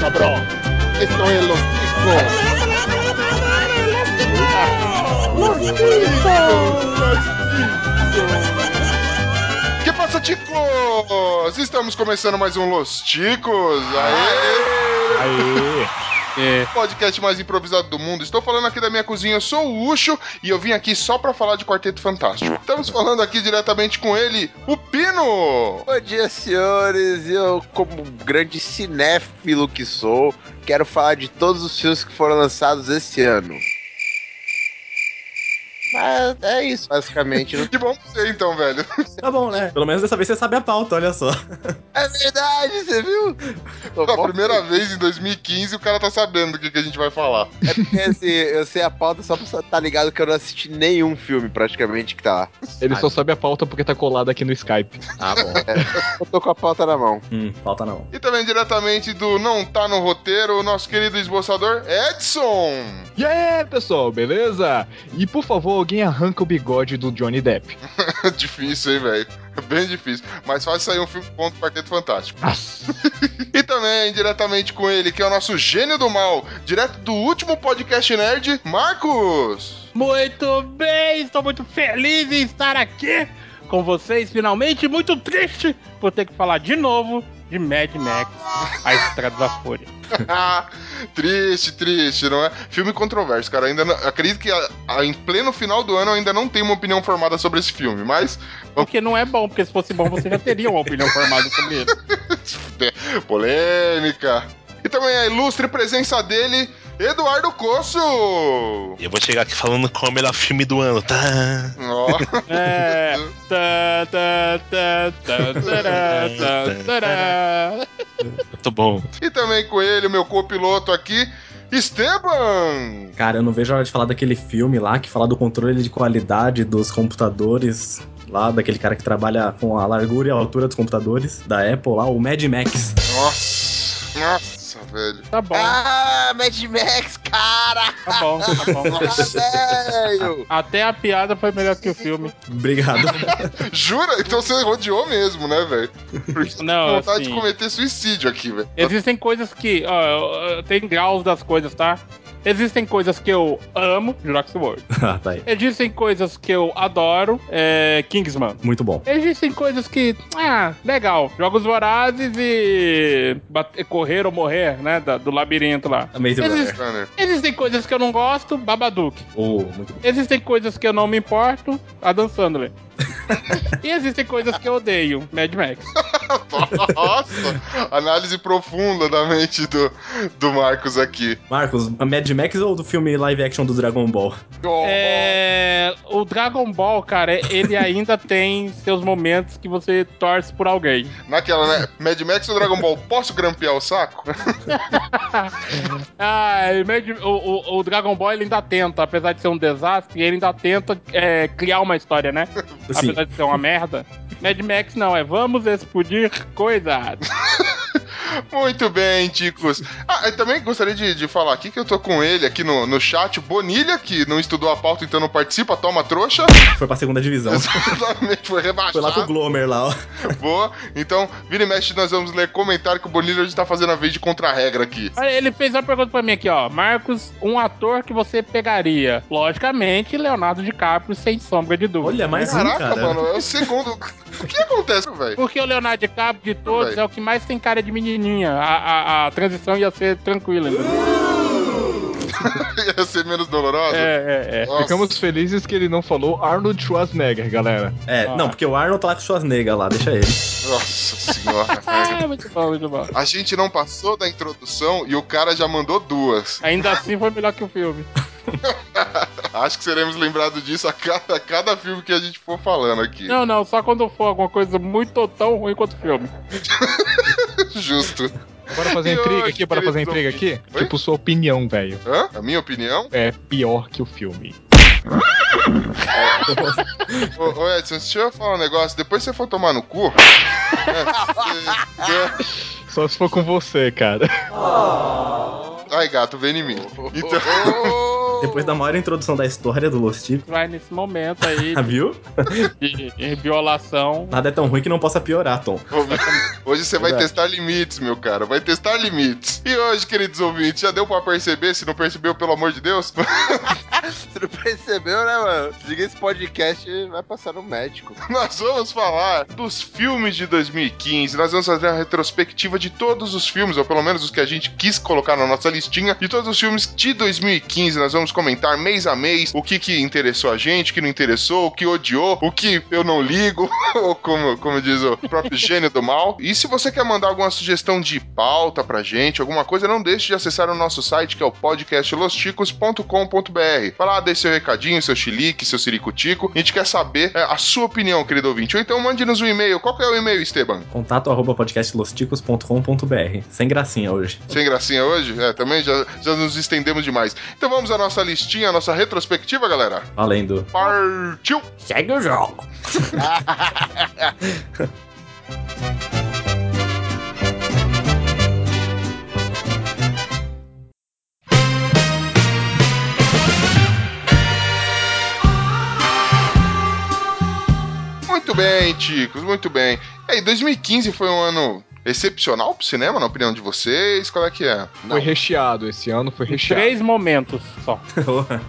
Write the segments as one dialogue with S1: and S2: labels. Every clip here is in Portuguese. S1: cabrón. Esto es los discos.
S2: Los Beatles!
S1: Que passa, ticos? Estamos começando mais um Los Ticos. Aê!
S3: Aê!
S1: Podcast mais improvisado do mundo. Estou falando aqui da minha cozinha, eu sou o Ucho e eu vim aqui só pra falar de Quarteto Fantástico. Estamos falando aqui diretamente com ele, o Pino.
S4: Bom dia, senhores. Eu, como um grande cinéfilo que sou, quero falar de todos os filmes que foram lançados esse ano. Mas é isso, basicamente.
S1: Que bom você então, velho.
S5: Tá bom, né? Pelo menos dessa vez você sabe a pauta, olha só.
S4: é verdade, você viu? Tô
S1: Pela
S4: mó-
S1: primeira vez em 2015 o cara tá sabendo do que, que a gente vai falar.
S4: É porque assim, eu sei a pauta só pra você tá ligado que eu não assisti nenhum filme praticamente que tá lá.
S3: Ele só sabe a pauta porque tá colado aqui no Skype.
S5: Ah, bom.
S4: É. Eu tô com a pauta na mão.
S5: Hum, falta não.
S1: E também diretamente do Não Tá No Roteiro, o nosso querido esboçador Edson.
S3: E aí, pessoal, beleza? E por favor, alguém arranca o bigode do Johnny Depp.
S1: difícil, hein, velho? Bem difícil. Mas faz sair um filme ponto do Quarteto Fantástico.
S3: Nossa.
S1: E também diretamente com ele, que é o nosso gênio do mal, direto do último podcast nerd, Marcos.
S6: Muito bem, estou muito feliz em estar aqui com vocês finalmente. Muito triste por ter que falar de novo de Mad Max, A Estrada da Fúria.
S1: triste, triste, não é? Filme controverso, cara. Ainda não- acredito que a- a- em pleno final do ano eu ainda não tenho uma opinião formada sobre esse filme, mas
S6: Porque não é bom, porque se fosse bom você já teria uma opinião formada sobre ele.
S1: polêmica. E também a ilustre presença dele, Eduardo Coço.
S7: Eu vou chegar aqui falando qual é o melhor filme do ano, tá?
S1: Ó.
S6: É. Tá, tá, tá, tá, tará, tá, tará.
S7: Muito bom.
S1: E também com ele, o meu copiloto aqui, Esteban!
S5: Cara, eu não vejo a hora de falar daquele filme lá que fala do controle de qualidade dos computadores. Lá, daquele cara que trabalha com a largura e a altura dos computadores da Apple lá, o Mad Max.
S1: Nossa, nossa, velho.
S6: Tá bom,
S4: Ah, Mad Max, cara!
S6: tá bom, tá bom.
S4: velho!
S6: Até a piada foi melhor que o filme.
S5: Obrigado.
S1: Jura? Então você rodeou mesmo, né, velho? Porque
S6: Não,
S1: tem vontade
S6: assim-
S1: de cometer suicídio aqui, velho.
S6: Existem coisas que. Ó, eu- eu- tem graus das coisas, tá? Existem coisas que eu amo, Jurassic World.
S5: ah, tá aí.
S6: Existem coisas que eu adoro, é, Kingsman.
S5: Muito bom.
S6: Existem coisas que. Ah, legal. Jogos vorazes e. bater- correr ou morrer, né? da- do labirinto lá.
S5: Amazing
S6: Existe-
S5: Brother.
S1: Tanner.
S6: Existem coisas que eu não gosto, Babadook.
S5: Oh, muito bom.
S6: Existem coisas que eu não me importo, Adam Sandler. e existem coisas que eu odeio, Mad Max.
S1: Nossa! Análise profunda da mente do, do Marcos aqui.
S5: Marcos, a Mad Max ou do filme live action do Dragon Ball?
S1: Oh,
S6: É, o Dragon Ball, cara, ele ainda tem seus momentos que você torce por alguém.
S1: Naquela, né? Mad Max ou Dragon Ball, posso grampear o saco?
S6: Ah, e meio de- o, o- o Dragon Ball ele ainda tenta, apesar de ser um desastre, ele ainda tenta é, criar uma história, né?
S5: Sim.
S6: Apesar de ser uma merda. Mad Max não, é vamos explodir coisas.
S1: Muito bem, Ticos. Ah, eu também gostaria de, de falar aqui que eu tô com ele aqui no, no chat, o Bonilha, que não estudou a pauta, então não participa, toma trouxa.
S5: Foi pra segunda divisão.
S1: Exatamente, foi
S5: Foi lá com o
S1: rebaixado.
S5: Glomer lá, ó.
S1: Boa. Então, vira e mexe, nós vamos ler comentário que o Bonilha hoje tá fazendo a vez de contra-regra aqui.
S6: Olha, Ele fez uma pergunta pra mim aqui, ó. Marcos, um ator que você pegaria? Logicamente, Leonardo DiCaprio, sem sombra de dúvida.
S5: Olha, mais um,
S1: Caraca,
S5: cara.
S1: mano, é o segundo. O que acontece, velho?
S6: Porque o Leonardo DiCaprio, de todos,
S1: Vai.
S6: é o que mais tem cara de menininha. A, a- a transição ia ser tranquila. entendeu?
S1: Ia ser menos dolorosa?
S6: É, é, é.
S1: Nossa.
S3: Ficamos felizes que ele não falou Arnold Schwarzenegger, galera.
S5: É, não, porque o Arnold tá lá com o Schwarzenegger lá, deixa ele.
S1: Nossa senhora, velho.
S6: Ah, muito bom, muito bom.
S1: A gente não passou da introdução e o cara já mandou duas.
S6: Ainda assim foi melhor que o filme.
S1: Acho que seremos lembrados disso a cada, a cada filme que a gente for falando aqui.
S6: Não, não, só quando for alguma coisa muito tão ruim quanto o filme.
S1: Justo.
S3: Bora fazer
S1: E
S3: intriga
S1: hoje,
S3: aqui, bora fazer
S1: queridos
S3: intriga aqui?
S1: Oi?
S3: Tipo, sua opinião, velho.
S1: Hã? A minha opinião?
S3: É pior que o filme.
S1: Ô, ô, Edson, deixa eu falar um negócio. Depois você for tomar no cu. é, você-
S3: Só se for com você, cara.
S1: é- Ai, gato, vem em mim. Então.
S5: Depois da maior introdução da história do Lost Tip.
S6: Vai nesse momento aí
S5: Ah, viu?
S6: de, de violação.
S5: Nada é tão ruim que não possa piorar, Tom.
S1: Ô, Hoje você vai
S5: Verdade.
S1: testar limites, meu cara. Vai testar limites. E hoje, queridos ouvintes, já deu pra perceber? Se não percebeu, pelo amor de Deus.
S4: Você não percebeu, né, mano? Diga esse podcast e vai passar no médico.
S1: Nós vamos falar dos filmes de 2015. Nós vamos fazer uma retrospectiva de todos os filmes, ou pelo menos os que a gente quis colocar na nossa listinha, de todos os filmes de 2015. Nós vamos comentar mês a mês o que, que interessou a gente, o que não interessou, o que odiou, o que eu não ligo, ou como, como diz o próprio gênio do mal. E se você quer mandar alguma sugestão de pauta pra gente, alguma coisa, não deixe de acessar o nosso site que é o podcastlosticos.com.br. Vai lá, deixe seu recadinho, seu chilique, seu ciricutico. A gente quer saber é, a sua opinião, querido ouvinte. Ou então mande-nos um e-mail. Qual que é o e-mail, Esteban?
S5: Contato arroba podcastlosticos.com.br. Sem gracinha hoje.
S1: Sem gracinha hoje? É, também já, já nos estendemos demais. Então vamos à nossa listinha, à nossa retrospectiva, galera.
S5: Valendo.
S1: Partiu!
S5: Segue o jogo.
S1: Muito bem, Ticos, muito bem. E aí, 2015 foi um ano excepcional pro cinema, na opinião de vocês? Qual é que é?
S3: Foi recheado, esse ano foi recheado.
S6: Três momentos só.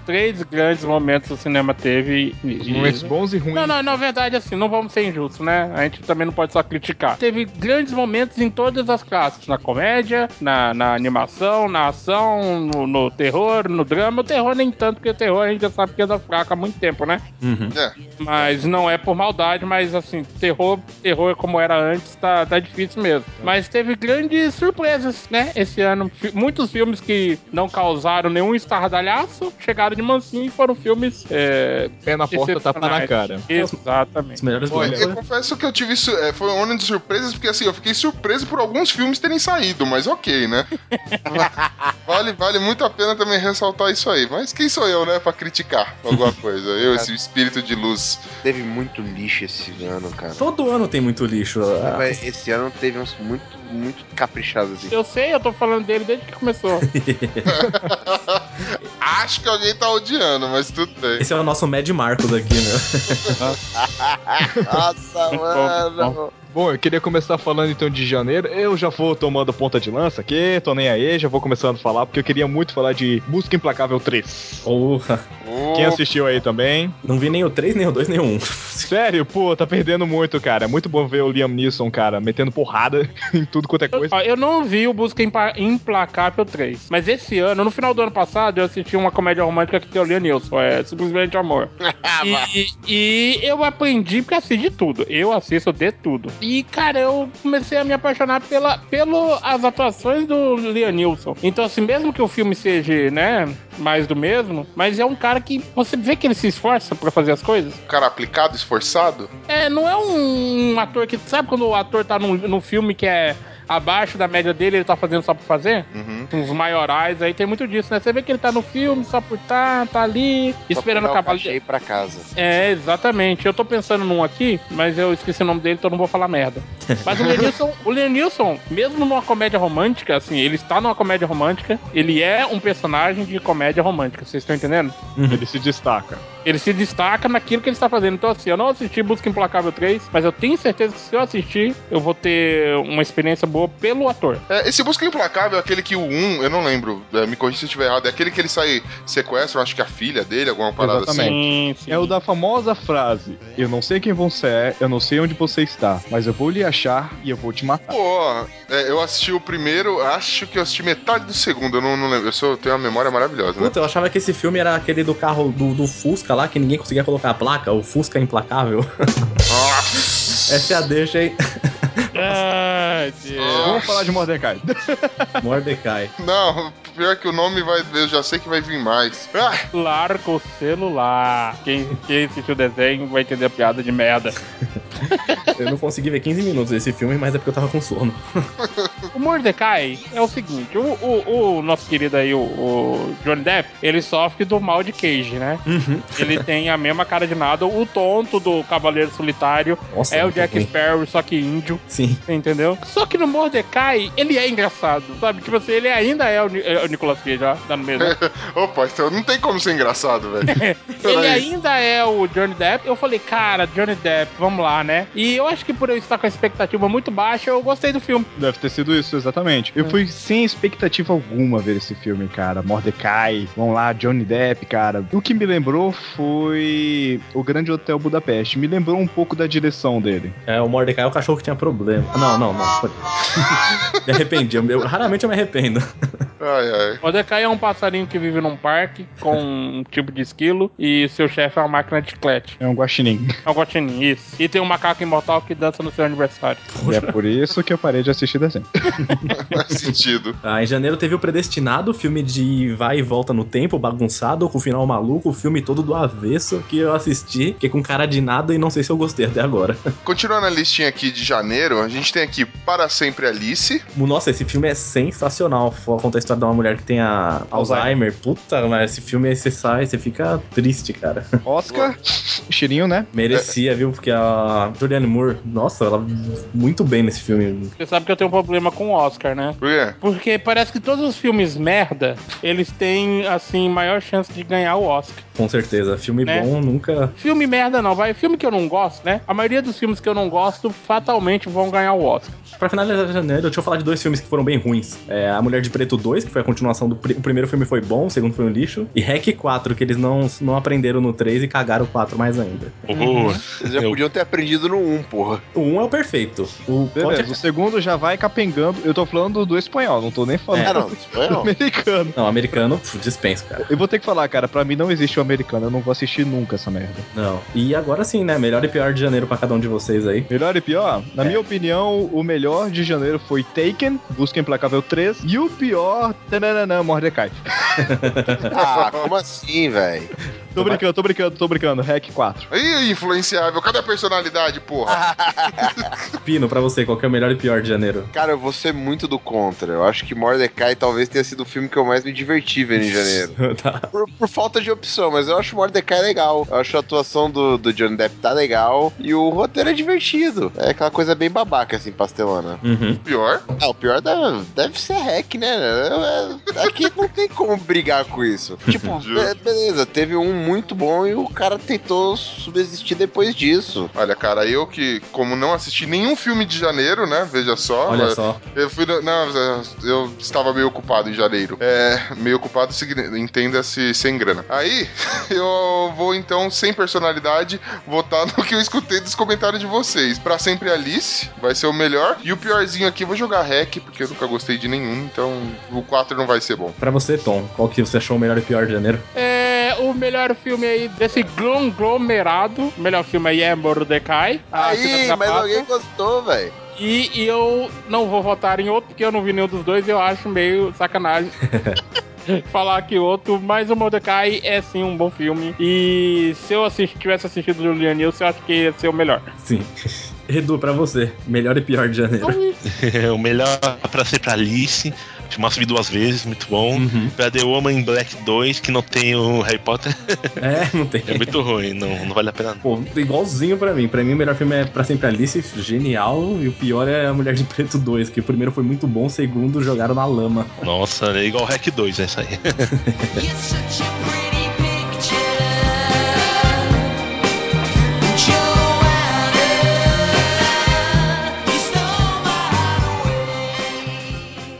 S6: Três grandes momentos o cinema teve. e-
S3: Os
S6: e-
S3: momentos bons e ruins.
S6: Não, não, na verdade, assim, não vamos ser injustos, né? A gente também não pode só criticar. Teve grandes momentos em todas as classes: na comédia, na, na animação, na ação, no, no terror, no drama. O terror nem tanto, porque o terror a gente já sabe que é da fraca há muito tempo, né?
S2: Mm-hmm.
S5: Uhum.
S6: Mas não é por maldade, mas assim, terror, terror como era antes, tá, tá difícil mesmo. Mas teve grandes surpresas, né? Esse ano. Fi- Muitos filmes que não causaram nenhum estardalhaço chegaram de mansinho e foram filmes. É,
S3: Pé na porta, tapa na
S6: excepcionais.
S3: cara.
S5: Os
S6: Exatamente.
S5: melhores
S3: Olha,
S5: momentos.
S1: Eu confesso que eu tive. su- é, foi um ano de surpresas, porque assim, eu fiquei surpreso por alguns filmes terem saído, mas ok, né? vale, vale muito a pena também ressaltar isso aí. Mas quem sou eu, né, pra criticar alguma coisa? Eu, esse espírito de luz.
S4: Teve muito lixo esse ano, cara.
S5: Todo ano tem muito lixo. Ah,
S4: Mas esse ano teve uns muito, muito caprichados assim.
S6: Eu sei, eu tô falando dele desde que começou.
S1: Acho que alguém tá odiando, mas tudo bem.
S5: Esse é o nosso Mad Marcos aqui, né? meu.
S1: Ah,
S4: Nossa,
S6: Muito bom, muito
S4: mano.
S3: Bom, eu queria começar falando então de janeiro. Eu já vou tomando ponta de lança aqui, tô nem aí, já vou começando a falar, porque eu queria muito falar de Busca Implacável 3.
S5: Porra.
S3: Quem
S5: é
S1: Opa,
S3: assistiu aí também?
S5: Não vi nem o 3, nem o 2, nem o 1.
S3: Sério, pô, tá perdendo muito, cara. É muito bom ver o Liam Neeson, cara, metendo porrada em tudo quanto é coisa.
S6: Ó, Eu não vi o Busca Impa- Implacável 3. Mas esse ano, no final do ano passado, eu assisti uma comédia romântica que tem o Leonilson. É simplesmente amor. e, e eu aprendi porque assisto de tudo. Eu assisto de tudo. E, cara, eu comecei a me apaixonar pela, pelo as atuações do Leonilson. Então, assim, mesmo que o filme seja, né, mais do mesmo, mas é um cara que você vê que ele se esforça pra fazer as coisas.
S1: um cara aplicado, esforçado?
S6: É, não é um ator que. Sabe quando o ator tá num, num filme que é abaixo da média dele, ele tá fazendo só por fazer?
S1: Uhum.
S6: Uns maiorais aí tem muito disso, né? Você vê que ele tá no filme só por tá, tá ali, esperando
S4: Só pegar o
S6: acabar.
S4: cachê e ir pra casa.
S6: É, exatamente. Eu tô pensando num aqui, mas eu esqueci o nome dele, então eu não vou falar merda. Mas o Lenilson, o Lenilson, mesmo numa comédia romântica, assim, ele está numa comédia romântica, ele é um personagem de comédia romântica, vocês estão entendendo?
S3: Uhum. Ele se destaca.
S6: Ele se destaca naquilo que ele está fazendo. Então, assim, eu não assisti Busca Implacável 3, mas eu tenho certeza que se eu assistir, eu vou ter uma experiência boa pelo ator.
S1: É, esse Busca Implacável é aquele que o 1, eu não lembro, é, me corrija se eu estiver errado, é aquele que ele sai, sequestra, acho que é a filha dele, alguma parada assim.
S3: Exatamente.
S6: Sim, sim.
S3: É o da famosa frase: Eu não sei quem você é, eu não sei onde você está, mas eu vou lhe achar e eu vou te matar.
S1: Pô, é, eu assisti o primeiro, acho que eu assisti metade do segundo, eu não, não lembro. Eu sou, tenho uma memória maravilhosa, né?
S5: Puta, eu achava que esse filme era aquele do carro do, do Fusca lá, que ninguém conseguia colocar a placa, o Fusca Implacável. Essa é a deixa, hein?
S6: Ai, Deus.
S3: Vamos falar de Mordecai.
S5: Mordecai.
S1: Não, pior que o nome vai. Eu já sei que vai vir mais. Ah,
S6: Larga o celular. Quem, quem assistiu o desenho vai entender a piada de merda.
S5: Eu não consegui ver 15 minutos desse filme, mas é porque eu tava com sono.
S6: O Mordecai é o seguinte: o, o- o nosso querido aí, o, o Johnny Depp, ele sofre do mal de Cage, né?
S5: Uhum.
S6: Ele tem a mesma cara de nada. O tonto do Cavaleiro Solitário
S5: Nossa,
S6: é o
S5: muito
S6: Jack
S5: ruim.
S6: Sparrow, só que índio.
S5: Sim.
S6: Você Entendeu? Só que no Mordecai, ele é engraçado, sabe? Tipo assim, ele ainda é o, Ni- é o Nicolas Cage, ó, tá no mesmo.
S1: Opa, então não tem como ser engraçado, velho.
S6: ele
S1: Peraí.
S6: ainda é o Johnny Depp. Eu falei, cara, Johnny Depp, vamos lá, né? E eu acho que por eu estar com a expectativa muito baixa, eu gostei do filme.
S3: Deve ter sido isso, exatamente. Eu fui sem expectativa alguma ver esse filme, cara. Mordecai, vamos lá, Johnny Depp, cara. O que me lembrou foi O Grande Hotel Budapeste. Me lembrou um pouco da direção dele.
S5: É, o Mordecai é o cachorro que tinha problema. Não, não, não. pode- me arrependi. Eu, eu- raramente eu me arrependo.
S1: Ai, ai.
S6: Mordecai é um passarinho que vive num parque com um tipo de esquilo e seu chefe é uma máquina de chiclete.
S3: É um guaxinim.
S6: É um guaxinim, isso. E tem um macaco imortal que dança no seu aniversário.
S3: E é por isso que eu parei de assistir desenho.
S1: Faz sentido.
S5: Ah, em janeiro teve o Predestinado, filme de vai e volta no tempo, bagunçado, com o final maluco, o filme todo do avesso, que eu assisti, fiquei com cara de nada e não sei se eu gostei até agora.
S1: Continuando a listinha aqui de janeiro, a gente tem aqui Para Sempre Alice.
S5: Nossa, esse filme é sensacional. Fo- Conta a história de uma mulher que tem a Alzheimer. Puta, mas esse filme aí você sai, você fica triste, cara.
S3: Oscar, cheirinho, né?
S5: Merecia, viu? Porque a Julianne Moore, nossa, ela muito bem nesse filme.
S6: Você sabe que eu tenho um problema com o Oscar, né?
S1: Por quê?
S6: Porque parece que todos os filmes merda, eles têm, assim, maior chance de ganhar o Oscar.
S5: Com certeza. Filme
S3: É.
S6: Né?
S5: bom nunca.
S6: Filme merda não, vai. Filme que eu não gosto, né? A maioria dos filmes que eu não gosto fatalmente vão ganhar o Oscar.
S5: Pra finalizar janeiro, deixa eu falar de dois filmes que foram bem ruins. É A Mulher de Preto 2, que foi a continuação do. pri- O primeiro filme foi bom, o segundo foi um lixo. E Hack 4, que eles não, não aprenderam no 3 e cagaram o 4 mais ainda.
S7: Uhum.
S4: Vocês já
S7: Eu-
S4: podiam ter aprendido no 1, porra.
S5: O 1 é o perfeito. O é
S3: Beleza, o segundo já vai capengando. Eu tô falando do espanhol, não tô nem
S4: Ah,
S3: falando
S4: não,
S3: do
S4: espanhol.
S3: americano.
S5: Não, americano, pff, dispenso, cara.
S3: Eu vou ter que falar, cara, pra mim não existe o americano, eu não vou assistir nunca essa merda.
S5: Não. E agora sim, né? Melhor e pior de janeiro pra cada um de vocês aí.
S3: Melhor e pior? Na
S5: É.
S3: minha opinião, o melhor de janeiro foi Taken, Busca Implacável 3, e o pior, tananana, Mordecai.
S4: Ah, como assim, velho?
S3: Tô brincando, tô brincando, tô brincando, Hack 4.
S1: Ih, influenciável. Cadê a personalidade,
S6: Ah,
S1: porra?
S5: Pino, pra você, qual que é o melhor e pior de janeiro?
S4: Cara, eu vou ser muito do contra. Eu acho que Mordecai talvez tenha sido o filme que eu mais me diverti vendo em janeiro.
S5: tá.
S4: Por, por falta de opção, mas eu acho Mordecai legal. Eu acho a atuação do, do Johnny Depp tá legal. E o roteiro é divertido. É aquela coisa bem babaca, assim, pastelana.
S2: Hum. Mm-hmm.
S5: Uhum.
S1: Pior.
S4: Ah, o pior da- deve ser hack, né? É- é- Aqui não tem como brigar com isso. Tipo, be- beleza, teve um muito bom e o cara tentou subsistir depois disso.
S1: Olha, cara, eu que, como não assisti nenhum filme de janeiro, né? Veja só.
S5: Olha
S1: mas-
S5: só.
S1: Eu fui. no- Não, eh, eu estava meio ocupado em janeiro. É, meio ocupado, signi- entenda-se, sem grana. Aí, eu vou então, sem personalidade, votar no que eu escutei dos comentários de vocês. Pra sempre Alice, vai ser o melhor. E o piorzinho aqui, eu vou jogar REC, porque eu nunca gostei de nenhum, então o 4 não vai ser bom.
S5: Pra você, Tom, qual que você achou o melhor e pior de janeiro?
S6: É, o melhor filme aí desse conglomerado, o melhor filme aí é Mordecai. a Cidade
S4: Aí,
S6: da
S4: mas
S6: Pátria.
S4: alguém gostou, velho.
S6: E, e eu não vou votar em outro, porque eu não vi nenhum dos dois, eu acho meio sacanagem. Falar que outro, mas o Mordecai é sim um bom filme. E se eu assisti- tivesse assistido o Julian eu acho que ia ser o melhor.
S5: Sim. Edu, pra você, melhor e pior de janeiro.
S6: Então,
S7: o melhor pra ser pra Alice. Massa vi duas vezes, muito bom.
S5: Uhum.
S7: Pra The Woman in Black 2, que não tem o Harry Potter,
S5: É, não tem.
S7: é muito ruim, não, não vale a pena. não.
S5: Pô, igualzinho pra mim. Pra mim, o melhor filme é Pra Sempre Alice, genial. E o pior é A Mulher de Preto 2, que o primeiro foi muito bom, o segundo jogaram na lama.
S7: Nossa, é igual o Hack 2, é isso aí.
S2: It's such a pretty picture. Joanna, you stole my way.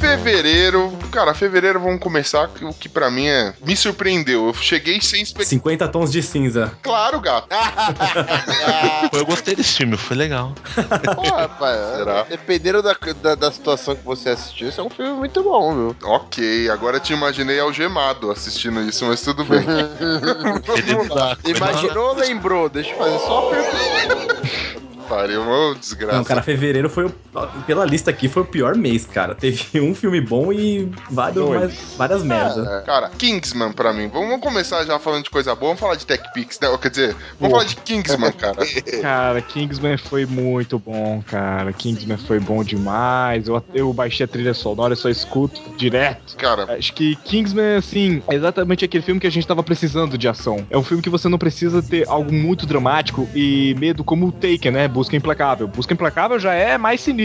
S1: Fevereiro, cara, fevereiro vamos começar, que o que pra mim é. Me surpreendeu. Eu cheguei sem expectativa.
S5: 50 tons de cinza.
S1: Claro, gato.
S7: Pô, eu gostei desse filme, foi legal.
S4: Pô, rapaz,
S1: Será?
S4: dependendo da, da, da situação que você assistiu, isso é um filme muito bom, viu?
S1: Ok, agora te imaginei algemado assistindo isso, mas tudo bem.
S7: Ele
S6: tá
S7: dá-
S4: Imaginou, lembrou, deixa eu fazer só uma pergunta.
S1: pariu, ô
S5: Não,
S1: desgraça.
S5: cara, fevereiro foi o. Pela lista aqui, foi o pior mês, cara. Teve um filme bom e vários,
S3: Dois.
S5: mais- várias merdas.
S1: É, Cara, Kingsman pra mim. Vamos vamos começar já falando de coisa boa, vamos falar de Tech Pix, né? Quer dizer, vamos falar de Kingsman, cara.
S3: Cara, Kingsman foi muito bom, cara. Kingsman foi bom demais. Eu, eu baixei a trilha sonora, eu só escuto direto.
S1: Cara,
S3: Acho que Kingsman, assim, é exatamente aquele filme que a gente tava precisando de ação. É um filme que você não precisa ter algo muito dramático e medo como o Taken, né? Busca Implacável. Busca Implacável já é mais sinistro.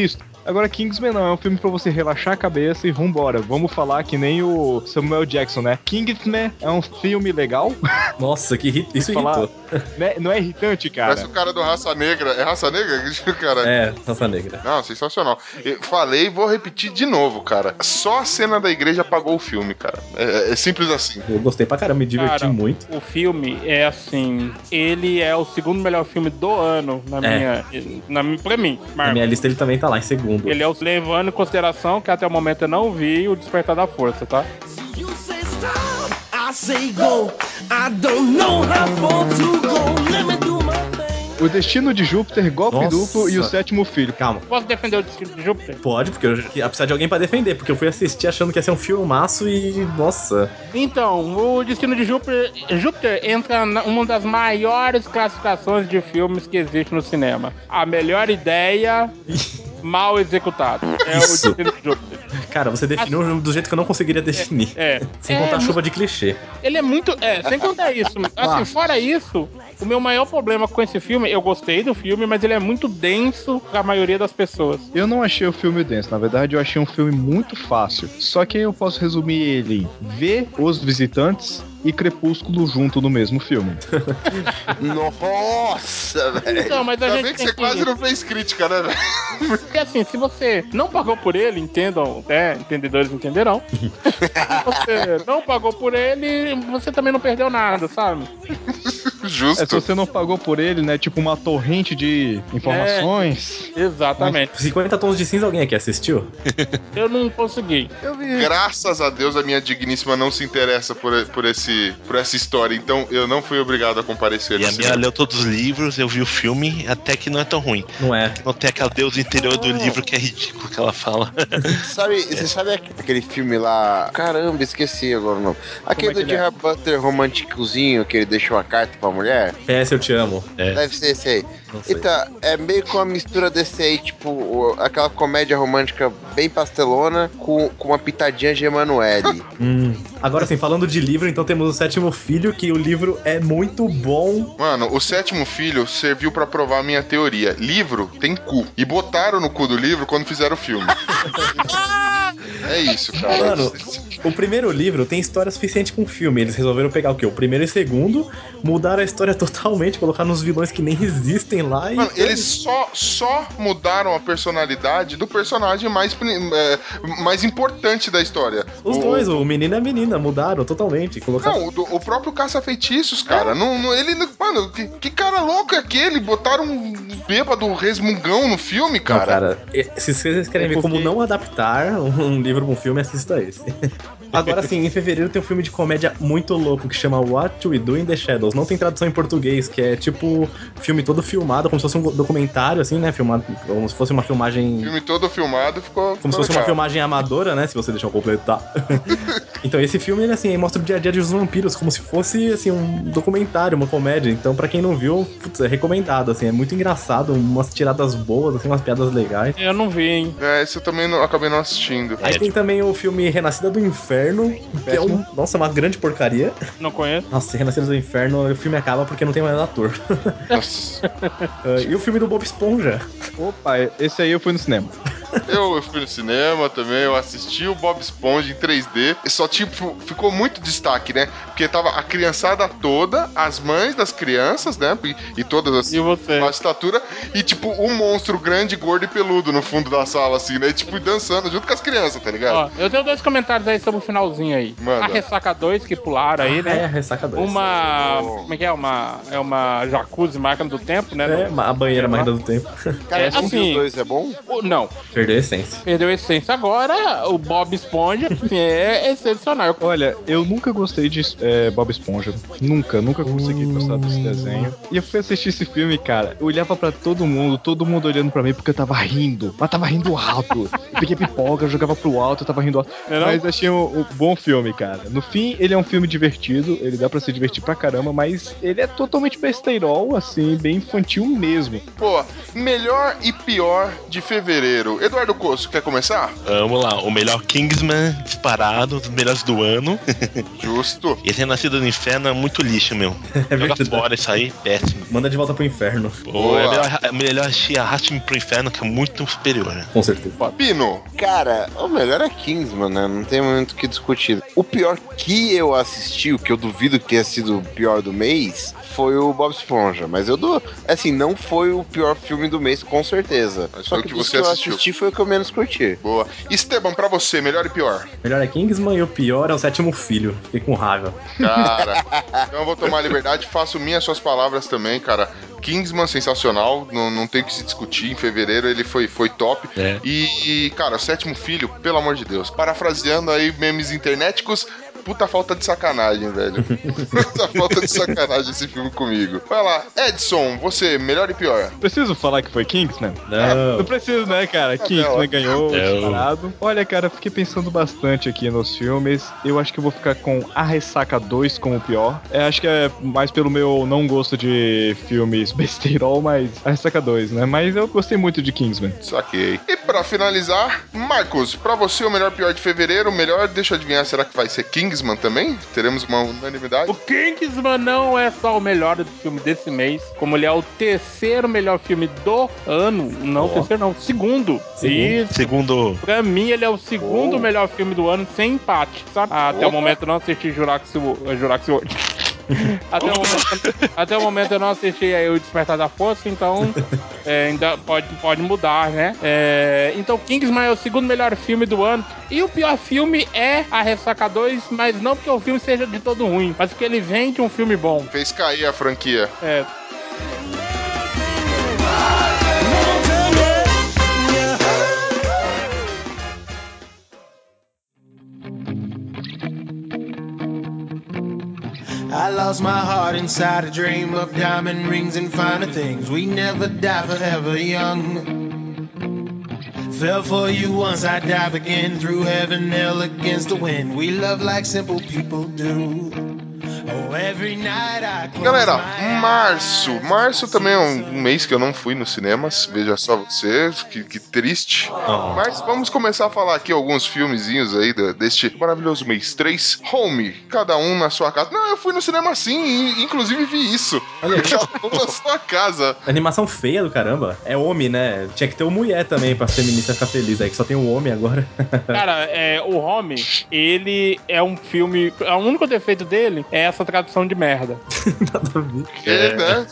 S3: Agora, Kingsman não, é um filme pra você relaxar a cabeça e vambora. Vamos falar que nem o Samuel Jackson, né? Kingsman é um filme legal,
S5: Nossa, que irri- isso
S3: falar,
S5: irritou.
S3: né? Não é irritante, cara.
S1: parece o cara do Raça Negra. É Raça Negra? Cara,
S5: É, Raça Negra.
S1: Não, sensacional. Eu falei e vou repetir de novo, cara. Só a cena da igreja apagou o filme, cara. É, é simples assim.
S5: Eu gostei pra caramba, me diverti
S6: Cara,
S5: muito.
S6: O filme é assim, ele é o segundo melhor filme do ano na
S5: É.
S6: minha, na mi- pra mim.
S5: Na
S6: Marvel.
S5: minha lista ele também tá lá em segundo.
S6: Ele é o levando em consideração que até o momento eu não vi o Despertar da Força, tá?
S2: You say stop, I say go. I don't know how far to go. Let me do my thing.
S3: O Destino de Júpiter, Golpe
S5: Nossa.
S3: Duplo e o Sétimo Filho.
S5: Calma.
S6: Posso defender o Destino de Júpiter?
S5: Pode, porque eu ia precisar de alguém pra defender, porque eu fui assistir achando que ia ser um filmaço e. Nossa.
S6: Então, o Destino de Júpiter, Júpiter entra na- uma das maiores classificações de filmes que existe no cinema. A melhor ideia mal executada. É
S5: Isso.
S6: o Destino de Júpiter.
S5: Cara, você definiu do jeito que eu não conseguiria definir.
S6: Assim. É.
S5: Sem
S6: É,
S5: contar a
S6: mu-
S5: chuva de clichê.
S6: Ele é muito. É, sem contar isso. Assim, fora isso, o meu maior problema com esse filme, eu gostei do filme, mas ele é muito denso pra maioria das pessoas.
S3: Eu não achei o filme denso, na verdade eu achei um filme muito fácil. Só que eu posso resumir ele em ver Os Visitantes e Crepúsculo junto no mesmo filme.
S4: Nossa, velho.
S6: Então, mas a
S1: Ainda
S6: gente.
S1: bem que
S6: tem
S1: você quase não fez crítica, né, velho?
S6: Porque assim, se você não pagou por ele, entendam, né? Entendedores entenderão. se você não pagou por ele, você também não perdeu nada, sabe?
S3: É, se
S1: Justo.
S3: você não pagou por ele, né? Tipo uma torrente de informações.
S6: É, Exatamente.
S5: 50 tons de cinza, alguém aqui assistiu?
S6: Eu não consegui.
S3: Eu vi.
S1: Graças a Deus a minha digníssima não se interessa por, por, esse, por essa história, então eu não fui obrigado a comparecer.
S7: E a
S1: nesse
S7: minha
S1: evento.
S7: leu todos os livros, eu vi o filme, até que não é tão ruim.
S5: Não é.
S7: Não tem aquela deusa interior do livro que é ridículo que ela fala.
S1: É.
S4: Sabe, Você sabe aqu- aquele filme lá? Caramba, esqueci agora o nome. Aquele
S6: é
S4: do
S6: que ele é?
S4: Jerry Butter romanticozinho que ele deixou uma carta pra mulher?
S5: PS, eu te amo.
S7: É.
S4: Deve ser esse aí.
S5: Não sei.
S4: Então, é meio que uma mistura desse aí, tipo, o- aquela comédia romântica bem pastelona com, com uma pitadinha de Emanuele.
S5: Hum. Agora sim, falando de livro, então temos o sétimo filho, que o livro é muito bom.
S1: Mano, o sétimo filho serviu pra provar a minha teoria. Livro tem cu. E botaram no cu do livro quando fizeram o filme. é isso, cara.
S5: Mano, o primeiro livro tem história suficiente com o filme. Eles resolveram pegar o quê? O primeiro e o segundo, mudaram a história totalmente, colocaram uns vilões que nem existem lá e.
S1: Mano, eles só, só mudaram a personalidade do personagem mais, prim- é, mais importante da história.
S5: Os
S1: O-
S5: dois, o menino e a menina, mudaram totalmente. Colocaram.
S1: Não, o, do- o próprio Caça-Feitiços, cara.
S5: É.
S1: Não, não- ele, não- mano, que, que cara louco é aquele? Botaram um bêbado resmungão no filme,
S5: Não,
S1: cara.
S5: cara, se vocês querem ver como não adaptar um livro pra um filme, assista esse. Agora sim, em fevereiro tem um filme de comédia muito louco que chama What We Do in the Shadows. Não tem tradução em português, que é tipo filme todo filmado, como se fosse um documentário, assim, né? Filmado, como se fosse uma
S1: O
S5: filmagem.
S1: filme todo filmado ficou.
S5: Como se fosse uma
S1: cara,
S5: filmagem amadora, né? Se você deixar eu completar. então, esse filme, ele assim, mostra o dia a dia dos vampiros, como se fosse, assim, um documentário, uma comédia. Então, pra quem não viu, putz, é recomendado, assim. É muito engraçado, umas tiradas boas, assim, umas piadas legais.
S6: Eu não vi, hein? É,
S1: É, esse eu também não- acabei não assistindo.
S5: Aí tem também o filme Renascida do Inferno, que é um, nossa, uma grande porcaria.
S6: Não conheço.
S5: Nossa, Renascida do Inferno, o filme acaba porque não tem mais ator.
S1: Nossa.
S5: Ah, e o filme do Bob Esponja.
S3: Opa, esse aí eu fui no cinema.
S1: Eu, eu fui no cinema também, eu assisti o Bob Esponja em 3D. E Só, tipo, ficou muito destaque, né? Porque tava a criançada toda, as mães das crianças, né? E, e todas as.
S6: E você?
S1: Baixa estatura e, tipo, um monstro grande, gordo e peludo no fundo da sala, assim, né? E, tipo, dançando junto com as crianças, tá ligado?
S6: Ó, eu tenho dois comentários aí sobre o finalzinho aí.
S1: Manda.
S6: A Ressaca 2, que pularam aí, né?
S5: É, Ressaca 2.
S6: Uma. Como é que é? Uma. É uma jacuzzi, máquina do tempo, né?
S5: É,
S6: Não-
S5: uma- a banheira mais do tempo.
S4: Cara,
S6: É,
S4: não viu
S6: assim-
S4: os dois, é bom?
S6: o- Não.
S5: Perdeu a essência.
S6: Perdeu a essência. Agora, o Bob Esponja assim, é excepcional.
S3: Olha, eu nunca gostei de é, Bob Esponja. Nunca, nunca consegui gostar desse desenho. E eu fui assistir esse filme, cara. Eu olhava pra todo mundo, todo mundo olhando pra mim porque eu tava rindo. Mas tava rindo alto. Eu peguei pipoca, eu jogava pro alto, eu tava rindo alto.
S6: Não é não?
S3: Mas achei um, um bom filme, cara. No fim, ele é um filme divertido, ele dá pra se divertir pra caramba, mas ele é totalmente besteirol, assim, bem infantil mesmo.
S1: Pô, melhor e pior de fevereiro. Eduardo Coço, quer começar?
S7: Ah, Vamos lá, o melhor Kingsman disparado, um dos melhores do ano.
S1: Justo.
S7: Esse Renascido do Inferno é muito lixo, meu.
S5: É
S7: Joga
S5: verdade.
S7: fora isso aí, péssimo.
S5: Manda de volta pro inferno.
S7: Pô,
S1: Boa.
S7: é melhor, é melhor assistir Arraste-me pro Inferno, que é muito superior. né?
S5: Com certeza.
S1: Pino,
S4: Cara, o melhor é Kingsman, né? Não tem muito o que discutir. O pior que eu assisti, o que eu duvido que tenha sido o pior do mês, foi o Bob Esponja. Mas eu dou. Assim, não foi o pior filme do mês, com certeza.
S1: Mas
S4: Só
S1: foi o
S4: que,
S1: que
S4: dos
S1: você
S4: que eu
S1: assistiu.
S4: assisti foi o que eu menos curti.
S1: boa. Esteban, pra você, melhor e pior?
S5: Melhor é Kingsman e o pior é o sétimo filho. Fiquei com raiva.
S1: Cara, então eu vou tomar a liberdade, faço minhas suas palavras também, cara. Kingsman, sensacional, não, não tem o que se discutir. Em fevereiro ele foi, foi top.
S7: É.
S1: E, e, cara, o sétimo filho, pelo amor de Deus. Parafraseando aí memes internéticos, puta falta de sacanagem, velho. puta falta de sacanagem esse filme comigo. Vai lá, Edson, você, melhor e pior?
S3: Preciso falar que foi Kingsman?
S5: Não.
S3: Não É, preciso, né, cara? Kingsman ganhou,
S7: Não. É
S3: disparado. Olha, cara, fiquei pensando bastante aqui nos filmes. Eu acho que eu vou ficar com A Ressaca 2 como pior. É, acho que é mais pelo meu não gosto de filmes besteirol, mas A Ressaca 2, né? Mas eu gostei muito de Kingsman.
S1: Saquei. E pra finalizar, Marcos, pra você o melhor e pior de fevereiro, o melhor, deixa eu adivinhar, será que vai ser Kingsman também? Teremos uma unanimidade?
S6: O Kingsman não é só o melhor do filme desse mês, como ele é o terceiro melhor filme do ano. Não,
S5: Ó.
S6: terceiro não, segundo.
S5: Segundo.
S6: Isso.
S7: Segundo,
S6: Pra mim, ele é o segundo melhor filme do ano sem empate, sabe? Ah, Até o momento eu não assisti Jurassic Wo- eh, Jurassic World. até, o momento, até o momento eu não assisti aí o Despertar da Força, então é, ainda pode, pode mudar, né? É, então, Kingsman é o segundo melhor filme do ano. E o pior filme é A Ressaca 2, mas não porque o filme seja de todo ruim, mas porque ele vem de um filme bom.
S1: Fez cair a franquia.
S6: É,
S2: I lost my heart inside a dream of diamond rings and finer things. We never die forever young. Fell for you once, I dive again through heaven, hell against the wind. We love like simple people do. Oh, every night I close
S1: Galera,
S2: my
S1: março.
S2: eyes.
S1: Março também é um, um mês que eu não fui nos cinemas. Veja só você, que, que triste. Mas vamos começar a falar aqui alguns filmezinhos aí da- deste maravilhoso mês 3. Home, cada um na sua casa. Não, eu fui no cinema sim, e inclusive vi isso.
S5: Olha aí.
S1: Cada um na sua casa.
S5: Animação feia do caramba. É homem, né? Tinha que ter o mulher também pra feminista ficar feliz aí, que só tem o homem agora.
S6: Cara, é, o Home, ele é um filme. O único defeito dele é essa tradução de merda.
S5: Nada a ver.
S1: É. né?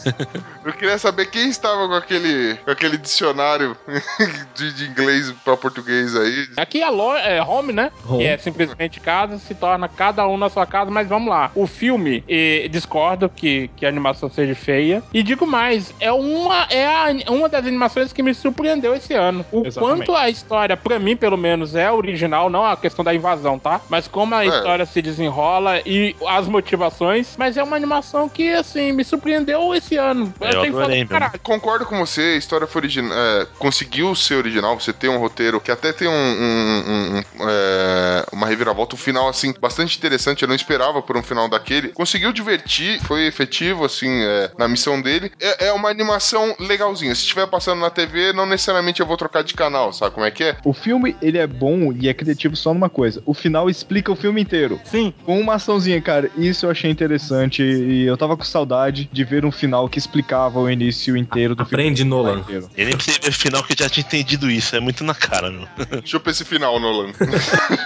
S1: Eu queria saber quem estava com aquele, com aquele dicionário de, de inglês para português aí.
S6: Aqui a lo- é Home, né?
S5: Home.
S6: Que é simplesmente casa, se torna cada um na sua casa, mas vamos lá. O filme, eh, discordo que, que a animação seja feia. E digo mais, é uma, é a- uma das animações que me surpreendeu esse ano. O
S3: Exatamente.
S6: quanto a história, pra mim, pelo menos, é original, não a questão da invasão, tá? Mas como a
S1: É.
S6: história se desenrola e as motivações. Mas é uma animação que, assim, me surpreendeu esse ano.
S7: É,
S5: É,
S7: Eu adorei,
S6: pra caralho.
S1: Concordo com você, a história foi original. conseguiu ser original, você tem um roteiro que até tem um, um- um- um, é, uma reviravolta, um final assim, bastante interessante. Eu não esperava por um final daquele. Conseguiu divertir, foi efetivo, assim, é, na missão dele. É, é uma animação legalzinha. Se estiver passando na TV, não necessariamente eu vou trocar de canal, sabe como é que é?
S3: O filme, ele é bom e é criativo só numa coisa. O final explica o filme inteiro.
S6: Sim,
S3: Com uma açãozinha, cara, isso eu achei interessante e eu tava com saudade de ver um final que explicava o início inteiro do filme.
S5: Aprende, Nolan.
S3: inteiro.
S7: eu nem precisei ver o final que eu já tinha entendido isso. É muito na cara, meu.
S1: Chupa esse final, Nolan.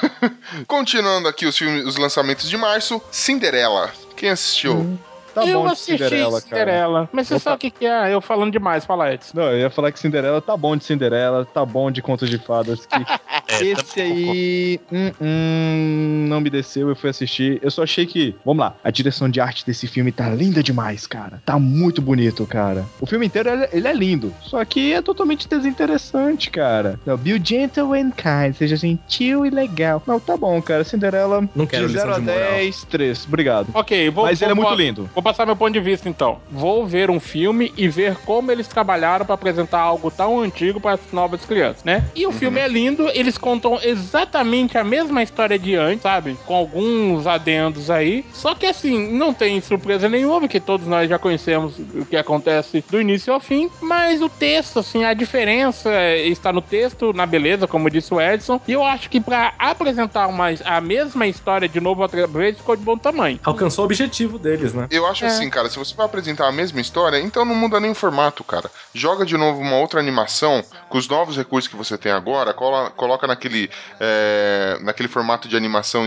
S1: Continuando aqui os filmes, os lançamentos de março, Cinderela. Quem assistiu?
S3: Tá
S6: eu
S3: bom de
S6: assisti
S3: Cinderela,
S6: Cinderela,
S3: cara.
S6: Mas você
S3: Opa.
S6: sabe o que, que é? Eu falando demais, fala Edson.
S3: Não, eu ia falar que Cinderela tá bom de Cinderela, tá bom de Contos de Fadas, que
S7: É,
S3: Esse
S7: também concordo.
S3: aí. hum, hum, não me desceu, eu fui assistir. Eu só achei que. Vamos lá. A direção de arte desse filme tá linda demais, cara. Tá muito bonito, cara. O filme inteiro ele, ele é lindo. Só que é totalmente desinteressante, cara. Não, Be gentle and kind. Seja gentil e legal. Não, tá bom, cara. Cinderela.
S5: Não quero
S3: de
S5: lição
S3: 0 a
S5: de moral.
S3: 10, 3. Obrigado.
S6: Ok, vou.
S3: Mas
S6: vou,
S3: ele é muito
S6: vou-
S3: lindo.
S6: Vou passar meu ponto de vista então. Vou ver um filme e ver como eles trabalharam pra apresentar algo tão antigo para as novas crianças, né? E o filme é lindo, eles contam exatamente a mesma história de antes, sabe? Com alguns adendos aí. Só que assim, não tem surpresa nenhuma, porque todos nós já conhecemos o que acontece do início ao fim. Mas o texto, assim, a diferença está no texto, na beleza, como disse o Edson. E eu acho que pra apresentar uma, a mesma história de novo outra vez ficou de bom tamanho.
S5: Alcançou o objetivo deles, né?
S1: Eu acho
S6: É.
S1: assim, cara, se você vai apresentar a mesma história, então não muda nem o formato, cara. Joga de novo uma outra animação com os novos recursos que você tem agora, cola- coloca naquele, é, naquele formato de animação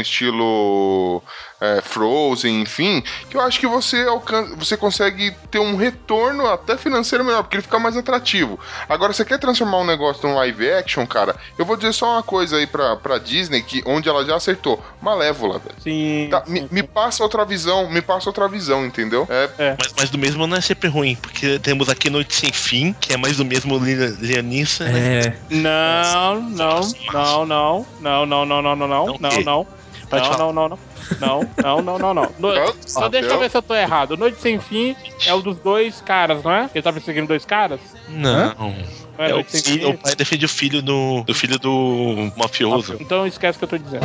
S1: estilo é, Frozen, enfim, que eu acho que você, alcan- você consegue ter um retorno até financeiro melhor, porque ele fica mais atrativo. Agora, você quer transformar um negócio num live action, cara? Eu vou dizer só uma coisa aí pra, pra Disney, que, onde ela já acertou. Malévola, velho.
S6: Sim.
S1: Tá, me, me passa outra visão, me passa outra visão, entendeu? É,
S7: Mas, mas do mesmo não é sempre ruim, porque temos aqui Noite Sem Fim, que é mais do mesmo Lianice, né?
S5: É.
S6: Não, não, não, não, não, não, não, não, não, não,
S7: Não,
S6: não,
S7: quê?
S6: não.
S7: Pode falar.
S6: Não, não, não, não. Não, não, não, não, não. No-
S1: Não,
S6: Só deixa eu ver se eu tô errado. Noite Sem Fim é o dos dois caras, não é? Ele tá perseguindo dois caras?
S7: Não.
S6: Não é,
S7: É o,
S6: Noite Sem
S7: filho- o
S6: Fim?
S7: pai defende o filho do, do filho do mafioso.
S6: Então esquece o que eu tô dizendo.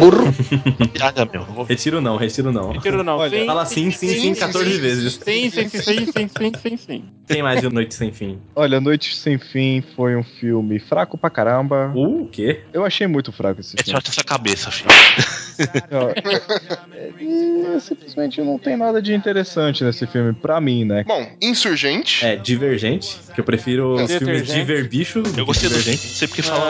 S7: Piada, meu.
S5: Retiro não, retiro não.
S6: Mentira, não.
S3: Olha,
S6: sim,
S5: Fala sim, sim, sim, 14 vezes.
S6: Sim, sim, sim, sim, sim, sim, sim, sim.
S5: Tem mais de Noite Sem Fim.
S3: Olha, Noite Sem Fim foi um filme fraco pra caramba.
S5: Uh, o quê?
S3: Eu achei muito fraco esse
S7: É
S3: filme.
S7: só essa cabeça, filho.
S3: Ó, e simplesmente não tem nada de interessante nesse filme, pra mim, né?
S1: Bom, Insurgente.
S5: É, Divergente, que eu prefiro os filmes
S6: Detergente.
S5: Diver Bicho do que
S7: Eu gostei do filme,
S5: Divergente.
S7: não sei porque fala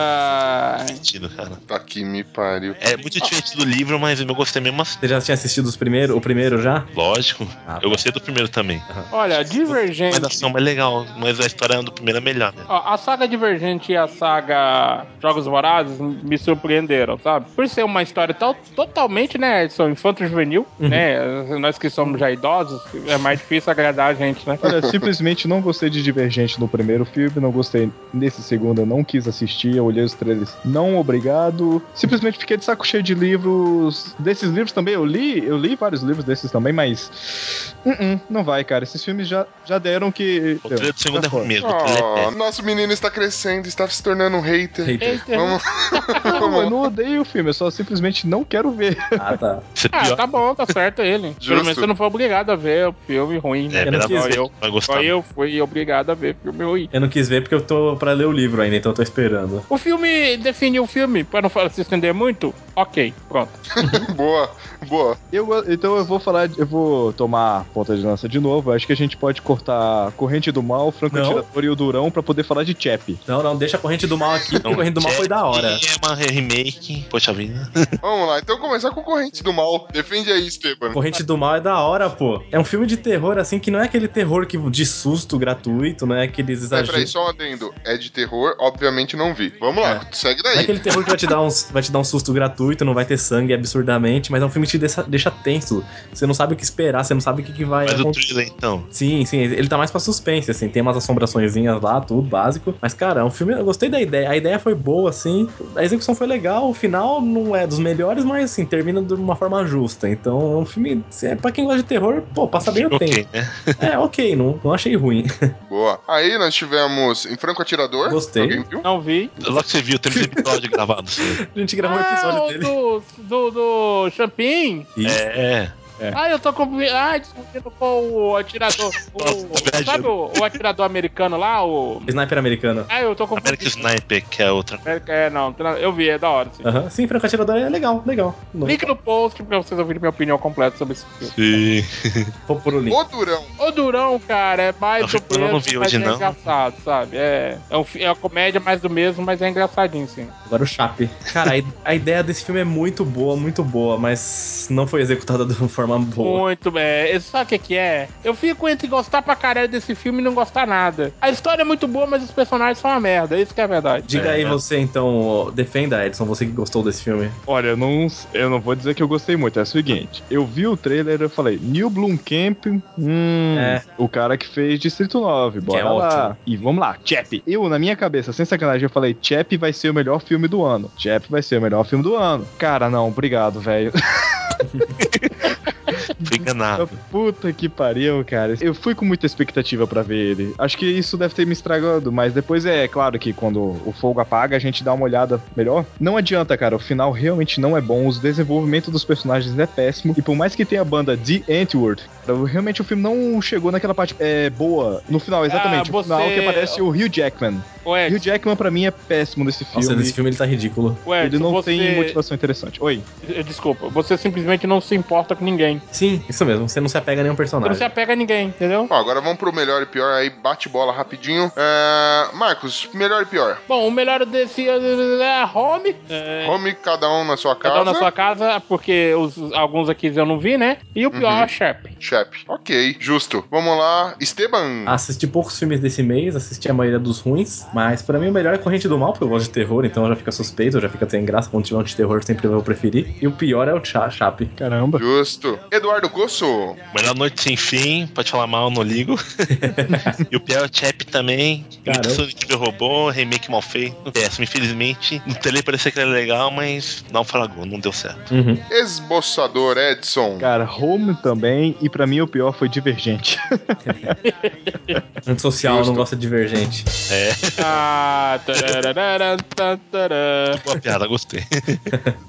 S6: Ah,
S7: sentido, cara.
S1: Tá que me pariu.
S7: É muito diferente do livro, mas eu gostei mesmo assim.
S5: Você já tinha assistido os primeiros, o primeiro já?
S7: Lógico.
S5: Ah,
S7: Eu gostei do primeiro também.
S6: olha,
S7: Mas a
S6: Divergente.
S7: ação é legal, mas a história do primeiro é melhor. Né?
S6: Ó, a saga Divergente e a saga Jogos Vorazes me surpreenderam, sabe? Por ser uma história tal, totalmente, né, Edson, infanto-juvenil,
S7: Uhum.
S6: né? Nós que somos já idosos, é mais difícil agradar a gente, né?
S3: Olha, simplesmente não gostei de Divergente no primeiro filme, não gostei nesse segundo, eu não quis assistir, eu olhei os trailers, não obrigado. Simplesmente fiquei de saco cheio de livros. Desses livros também eu li, eu li vários livros desses também, mas. hum, hum, não vai, cara. Esses filmes já, já deram que.
S7: O trailer do segundo é ruim mesmo. O trailer é
S1: Oh,
S7: péssimo.
S1: nosso menino está crescendo, está se tornando um hater.
S5: Hater.
S6: Eita.
S1: Vamos,
S3: Não, eu não odeio o filme, eu só simplesmente não quero ver.
S5: Ah, tá.
S7: Isso é pior.
S6: Ah, tá bom, tá certo ele. Pelo menos você não foi obrigado a ver o filme ruim, né?
S7: É, pela
S5: não quis
S6: Só
S7: vez
S6: eu,
S7: vai gostar.
S6: só eu fui obrigado a ver filme ruim.
S5: Eu não quis ver porque eu tô pra ler o livro ainda, então eu tô esperando.
S6: O filme definiu o filme, pra não falar- se estender muito, ok, pronto.
S1: boa, boa.
S3: Eu go- então eu vou falar, de- eu vou tomar ponta de lança de novo. Acho que a gente pode cortar Corrente do Mal, Franco
S5: Não.
S3: Atirador e o Durão pra poder falar de Chap.
S5: Não, não, deixa a corrente do mal aqui, porque a corrente do mal foi da hora.
S7: E É uma remake. Poxa vida.
S1: Vamos lá, então começar com Corrente do Mal. Defende aí, Esteban.
S5: Corrente do Mal é da hora, pô. É um filme de terror, assim, que não é aquele terror que, de susto gratuito, não é aqueles
S1: Mas peraí,
S5: exageros.
S1: só um adendo. É de terror, obviamente não vi. Vamos lá, segue
S5: Não é
S1: daí.
S5: aquele terror que vai te, dar um, vai te dar um susto gratuito, não vai ter sangue absurdamente, mas é um filme que te deixa, deixa tenso. Você não sabe o que esperar, você não sabe o que, que vai
S7: Mas o
S5: acontecer.
S7: trailer, então.
S5: Sim, sim, ele tá mais pra suspense, assim, tem umas assombraçõezinhas lá, tudo básico. Mas, cara, é um filme. Eu gostei da ideia. A ideia foi boa, assim. A execução foi legal, o final não é dos melhores, mas assim, termina de uma forma justa. Então, é um filme. se é Pra quem gosta de terror, pô, passa bem o tempo.
S7: Ok, né?
S5: É, ok, não, não achei ruim.
S1: Boa. Aí nós tivemos em Franco Atirador.
S5: Gostei.
S1: Alguém viu?
S6: Não vi.
S7: Logo que você viu, temos um episódio gravado. sim.
S5: A gente gravou um
S6: ah,
S5: episódio
S6: o
S5: dele.
S6: do, do, do Champin?
S5: Isso.
S7: É.
S6: Ah, eu tô com... ah, discutindo com o atirador. o-
S7: Nossa, tá viajando.
S6: sabe o, o atirador americano lá? O...
S5: Sniper americano.
S6: Ah, eu tô com.
S7: American Sniper, que é outra.
S6: É, não, eu vi, é da hora. Sim.
S5: Aham. Sim, Franco Atirador é legal, legal. Não
S6: Link no post pra vocês ouvirem minha opinião completa sobre esse filme.
S7: Sim.
S5: vou pôr o link.
S1: O Durão.
S6: O Durão, cara, é mais
S7: Acho
S6: do
S7: que eu
S6: mesmo,
S7: não vi
S6: mas
S7: hoje,
S6: é
S7: não.
S6: engraçadinho, sabe? É, é, um fi- é uma comédia mais do mesmo, mas é engraçadinho, sim.
S5: Agora o Chape. Cara, a, a ideia desse filme é muito boa, muito boa, mas não foi executada de uma forma boa.
S6: Muito bem. Sabe o que, que é? Eu fico entre gostar pra caralho desse filme e não gostar nada. A história é muito boa, mas os personagens são uma merda. Isso que é verdade.
S5: Diga aí você então, defenda Edson, você que gostou desse filme.
S3: Olha, eu não, eu não vou dizer que eu gostei muito. É o seguinte, eu vi o trailer e eu falei, Neil Blomkamp, hum,
S5: É.
S3: o cara que fez Distrito 9, bora
S5: é
S3: lá.
S5: ótimo.
S3: E vamos lá, Chap. Eu, na minha cabeça, sem sacanagem, eu falei, Chap vai ser o melhor filme do ano. Chap vai ser o melhor filme do ano. Cara, não, obrigado, velho.
S7: Fui enganado.
S3: Puta que pariu, cara. Eu fui com muita expectativa pra ver ele. Acho que isso deve ter me estragado, mas depois é claro que quando o fogo apaga, a gente dá uma olhada melhor. Não adianta, cara. O final realmente não é bom. O desenvolvimento dos personagens é péssimo. E por mais que tenha a banda The Antwoord, realmente o filme não chegou naquela parte é, boa. No final, exatamente.
S6: Ah,
S3: O final
S6: você-
S3: que aparece o Hugh Jackman.
S6: Ô, Edson,
S3: Hugh Jackman, pra mim, é péssimo nesse filme.
S5: Nossa, esse filme ele tá ridículo.
S6: ô, Edson,
S3: Ele não
S6: você...
S3: tem motivação interessante. Oi.
S6: Desculpa, você simplesmente não se importa com ninguém.
S5: Sim, isso mesmo, você não se apega a nenhum
S6: Você não
S5: personagem.
S6: se apega a ninguém, entendeu?
S1: Bom, agora vamos pro melhor e pior aí, bate bola rapidinho. É, Marcos, melhor e pior.
S6: Bom, o melhor desse é Home. É,
S1: Come cada um na sua casa.
S6: Cada um na sua casa, porque os- alguns aqui eu não vi, né? E o pior é o Sharp.
S1: Chap. Uhum. Ok, justo. Vamos lá, Esteban.
S5: Assisti poucos filmes desse mês, assisti a maioria dos ruins, mas pra mim o melhor é Corrente do Mal, porque eu gosto de terror, então já fica suspeito, já fica sem graça, quando tiver um de terror sempre eu vou preferir. E o pior é o Cha Chape.
S3: Caramba.
S1: Justo. Eduardo Gosso.
S7: Melhor noite sem fim, pode falar mal, não ligo. e o pior é o Chap também.
S5: Caramba.
S7: Imitação de Tiver Robô, remake mal feito. Péssimo, infelizmente. No trailer parecia que era legal, mas não falagou, não deu certo.
S5: Uhum.
S1: Esboçador Edson.
S3: Cara, Home também. E pra mim, o pior foi Divergente.
S5: Antissocial, não gosta de divergente.
S7: É.
S6: Ah, tá, tararara, tarará.
S7: Boa piada, gostei.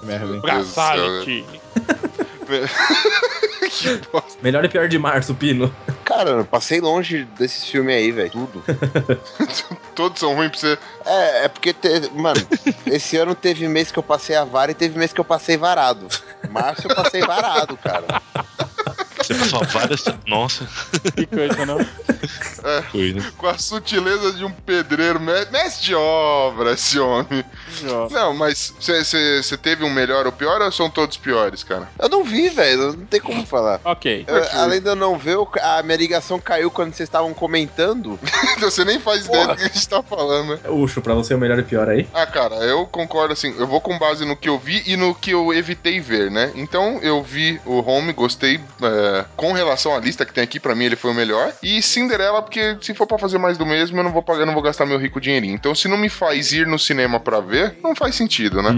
S3: Merda, hein?
S1: né?
S6: Braçalete.
S5: Melhor e pior de março, Pino.
S4: Cara, eu passei longe desses filmes aí, velho. Tudo.
S1: Todos são ruins pra você.
S4: É, é porque, te- mano, esse ano teve mês que eu passei a vara e teve mês que eu passei varado. Março eu passei varado, cara.
S7: Você passou várias. Nossa,
S6: Que coisa, não?
S7: foi, né?
S1: Com a sutileza de um pedreiro. me- Mestre de obra, esse homem.
S6: Ó.
S1: Não, mas você teve um melhor ou pior ou são todos piores, cara? É,
S4: Eu não vi, velho. Não tem como falar.
S6: Ok.
S4: Eu- além de eu não ver, eu- a minha ligação caiu quando vocês estavam comentando.
S1: Você nem faz ideia do que a gente tá falando, né?
S5: Ucho, pra você é o melhor e pior aí?
S1: Ah, cara, eu concordo assim. Eu vou com base no que eu vi e no que eu evitei ver, né? Então eu vi o Home, gostei. é, com relação à lista que tem aqui, pra mim ele foi o melhor. E Cinderela, porque se for pra fazer mais do mesmo, eu não vou pagar, eu não vou gastar meu rico dinheirinho. Então se não me faz ir no cinema pra ver, não faz sentido, né?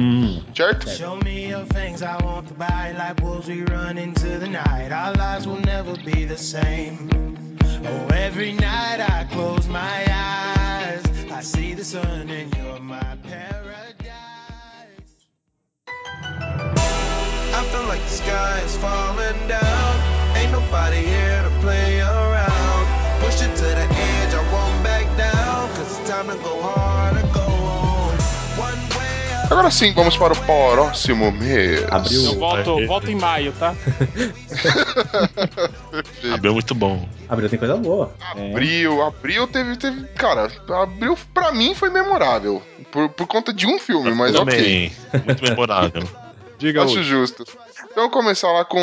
S1: Certo?
S2: Show me your things I want to buy. Like wolves, we run into the night. Our lives will never be the same. Oh, every night I close my eyes. I see the sun, and you're my paradise. I feel like the sky is falling down. Ain't nobody here to play around. Push it to the edge, I won't back down. Cause it's time to go hard or go home. One way or
S1: Agora sim, vamos para o próximo mês.
S5: Abriu.
S6: Eu volto, volto em maio, tá?
S7: Abriu é muito bom.
S5: Abril tem coisa boa.
S1: Abril, abril teve, teve. Cara, abril pra mim foi memorável. Por, por conta de um filme, mas ok.
S7: também. Muito memorável.
S3: Diga
S1: Acho
S3: hoje.
S1: justo. Então vou começar lá com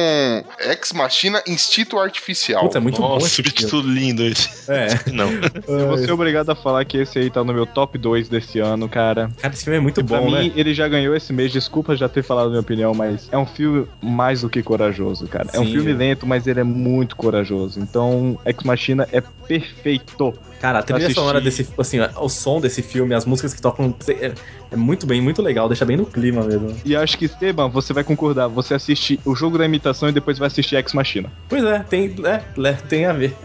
S1: Ex Machina Instinto Artificial.
S5: Puta, é muito bom
S7: Nossa,
S5: esse filme.
S7: subtítulo lindo esse.
S5: É.
S7: Não.
S3: Eu vou ser é obrigado a falar que esse aí tá no meu top 2 desse ano, cara.
S5: Cara, esse filme é muito
S3: pra
S5: bom,
S3: mim,
S5: né?
S3: ele já ganhou esse mês. Desculpa já ter falado minha opinião, mas é um filme mais do que corajoso, cara. é um
S5: Sim.
S3: filme lento, mas ele é muito corajoso. Então, Ex Machina é perfeito.
S5: Cara, a trilha
S3: Assisti.
S5: sonora desse, assim, ó, o som desse filme, as músicas que tocam é, é muito bem, muito legal, deixa bem no clima mesmo.
S3: E acho que, Esteban, você vai concordar. Você assiste o jogo da imitação e depois vai assistir Ex Machina.
S5: Pois é, tem, é, é, tem a ver.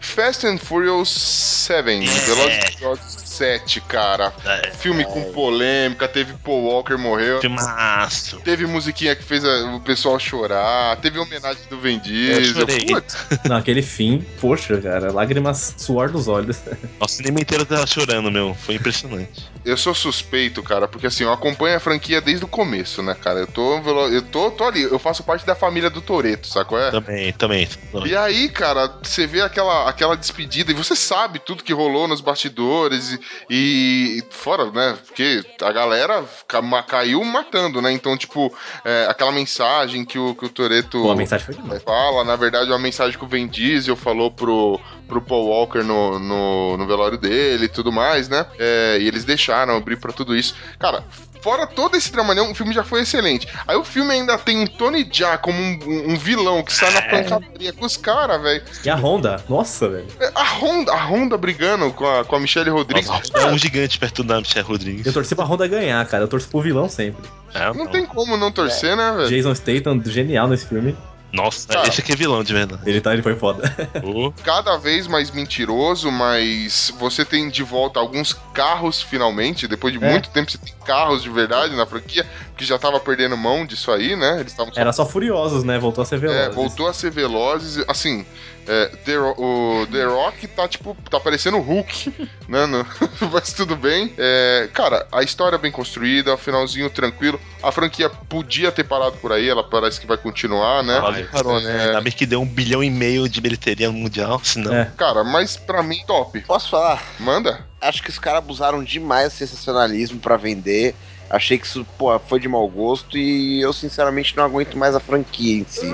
S1: Fast and Furious 7, Velozes e Furiosos 7, cara.
S7: É.
S1: Filme com polêmica, teve Paul Walker morreu.
S7: Filmaço.
S1: Teve musiquinha que fez a- o pessoal chorar, teve homenagem do Vin
S7: É, Eu
S1: Diesel.
S7: chorei.
S1: Putz,
S5: é Não, aquele fim, poxa, cara, lágrimas, suor dos olhos.
S7: Nossa, o cinema inteiro tava chorando, meu. Foi impressionante.
S1: eu sou suspeito, cara, porque assim, eu acompanho a franquia desde o começo, né, cara? Eu tô, velo- eu tô, tô ali, eu faço parte da família do Toreto, sacou? É?
S7: Também, também. também.
S1: E aí, cara, você vê aquela, aquela despedida e você sabe tudo que rolou nos bastidores e E fora, né? Porque a galera ca- ma- caiu matando, né? Então, tipo, é, aquela mensagem que o, que o Toreto é,
S5: Pô, a mensagem foi demais.
S1: fala, na verdade, uma mensagem que o Vin Diesel falou pro, pro Paul Walker no, no, no velório dele e tudo mais, né? É, e eles deixaram abrir pra tudo isso. Cara. Fora todo esse trabalhão, o filme já foi excelente. Aí o filme ainda tem um Tony Jaa como um, um vilão que sai na pancadaria com os caras, velho.
S5: E a Honda? Nossa, velho.
S1: É, A Honda, a Honda brigando com a, com a Michelle Rodrigues.
S7: É um gigante perto da Michelle Rodrigues.
S5: Eu torci pra Honda ganhar, cara. Eu torço pro vilão sempre.
S7: É,
S1: Não tem como não torcer, né, velho? Tá.
S5: Jason Statham, genial nesse filme.
S7: Nossa,
S1: Cara.
S7: esse aqui é vilão de verdade.
S5: Ele, tá, ele foi foda.
S7: Oh,
S1: Cada vez mais mentiroso, mas você tem de volta alguns carros finalmente. Depois de
S5: É.
S1: muito tempo, você tem carros de verdade na franquia, que já tava perdendo mão disso aí, né? Eles estavam só
S5: Era só Furiosos, né? Voltou a ser veloz.
S1: É, voltou a ser velozes. Assim, é, The, Ro- o The Rock tá tipo. tá parecendo o Hulk, né? no- mas tudo bem. É, cara, a história bem construída, finalzinho tranquilo. A franquia podia ter parado por aí, ela parece que vai continuar, né?
S7: Ela não parou, né? Ainda bem que deu um bilhão e meio de bilheteria mundial, senão.
S5: É.
S1: Cara, mas pra mim, top.
S4: Posso falar?
S1: Manda.
S4: Acho que os caras abusaram demais do sensacionalismo pra vender. Achei que isso, pô, foi de mau gosto e eu sinceramente não aguento mais a franquia em si.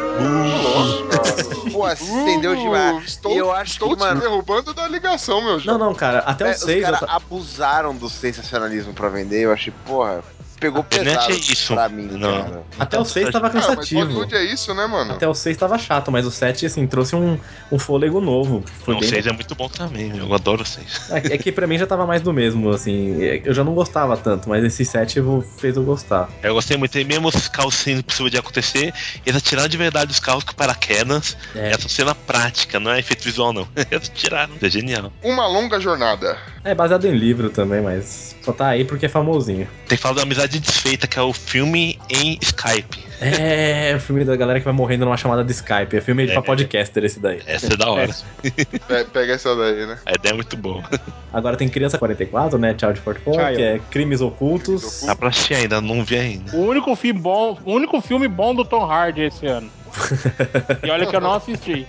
S4: pô, se estendeu demais.
S1: Uh, Estou,
S4: E eu acho
S1: estou
S4: que,
S1: te
S4: mano-
S1: derrubando da ligação, meu
S5: Não,
S1: jovem.
S5: não, cara. Até
S4: É,
S5: o
S4: os
S5: 6
S4: caras
S5: Então eu, ta-
S4: abusaram do sensacionalismo pra vender. Eu achei, porra, pegou
S7: Eu nem
S4: pesado
S7: achei é isso.
S4: pra mim,
S7: Não.
S4: cara.
S5: até o seis tá- tava
S1: Cara, Ah, mas
S5: cansativo.
S1: Hollywood é isso, né, mano?
S5: Até o 6 tava chato, mas o 7, assim, trouxe um, um fôlego novo. Foi
S7: Não,
S5: bem...
S7: seis é muito bom também, eu adoro seis.
S5: É que pra mim já tava mais do mesmo, assim. É, Eu já não gostava tanto, mas esse 7 eu vou- fez eu gostar.
S7: Eu gostei muito, e mesmo os carros sendo impossível de acontecer, eles atiraram de verdade os carros com paraquedas.
S5: É.
S7: Essa cena prática, não é efeito visual, não. Eles atiraram, é genial.
S1: Uma longa jornada.
S5: É baseado em livro também, mas só tá aí porque é famosinho.
S7: Tem que falar da amizade desfeita, que é o filme em Skype.
S5: É, o filme da galera que vai morrendo numa chamada de Skype. É filme pra
S7: É.
S5: podcaster esse daí.
S7: Essa é da hora.
S1: Pe- Pega essa daí, né?
S7: A ideia é muito boa.
S5: Agora tem Criança 44, né? Child 44,
S3: Child.
S5: que é Crimes Ocultos.
S1: Crimes
S7: Dá pra assistir ainda, não vi ainda.
S6: O único filme bom, o único filme bom do Tom Hardy esse ano. E olha que eu não assisti.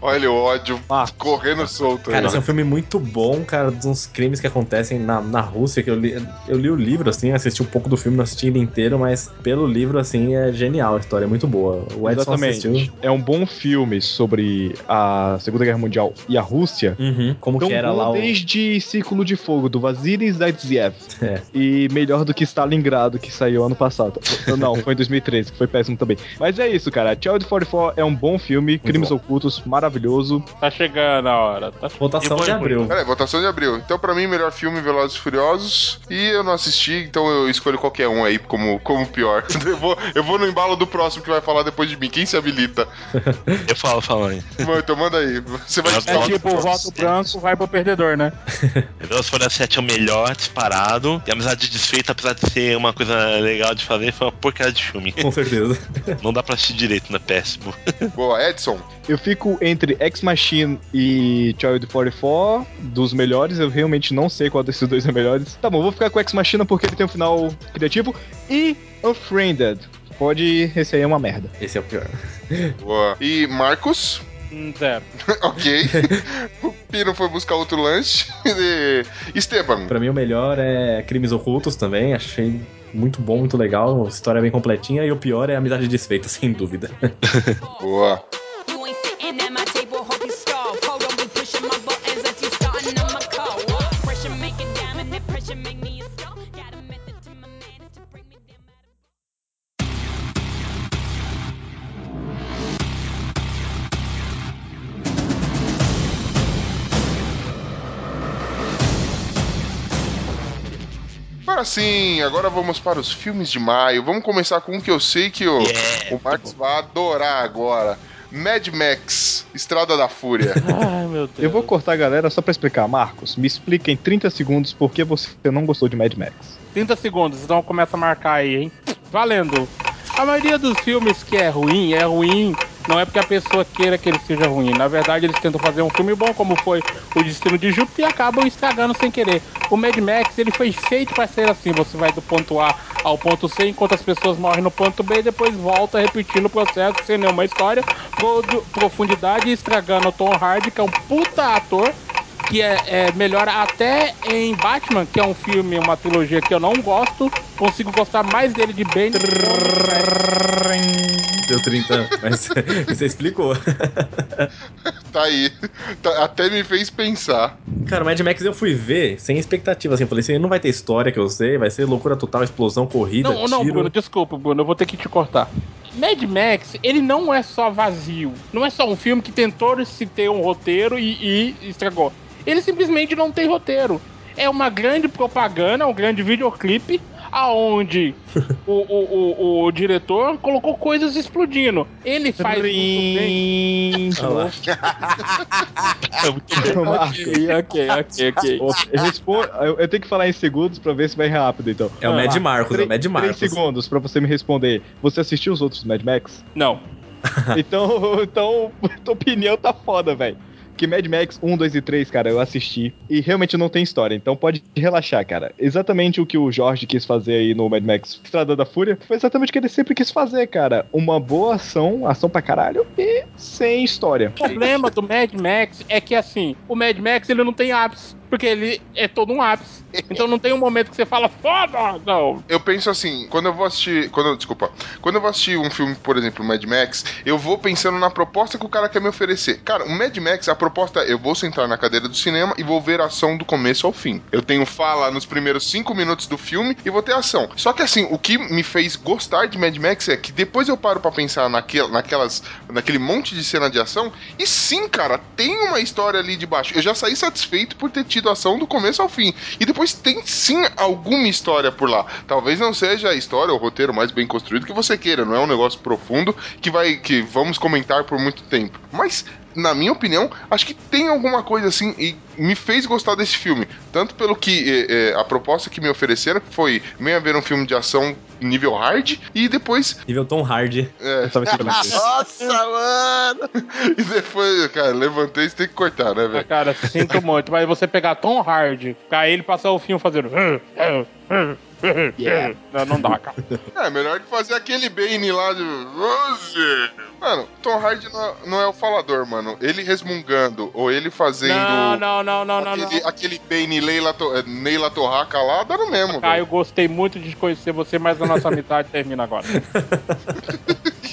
S1: Olha o ódio
S6: Ah.
S1: correndo solto.
S5: Cara,
S1: aí.
S5: esse é um filme muito bom, cara, de uns crimes que acontecem na, na Rússia, que eu li, eu li o livro, assim, assisti um pouco do filme, não assisti ele inteiro, mas pelo livro, assim, é genial a história, é muito boa. O Edson assistiu.
S3: Exatamente. É um bom filme sobre a Segunda Guerra Mundial e a Rússia.
S5: Uhum, como
S3: Tão
S5: que era
S3: bom
S5: lá o...
S3: desde Círculo de Fogo, do Vasily Zaitsev.
S5: É.
S3: E melhor do que Stalingrado, que saiu ano passado. Não, foi em 2013, que foi péssimo também. Mas é isso, cara. Child 44 é um bom filme, Crimes Ocultos, maravilhoso.
S6: Tá chegando a hora. Tá
S5: Votação
S7: E
S5: de
S7: foi,
S5: abril.
S1: Peraí, votação de abril. Então, pra mim, melhor filme, Velozes e Furiosos. E eu não assisti, então eu escolho qualquer um aí como, como pior. Eu vou, eu vou no embalo do próximo que vai falar depois de mim. Quem se habilita?
S7: Eu falo, falo aí.
S1: Mano, então manda aí. Você vai
S7: É
S6: É
S1: falar
S6: tipo,
S1: do
S6: o
S1: próximo.
S6: voto branco vai pro perdedor, né?
S7: Velozes e Furiosos 7 é o melhor disparado. E a Amizade Desfeita, apesar de ser uma coisa legal de fazer, foi uma porcaria de filme.
S5: Com certeza.
S7: Não dá pra assistir direito, né? Péssimo.
S1: Boa, Edson.
S3: Eu fico entre X Machine e Child 44, dos melhores. Eu realmente não sei qual desses dois é melhores. Tá bom, vou ficar com X Machina porque ele tem um final criativo. E Unfriended. Pode, esse aí é uma merda.
S5: Esse é o pior.
S1: Boa. E Marcos.
S6: Hum, Zero.
S1: ok. o Pino foi buscar outro lanche. E Esteban.
S5: Pra mim, o melhor é Crimes Ocultos também, achei muito bom, muito legal, a história é bem completinha, e o pior é Amizade Desfeita, sem dúvida.
S1: Boa.
S8: You ain't sitting at my table, hope you starve. Hold on, be pushing my buttons as you starting on my car. Pressure make it diamond, that pressure make me a star. Got a method to my madness to bring me down.
S1: Agora sim, agora vamos para os filmes de maio. Vamos começar com um que eu sei que o,
S7: Yeah.
S1: o Marcos vai adorar agora. Mad Max, Estrada da Fúria.
S6: Ai, meu Deus.
S3: Eu vou cortar a galera só pra explicar. Marcos, me explica em 30 segundos por que você não gostou de Mad Max.
S6: 30 segundos, então começa a marcar aí, hein? Valendo! A maioria dos filmes que é ruim, é ruim, não é porque a pessoa queira que ele seja ruim. Na verdade, eles tentam fazer um filme bom, como foi O Destino de Júpiter, e acabam estragando sem querer. O Mad Max, ele foi feito para ser assim. Você vai do ponto A ao ponto C, enquanto as pessoas morrem no ponto B, e depois volta repetindo o processo, sem nenhuma história, produ- profundidade, estragando o Tom Hardy, que é um puta ator, que é, é, melhora até em Batman, que é um filme, uma trilogia que eu não gosto, consigo gostar mais dele de Bane.
S5: Deu 30, mas você explicou.
S1: Tá aí. Tá- até me fez pensar.
S5: Cara, o Mad Max eu fui ver sem expectativa, assim. Eu falei assim, não vai ter história que eu sei, vai ser loucura total, explosão, corrida,
S6: Não, não,
S5: tiro.
S6: Bruno, desculpa, Bruno, eu vou ter que te cortar. Mad Max, ele não é só vazio. Não é só um filme que tentou se ter um roteiro e, e estragou. Ele simplesmente não tem roteiro. É uma grande propaganda, um grande videoclipe, aonde o, o, o, o diretor colocou coisas explodindo. Ele faz muito bem.
S5: Olha lá.
S6: Ok, ok, ok, ok.
S3: Ô, eu, respo- eu- eu tenho que falar em segundos pra ver se vai rápido, então.
S5: É o
S3: Vai
S5: Mad
S3: lá.
S5: Marcos, é o
S3: Três-
S5: Mad Marcos.
S3: Três segundos pra você me responder. Você assistiu os outros Mad Max?
S6: Não.
S3: então, então, tua opinião tá foda, velho. Que Mad Max 1, 2 e 3, cara, eu assisti. E realmente não tem história, então pode relaxar, cara. Exatamente o que o Jorge quis fazer aí no Mad Max Estrada da Fúria. Foi exatamente o que ele sempre quis fazer, cara. Uma boa ação, ação pra caralho, e sem história.
S6: O problema do Mad Max é que, assim, o Mad Max ele não tem ápice, porque ele é todo um ápice. Então não tem um momento que você fala, foda! Não.
S1: Eu penso assim, quando eu vou assistir. Quando, eu- desculpa. Quando eu vou assistir um filme, por exemplo, Mad Max, eu vou pensando na proposta que o cara quer me oferecer. Cara, o Mad Max, a proposta é eu vou sentar na cadeira do cinema e vou ver a ação do começo ao fim. Eu tenho fala nos primeiros cinco minutos do filme e vou ter ação. Só que assim, o que me fez gostar de Mad Max é que depois eu paro pra pensar naquel, naquelas, naquele monte de cena de ação. E sim, cara, tem uma história ali de baixo. Eu já saí satisfeito por ter tido ação do começo ao fim. E depois tem sim alguma história por lá. Talvez não seja a história ou o roteiro mais bem construído que você queira, não é um negócio profundo que vai que vamos comentar por muito tempo. Mas na minha opinião, acho que tem alguma coisa assim e me fez gostar desse filme. Tanto pelo que eh, eh, a proposta que me ofereceram foi meio haver um filme de ação nível hard e depois
S5: Nível Tom Hardy.
S1: eh,
S3: Eu
S7: Tá
S3: tava esperando isso.
S4: Nossa, mano!
S1: e depois, cara, levantei, você tem que cortar, né,
S6: Ah,
S1: velho?
S6: Cara, sinto muito. Mas você pegar Tom Hard, pra ele passar o filme fazendo. Não, não dá, cara.
S1: É, melhor que fazer aquele Bane lá de. Você! Mano, Tom Hardy não é, não é o falador, mano. Ele resmungando, ou ele fazendo.
S6: Não, não, não, não, não,
S1: aquele,
S6: não.
S1: aquele Bane Leila, To- eh, Neila Torraca lá, dá no mesmo.
S6: Caio,
S1: velho.
S6: Ah, gostei muito de conhecer você, mas a nossa amizade termina agora.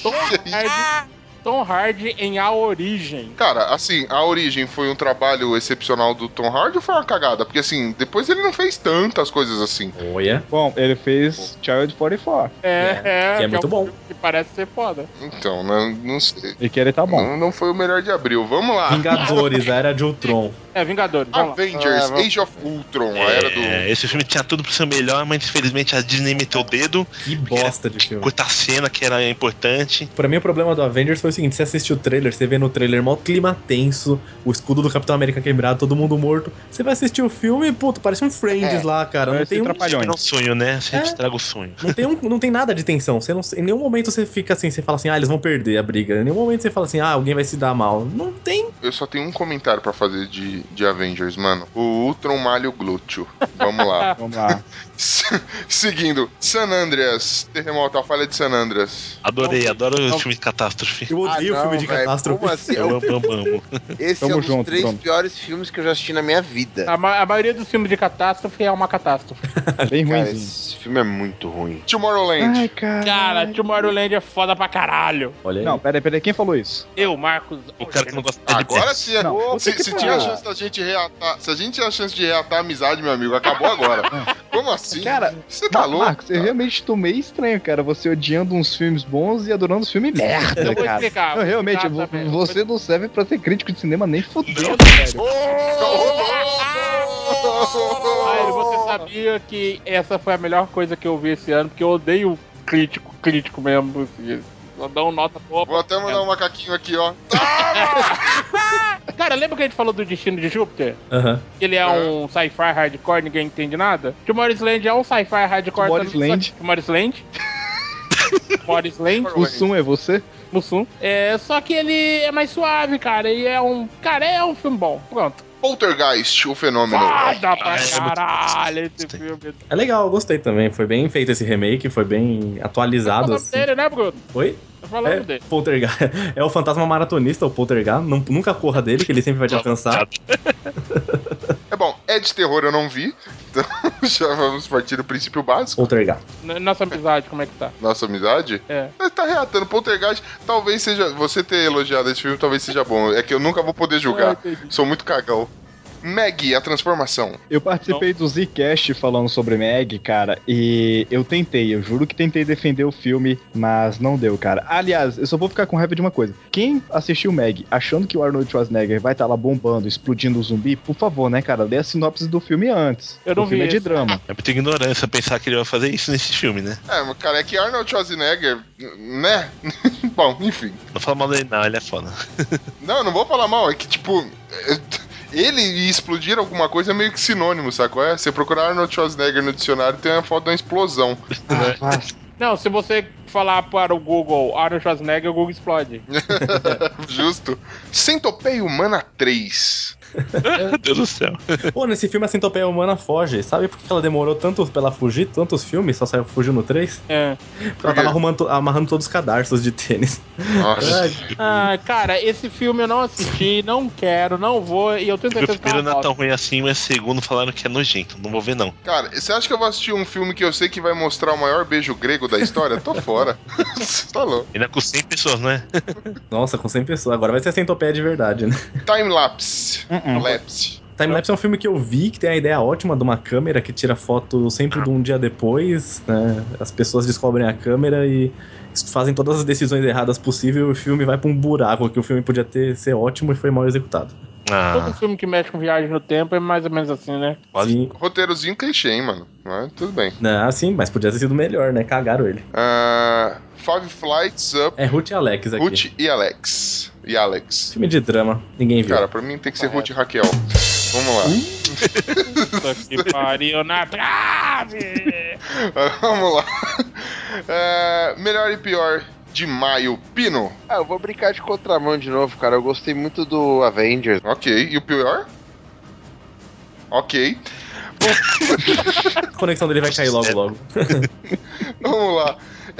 S6: Tom Hard, Tom Hardy em A Origem.
S1: Cara, assim, a origem foi um trabalho excepcional do Tom Hardy ou foi uma cagada? Porque, assim, depois ele não fez tantas coisas assim.
S5: Olha.
S3: Bom, ele fez Child 44.
S6: É, é,
S5: que é muito
S6: um
S5: bom.
S6: filme Que parece ser foda.
S1: Então, né, não sei.
S3: E que ele tá bom.
S1: Não, não foi o melhor de abril. Vamos lá.
S5: Vingadores, a Era de Ultron.
S6: É, Vingadores, vamos lá.
S1: Avengers,
S4: Ah, vamos-
S1: Age of Ultron, a era do.
S7: É, esse filme tinha tudo pra ser melhor, mas infelizmente a Disney meteu o dedo,
S5: Que bosta de filme.
S7: cortar a cena que era importante.
S5: Pra mim, o problema do Avengers foi o seguinte: você assistiu o trailer, você vê no trailer mó clima tenso, o escudo do Capitão América quebrado, todo mundo morto. Você vai assistir o filme e, puto, parece um
S3: É.
S6: É.
S5: Friends lá, cara. Não
S3: Parece
S5: tem, um,
S3: Trapalhões.
S7: Não é um sonho, né? Você
S5: É.
S7: estraga o sonho.
S5: não, tem um, não tem nada de tensão. Você não, em nenhum momento você fica assim, você fala assim, ah, eles vão perder a briga. Em nenhum momento você fala assim, ah, alguém vai se dar mal. Não tem.
S1: Eu só tenho um comentário pra fazer de, de Avengers, mano. O Ultron malha o glúteo. Vamos lá.
S3: Vamos lá.
S1: Seguindo, San Andreas, terremoto, a falha de San Andreas.
S7: Adorei,
S6: Não,
S7: adoro
S6: não.
S7: o filme de catástrofe.
S5: Eu odeio
S4: Ah, não,
S5: filme de
S4: velho,
S5: catástrofe.
S4: Como assim?
S7: Eu amo, amo, amo.
S4: Esse
S3: Tamo
S4: é um dos
S3: junto,
S4: três
S3: Bruno.
S4: piores filmes que eu já assisti na minha vida.
S6: A, ma- a maioria dos filmes de catástrofe é uma catástrofe.
S3: Bem
S4: Cara,
S3: ruimzinho.
S4: esse filme é muito ruim.
S1: Tomorrowland.
S3: cara.
S6: Cara, Tomorrowland é foda pra caralho.
S5: Olha aí.
S3: Não, peraí, peraí. Quem falou isso?
S6: Eu, Marcos.
S7: O cara que não gosta de
S1: Agora
S7: Death.
S1: sim, é-
S3: Não,
S1: se,
S3: puta que
S1: se tinha a
S3: pariu.
S1: chance da gente reatar, se a gente tinha a chance de reatar a amizade, meu amigo, acabou agora. Como assim?
S3: Cara,
S1: você tá
S3: Ma-
S1: louco?
S3: Marcos, eu
S1: cara?
S3: realmente tô meio estranho, cara. Você odiando uns filmes bons e adorando os filmes
S6: Eu
S3: merda,
S6: vou
S3: cara.
S6: explicar.
S3: Não, realmente,
S6: Explicar
S3: vo-
S6: também.
S3: você não serve pra ser crítico de cinema nem fudeu,
S7: Não.
S3: velho.
S6: Caio, Ah, você sabia que essa foi a melhor coisa que eu vi esse ano, porque eu odeio crítico, crítico mesmo. assim, Só dá uma nota boa.
S1: Vou até mandar um macaquinho aqui, ó.
S6: Cara, lembra que a gente falou do Destino de Júpiter?
S5: Aham.
S6: Que ele é um sci-fi hardcore, ninguém entende nada? Tomorrowland é um sci-fi hardcore também,
S3: Tomorrowland.
S6: só que- Tomorrowland. Tomorrowland.
S3: O Sum é você?
S6: Mussum. É, só que ele é mais suave, cara. E é um. Cara, é um filme bom. Pronto.
S1: Poltergeist, o fenômeno.
S6: Foda pra
S7: é muito
S6: caralho esse
S7: bom.
S6: filme.
S5: É legal, eu gostei também. Foi bem feito esse remake, foi bem atualizado.
S6: Falamos
S5: Assim.
S6: dele, né, Bruno?
S5: Oi?
S6: Falamos
S5: É,
S6: dele.
S5: Poltergeist. É o fantasma maratonista, o Poltergeist. Não- nunca corra dele, que ele sempre vai te alcançar.
S1: É de terror, eu não vi. Então já vamos partir do princípio básico.
S5: Poltergeist.
S6: N- Nossa amizade, como é que tá?
S1: Nossa amizade.
S6: É.
S1: Mas Tá reatando. Poltergeist, talvez seja. Você ter elogiado esse filme talvez seja bom. É que eu nunca vou poder julgar.
S6: Ah, entendi.
S1: Sou muito cagão. Maggie, a transformação.
S3: Eu participei do Zcast falando sobre Meg, cara, e eu tentei, eu juro que tentei defender o filme, mas não deu, cara. Aliás, eu só vou ficar com raiva de uma coisa. Quem assistiu Meg achando que o Arnold Schwarzenegger vai estar lá bombando, explodindo o zumbi, por favor, né, cara, lê a sinopse do filme antes.
S6: Eu não
S3: o filme
S6: vi
S3: é de
S6: esse.
S3: drama.
S7: É muita ignorância pensar que ele vai fazer isso nesse filme, né?
S1: É, mas cara, é que Arnold Schwarzenegger, né? bom, enfim.
S7: Não fala mal dele, não, ele é foda.
S1: Não, eu não vou falar mal, é que tipo. é, Ele e explodir alguma coisa é meio que sinônimo, saco? É, você procurar Arnold Schwarzenegger no dicionário, tem a foto de uma explosão. né?
S6: Não, se você falar para o Google Arnold Schwarzenegger, o Google explode.
S1: Justo. Centopeia Humana 3.
S7: Meu Deus do céu.
S5: Pô, nesse filme a centopeia humana foge. Sabe por que ela demorou tanto pra ela fugir? Tantos filmes, só saiu fugiu no 3?
S6: É.
S5: Porque ela tava arrumando to- amarrando todos os cadarços de tênis.
S1: Nossa.
S6: Ah, cara, esse filme eu não assisti, não quero, não vou, e eu tenho certeza
S7: Porque o
S6: que é uma
S7: primeiro não é
S6: bosta.
S7: tão ruim assim, mas o segundo falaram que é nojento. Não vou ver, não.
S1: Cara, você acha que eu vou assistir um filme que eu sei que vai mostrar o maior beijo grego da história? Tô fora. tá louco.
S7: Ele é com 100 pessoas, não é?
S5: Nossa, com 100 pessoas. Agora vai ser a centopeia de verdade, né?
S1: Timelapse. Lapse.
S5: Timelapse é um filme que eu vi que tem a ideia ótima de uma câmera que tira foto sempre de um dia depois, né? As pessoas descobrem a câmera e fazem todas as decisões erradas possíveis e o filme vai pra um buraco que o filme podia ter ser ótimo e foi mal executado.
S6: Todo
S7: Ah,
S6: filme que mexe com viagem no tempo é mais ou menos assim, né?
S7: Quase.
S5: Sim.
S1: Roteirozinho clichê, hein, mano. é? Mas tudo bem.
S5: Ah, sim, mas podia ter sido melhor, né? Cagaram ele.
S1: Ah, Five Flights Up,
S5: É Ruth e Alex aqui.
S1: Ruth e Alex. E Alex.
S5: Filme de drama, ninguém viu.
S1: Cara, pra mim tem que ser Ruth e Raquel. Vamos lá.
S6: Puta que pariu na trave!
S1: Vamos lá. É, melhor e pior de maio, Pino.
S4: Ah, eu vou brincar de contramão de novo, cara. Eu gostei muito do Avengers.
S1: Ok. E o pior? Ok.
S5: a conexão dele vai cair logo, logo.
S1: Vamos lá.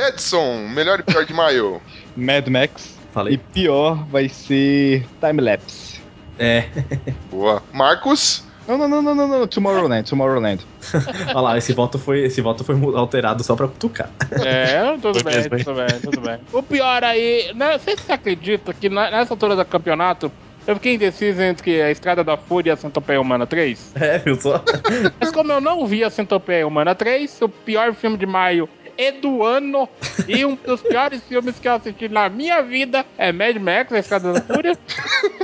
S1: Edson, melhor e pior de maio.
S3: Mad Max. E
S5: Falei.
S3: pior vai ser Timelapse.
S5: É,
S1: Boa. Marcos?
S3: Não, não, não, não, não, não, Tomorrowland, Tomorrowland.
S5: olha lá, esse voto foi, esse voto foi mu- alterado só pra cutucar.
S6: É, tudo
S7: Foi
S6: bem,
S7: mesmo, hein?
S6: tudo bem, tudo bem. O pior aí, né, vocês se acreditam que na- nessa altura do campeonato eu fiquei indeciso entre a Estrada da Fúria e a Centopeia Humana 3?
S5: É, viu só?
S6: Mas como eu não vi a Centopeia Humana 3, o pior filme de maio e do ano, e um dos piores filmes que eu assisti na minha vida é Mad Max, A Estrada da Fúria.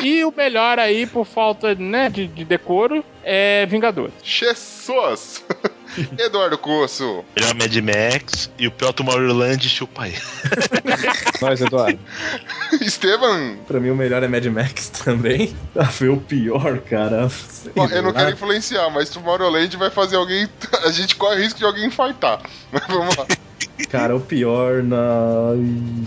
S6: e o melhor aí, por falta né, de, de decoro, é Vingadores.
S1: Jesus. Eduardo Coço.
S7: melhor é Mad Max e o pior Tomorrowland chupa aí.
S3: Nós, Eduardo.
S1: Esteban.
S5: pra mim o melhor é Mad Max também. Ah, foi o pior, cara. Sei
S1: Ó, eu não
S5: lá.
S1: quero influenciar, mas Tomorrowland vai fazer alguém. A gente corre o risco de alguém infartar. Mas vamos lá.
S5: Cara, o pior na.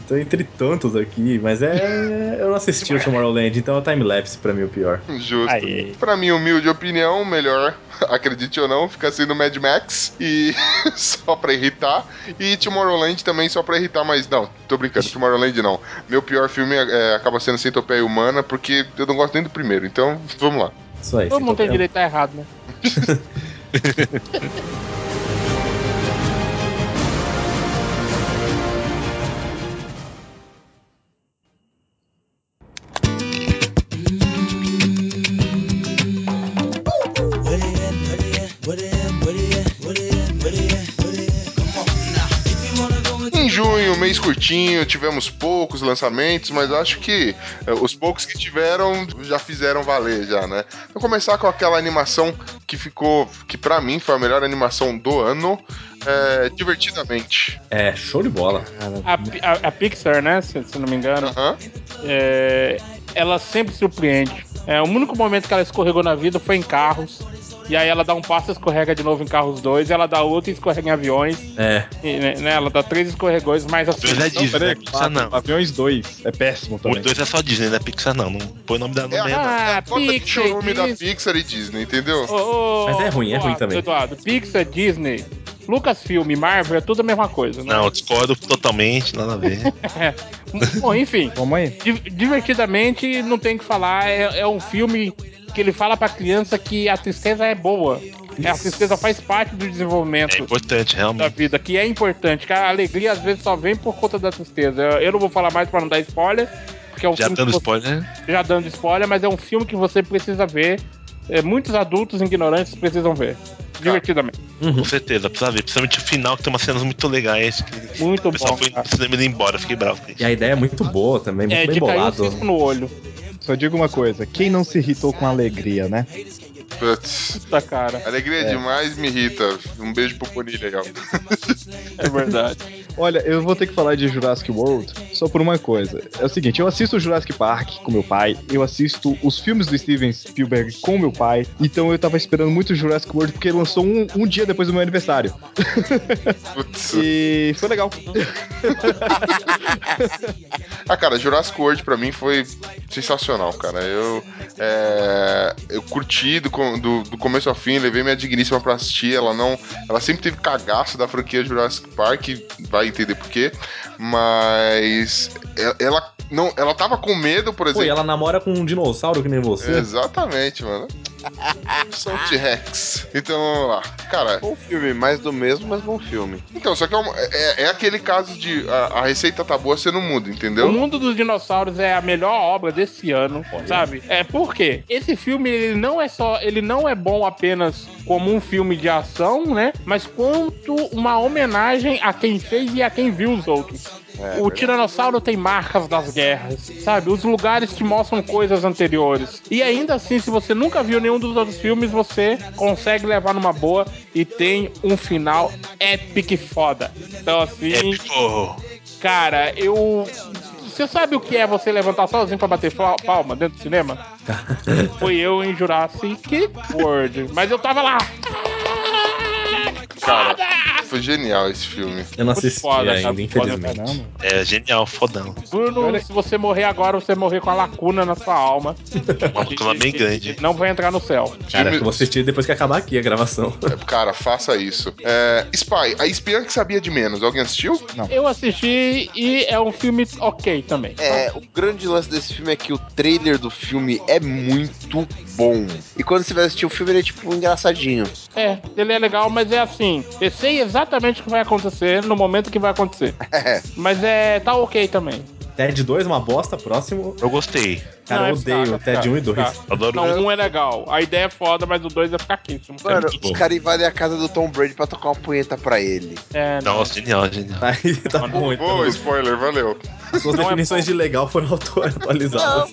S5: Tô entre tantos aqui, mas é. Eu não assisti o Tomorrowland, então é o timelapse pra mim o pior.
S1: Justo.
S7: Aí.
S1: Pra minha humilde opinião, o melhor, acredite ou não, fica sendo Mad Max e só pra irritar. E Tomorrowland também só pra irritar, mas não, tô brincando, Tomorrowland não. Meu pior filme é, acaba sendo Centopeia Humana, porque eu não gosto nem do primeiro, então vamos lá.
S5: Isso aí.
S6: Todo
S5: sem
S6: mundo tem
S5: papel.
S6: direito a errado, né?
S1: Em junho, um mês curtinho, tivemos poucos lançamentos, mas acho que eh, os poucos que tiveram já fizeram valer já, né? Vou começar com aquela animação que ficou, que pra mim foi a melhor animação do ano, eh, divertidamente.
S5: É, show de bola.
S6: A, Pi- a- a Pixar, né? Se, se não me engano,
S1: Aham.
S6: é, ela sempre surpreende. É, o único momento que ela escorregou na vida foi em carros. E aí ela dá um passo, escorrega de novo em carros dois, ela dá outro e escorrega em aviões.
S5: É.
S6: E, né, né, ela dá três escorregões, mas assim.
S7: Dois é Disney, né?
S3: peraí,
S7: Pixar não.
S3: Aviões 2 é péssimo
S7: O
S3: também.
S7: dois é só Disney, né? Pixar não. Não põe o nome da nome
S1: É
S7: aí, não.
S1: a, é a
S6: Ah,
S1: cota de
S6: Pixar,
S1: chorume da
S6: Disney.
S1: Pixar e Disney, entendeu?
S6: Ô, ô,
S5: Mas é ruim, é ruim
S6: Eduardo,
S5: também.
S6: Eduardo, Pixar, Disney, Lucasfilm, e Marvel é tudo a mesma coisa, né?
S7: Não, eu discordo totalmente, nada a ver.
S6: Bom, enfim.
S3: Vamos aí.
S6: di- Divertidamente, não tem o que falar. É, é um filme que ele fala pra criança que a tristeza é boa. É, A tristeza faz parte do
S7: É
S6: desenvolvimento
S7: importante,
S6: da
S7: realmente.
S6: vida, que é importante, que a alegria às vezes só vem por conta da tristeza. Eu- Eu não vou falar mais pra não dar spoiler, porque é um
S7: Já
S6: filme que
S7: dando
S6: você-
S7: spoiler. né?
S6: já dando spoiler, mas é um filme que você precisa ver. É, muitos adultos ignorantes precisam ver. Divertidamente.
S5: Uhum.
S7: Com certeza, precisa ver. Principalmente o final, que tem umas cenas muito legais. Que
S6: Muito
S7: o pessoal
S6: bom.
S7: foi
S6: cara.
S7: no cinema e indo embora. Fiquei bravo com
S5: E
S7: isso.
S5: a ideia é muito boa também, muito
S6: É,
S5: bem
S6: de cair um
S5: bolado.
S6: cisco no olho.
S3: Só digo uma coisa, quem não se irritou com alegria, né?
S1: Putz.
S6: Puta cara,
S1: Alegria demais me irrita. Um beijo pro Bonilha aí, ó.
S6: é verdade.
S3: Olha, eu vou ter que falar de Jurassic World só por uma coisa. É o seguinte, eu assisto Jurassic Park com meu pai, eu assisto os filmes do Steven Spielberg com meu pai, então eu tava esperando muito Jurassic World porque lançou um, um dia depois do meu aniversário.
S1: Putz.
S3: E foi legal.
S1: Ah, cara, Jurassic World pra mim foi sensacional, cara. Eu, é, eu curti do, com- do- do começo ao fim, levei minha digníssima pra assistir. Ela não. Ela sempre teve cagaço da franquia Jurassic Park, vai entender por quê. Mas e- ela não, ela tava com medo, por
S5: Pô, e
S1: exemplo. É.
S5: ela namora com um dinossauro que nem você.
S1: Exatamente, mano. Sou T-Rex. Então vamos lá. Cara,
S4: Bom Um filme, mais do mesmo, mas bom filme.
S1: então, só que é, um- é- é aquele caso de a, a receita tá boa, você não muda,
S6: O
S1: entendeu?
S6: Mundo dos Dinossauros é a melhor obra desse ano, sabe? É por quê? Esse filme ele não é só, ele não é bom apenas como um filme de ação, né? Mas quanto uma homenagem a quem fez e a quem viu os outros. o Tiranossauro tem marcas das guerras, sabe? Os lugares te mostram coisas anteriores. E ainda assim, se você nunca viu nenhum dos outros filmes, você consegue levar numa boa e tem um final épico e foda. Então assim,
S7: Épico.
S6: Cara, eu. Você sabe o que é você levantar sozinho pra bater fal- palma dentro do cinema? Foi eu em Jurassic World. Mas eu tava lá.
S1: Cara, foi genial esse filme.
S5: Eu não
S6: Muito
S5: assisti
S6: foda, cara,
S5: ainda,
S6: muito
S5: infelizmente.
S3: Caramba.
S7: É genial, fodão.
S6: Bruno, se você morrer agora, você morrer com a lacuna na sua alma.
S7: Uma lacuna bem grande.
S6: Não vai entrar no céu.
S5: Cara,
S1: Filme- É,
S5: eu vou assistir depois que acabar aqui a gravação.
S1: Cara, faça isso. É, Spy, a espiã que sabia de menos. Alguém assistiu?
S6: Eu assisti e é um filme ok também.
S4: É, o grande lance desse filme é que o trailer do filme é muito bom. E quando você vai assistir o filme, ele é tipo engraçadinho.
S6: É, ele é legal, mas é assim. Eu sei exatamente o que vai acontecer no momento que vai acontecer. Mas é. tá ok também.
S5: TED 2 é uma bosta, próximo.
S7: Eu gostei.
S5: Cara,
S6: Não, é
S5: eu odeio
S6: fraco, é
S5: TED 1 e
S6: fraco,
S5: 2.
S6: é
S7: Adoro
S6: Não, um é legal. A ideia é foda, mas o dois é fraquíssimo.
S7: né? É
S4: Mano,
S7: muito bom.
S4: os caras invadem a casa do Tom Brady pra tocar uma punheta pra ele.
S6: É, não.
S7: Nossa, genial, genial.
S5: Aí tá bom, então.
S1: Boa, spoiler, valeu.
S5: Suas
S6: Não é
S5: definições de legal foram auto- atualizadas.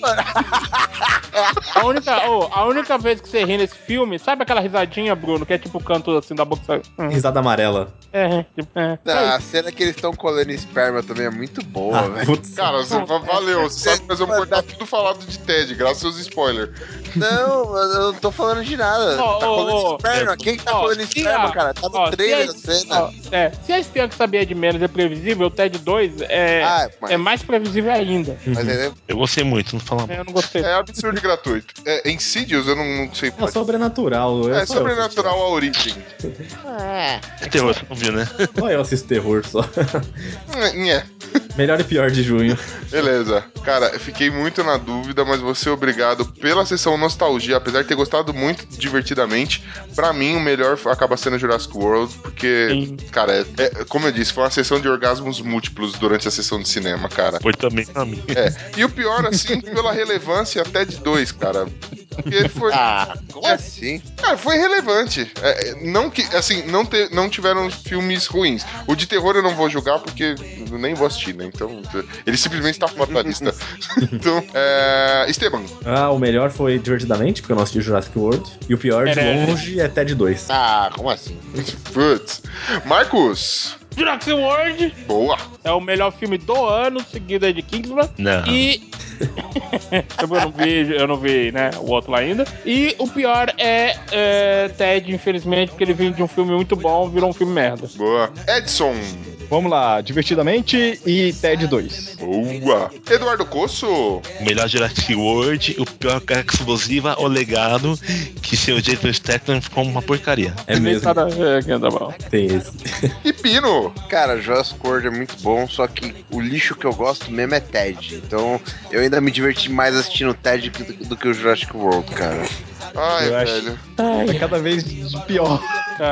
S6: A única, ô, a única vez que você ri nesse filme, sabe aquela risadinha, Bruno, que é tipo o canto assim da boca. sabe? Hum,
S5: Risada amarela.
S6: É, tipo, é.
S4: Ah, a cena que eles estão colando esperma também é muito boa,
S5: Ah,
S4: velho.
S5: putz.
S1: Cara, você, va- valeu. Você sabe que nós
S4: um
S1: vamos cortar tudo falado de Ted, graças aos spoilers.
S4: Não, eu não tô falando de nada.
S6: Ó,
S4: tá
S6: ó,
S4: colando
S6: ó.
S4: esperma? Quem que tá
S6: Ó,
S4: colando
S6: se
S4: esperma,
S6: a-
S4: cara? Tá no
S6: ó, se
S4: trailer
S6: a-
S4: da cena.
S6: ó, é, se a espiã que sabia de menos é previsível, o TED 2 é,
S4: Ah, mas-
S6: é mais previsível ainda.
S5: Uhum.
S4: Mas ele é
S7: Eu gostei muito, não fala mal.
S6: É, Eu não gostei.
S1: É absurdo e gratuito. É, Insidious, eu não, não sei.
S5: É sobrenatural. eu-
S1: É
S5: só eu assisti.
S1: sobrenatural a origem.
S7: É terror, você não viu, né?
S5: Só eu assisto terror só.
S1: Hum, É.
S5: Melhor e pior de junho.
S1: Beleza. Cara, eu fiquei muito na dúvida, mas você é obrigado pela sessão nostalgia, apesar de ter gostado muito divertidamente. Pra mim, o melhor acaba sendo Jurassic World, porque,
S6: Sim.
S1: cara, é- é- como eu disse, foi uma sessão de orgasmos múltiplos durante a sessão de cinema, cara.
S7: Foi também pra mim.
S1: É. E o pior, assim, pela relevância até de dois, cara. Porque foi.
S4: Ah, como
S1: É.
S4: assim?
S1: Cara, foi relevante. É, é, não que, assim, não, te- não tiveram filmes ruins. O de terror eu não vou julgar porque eu nem vou assistir, né? Então, ele simplesmente tá fora da lista. então, é, Esteban,
S5: Ah, o melhor foi Divertidamente, porque eu não assisti Jurassic World. E o pior, de
S6: Era-
S5: longe, é TED 2.
S4: Ah, como assim?
S1: putz. Marcos,
S6: Jurassic World
S1: boa.
S6: é o melhor filme do ano, seguida de Kingsman.
S7: Não.
S6: E. eu não vi, eu não vi, né, o outro lá ainda. E o pior é, é, Ted, infelizmente, porque ele veio de um filme muito bom, virou um filme merda.
S1: Boa. Edson,
S3: Vamos lá, divertidamente e TED 2.
S1: boa. Eduardo Coço,
S7: O melhor Jurassic World, o pior Carga Explosiva, o legado, que seu Jason Statham ficou uma porcaria.
S5: É mesmo,
S6: Nada é, que anda mal.
S5: tem esse.
S1: e Pino.
S4: Cara, Jurassic World é muito bom, só que o lixo que eu gosto mesmo é TED. Então eu ainda me diverti mais assistindo o TED que- do, do que o Jurassic World, cara.
S1: Ai,
S5: Eu acho-
S1: velho.
S3: Tá cada vez pior.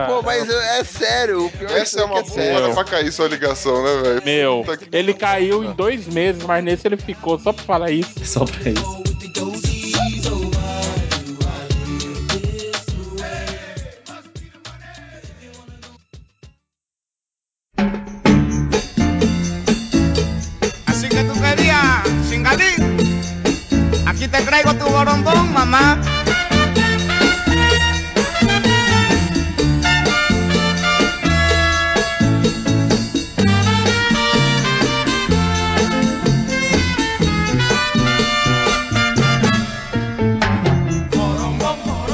S4: Pô,
S6: Ah,
S4: mas é sério, o pior
S1: Essa é
S4: que assim,
S1: uma boa hora pra cair sua ligação, né, velho?
S6: Meu,
S1: Puta que-
S6: ele caiu em dois meses, mas nesse ele ficou só pra falar isso.
S5: Só pra É isso.
S9: Así que tú querías, Chingalí. Aquí te traigo tu borombón, mamá.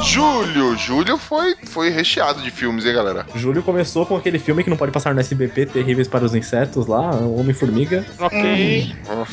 S1: Júlio, Júlio foi, foi recheado de filmes, hein, galera?
S5: Júlio começou com aquele filme que não pode passar no SBT, Terríveis para os Insetos, lá, o Homem-Formiga.
S6: Ok.
S7: Hum.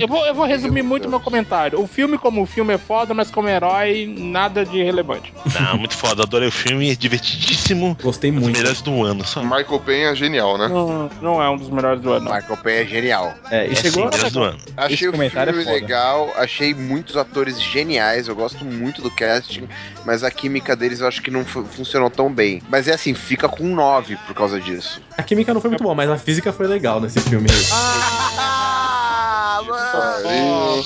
S6: Eu vou, eu vou resumir
S1: Meu
S6: muito
S1: Deus.
S6: meu comentário. O filme, como filme, é foda, mas como herói, nada de relevante.
S7: Não, Ah, muito foda. Adorei o filme, é divertidíssimo.
S5: Gostei
S7: Um dos
S5: muito.
S7: melhores do ano, só.
S1: Michael Penha é genial, né?
S4: Hum.
S6: Não, não é um dos melhores do ano. não.
S4: Michael Pay é genial.
S5: É, e
S7: É sim,
S5: chegou.
S7: melhores do ano.
S4: Achei o filme
S3: comentário é foda.
S4: legal, achei muitos atores geniais, eu gosto muito do casting, mas a química deles eu acho que não fu- funcionou tão bem. Mas é assim, fica com 9 por causa disso.
S5: A química não foi muito boa, mas a física foi legal nesse filme.
S4: Ah,
S1: Pariu.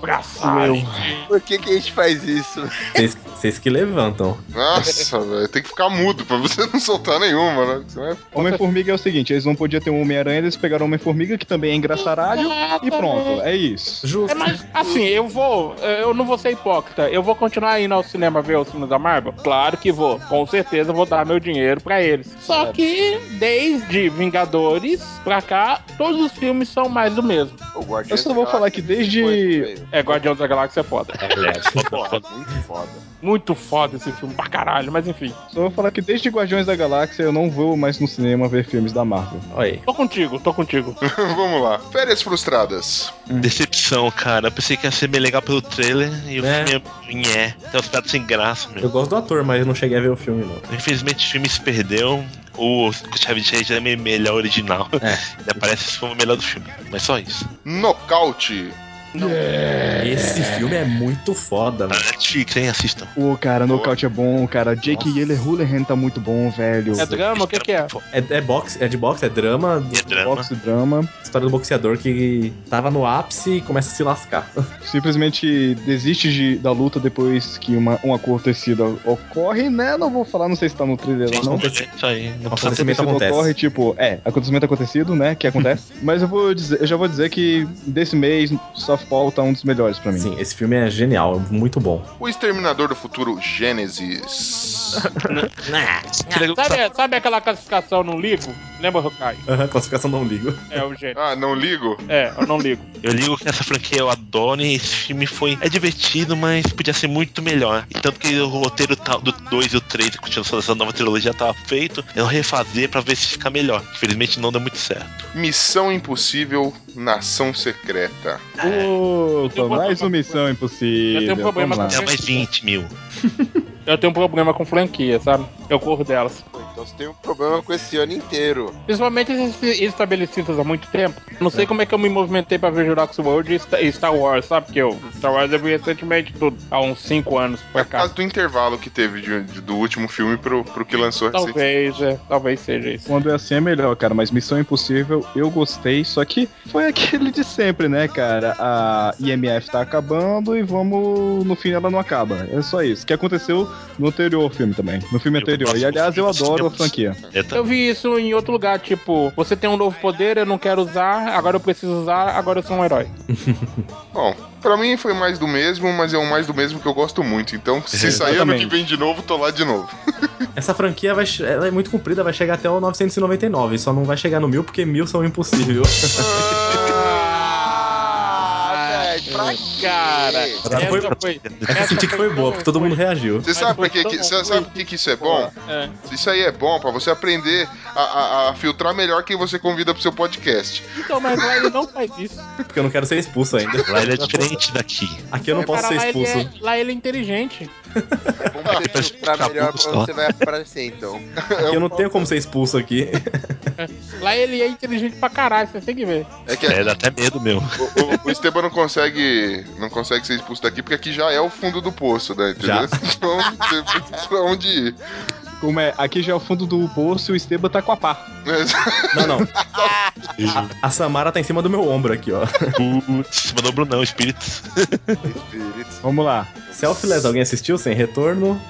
S6: Braçagem.
S4: Por que, que a gente faz isso?
S5: Vocês- Vocês que levantam.
S1: Nossa, velho, tem que ficar mudo pra você não soltar nenhuma, né? Você vai-
S3: Homem-Formiga é o seguinte, eles não podiam ter um Homem-Aranha, eles pegaram o Homem-Formiga, que também é engraçaralho, e pronto, é isso.
S6: É,
S5: Justo.
S6: mas, assim, eu vou. Eu não vou ser hipócrita. Eu vou continuar indo ao cinema ver os filmes da Marvel? Claro que vou. Com certeza eu vou dar meu dinheiro pra eles. Só que, desde Vingadores pra cá, todos os filmes são mais do mesmo.
S4: O Guardiões
S3: Eu só vou
S4: da
S3: falar
S4: Galáxia
S3: que desde-
S4: foi também.
S6: É, Guardião da Galáxia é foda.
S7: Foda, foda.
S4: Muito foda.
S6: Muito foda esse filme pra caralho, mas enfim.
S3: Só vou falar que desde Guardiões da Galáxia eu não vou mais no cinema ver filmes da Marvel.
S5: Olha aí.
S6: Tô contigo, tô contigo.
S1: Vamos lá. Férias frustradas.
S5: Hum.
S7: Decepção, cara. Eu pensei que ia ser bem legal pelo trailer e o
S5: É.
S7: filme é. nhé. Tem uns pratos sem graça, meu.
S5: Eu gosto do ator, mas eu não cheguei a ver o filme, não.
S7: Infelizmente o filme se perdeu. O Chave de Reis é meio melhor original.
S5: É.
S7: Ele aparece se for o melhor do filme. Mas só isso.
S1: Nocaute.
S5: Esse filme é muito foda,
S7: Tá
S5: mano.
S7: na Netflix, hein? Assistam.
S3: Ô, cara, Nocaute é bom, cara. Jake
S5: Nossa.
S3: Yelly Hulahan tá muito bom, velho.
S6: É drama? O que, que é?
S5: É, é boxe, é de boxe, é drama,
S7: É drama.
S3: Boxe drama.
S5: história do boxeador que tava no ápice e começa a se lascar.
S3: Simplesmente desiste de- da luta depois que uma, um acontecido ocorre, né? Não vou falar, não sei se tá no trailer lá,
S7: Gente,
S3: não.
S7: não é Isso aí. Não
S5: Nossa,
S7: precisa
S5: acontecimento acontece.
S3: ocorre, tipo, é, acontecimento acontecido, né? Que acontece. Mas eu vou dizer, eu já vou dizer que desse mês, softball tá um dos melhores pra mim.
S5: Sim, esse filme é genial, muito bom.
S1: O Exterminador do Futuro Gênesis.
S6: Sabe, sabe aquela classificação não ligo? Lembra, Hokai?
S3: Ah.
S5: Aham, classificação não ligo.
S6: É o gênio.
S1: Ah, não ligo?
S6: É, eu não ligo.
S7: Eu ligo que essa franquia eu adoro e esse filme foi. É divertido, mas podia ser muito melhor. E tanto que o roteiro tal do 2 e o 3, a continuação dessa nova trilogia, tava feito. Eu refazer pra ver se fica melhor. Infelizmente não deu muito certo.
S1: Missão Impossível Nação Secreta.
S3: Puta,
S6: Eu vou-
S3: mais uma missão impossível.
S6: Eu tenho um problema
S3: Vamos
S7: É
S3: lá.
S7: mais 20 mil.
S6: Eu tenho um problema com franquia, sabe? Eu corro delas.
S4: Pô, Então você tem um problema com esse ano inteiro.
S6: Principalmente esses estabelecidas há muito tempo. Não sei como é que eu me movimentei pra ver Jurassic World e Sta- e Star Wars, sabe? Porque eu, Star Wars eu vi recentemente tudo, há uns 5 anos
S1: É
S6: pra
S1: por
S6: cá.
S1: causa do intervalo que teve de- de- do último filme pro, pro que lançou recentemente.
S6: Talvez, é, talvez seja isso.
S3: Quando é assim é melhor, cara, mas Missão Impossível eu gostei, só que foi aquele de sempre, né, cara? A IMF tá acabando e vamos. No fim ela não acaba. É só isso. Que aconteceu no anterior filme também. No filme
S7: Eu
S3: anterior. E
S7: gosto
S3: aliás,
S7: muito
S3: eu
S7: de
S3: adoro a
S7: Deus.
S3: franquia.
S7: É, tá-
S6: Eu vi isso em outro lugar, tipo, você tem um novo poder, eu não quero usar, agora eu preciso usar, agora eu sou um herói.
S1: Bom, pra mim foi mais do mesmo, mas é um mais do mesmo que eu gosto muito. Então, se sair ano que
S3: Exatamente.
S1: vem de novo, tô lá de novo.
S5: Essa franquia vai, che- ela é muito comprida, vai chegar até o 999, só não vai chegar no mil porque mil são impossível.
S4: Ah, velho, pra quê?
S6: Cara,
S5: Essa foi-
S6: essa foi.
S5: Eu senti que foi boa, porque todo mundo reagiu.
S1: Você sabe por
S6: foi
S1: que,
S6: tão
S1: que,
S6: bom,
S1: você
S6: foi.
S1: sabe por que, que isso é bom?
S6: É.
S1: Isso aí é bom pra você aprender a, a- a filtrar melhor quem você convida pro seu podcast.
S6: Então, mas lá ele não faz isso.
S5: Porque eu não quero ser expulso ainda.
S7: Lá ele é diferente daqui.
S5: Aqui eu não posso
S6: Cara,
S5: ser
S6: lá, ele
S5: expulso.
S6: é, lá ele é inteligente.
S4: Como
S6: é
S4: você filtrar melhor pra onde você vai aparecer, então.
S5: Aqui eu não tenho como ser expulso aqui.
S6: Lá ele é inteligente pra caralho, você tem que ver.
S1: É que
S7: É, dá até medo, meu.
S1: o, o Esteban não consegue, não consegue ser expulso daqui, porque aqui já é o fundo do poço, né?
S5: Já.
S1: Entendeu? Então, você tem pra onde ir.
S3: Como é? Aqui já é o fundo do poço e o Esteban tá com a pá.
S5: Não, não. A, a Samara tá em cima do meu ombro aqui, ó.
S7: Putz, mandou o Brunão, espíritos.
S4: Espírito.
S3: Vamos lá.
S5: Selfless, alguém assistiu? Sem retorno.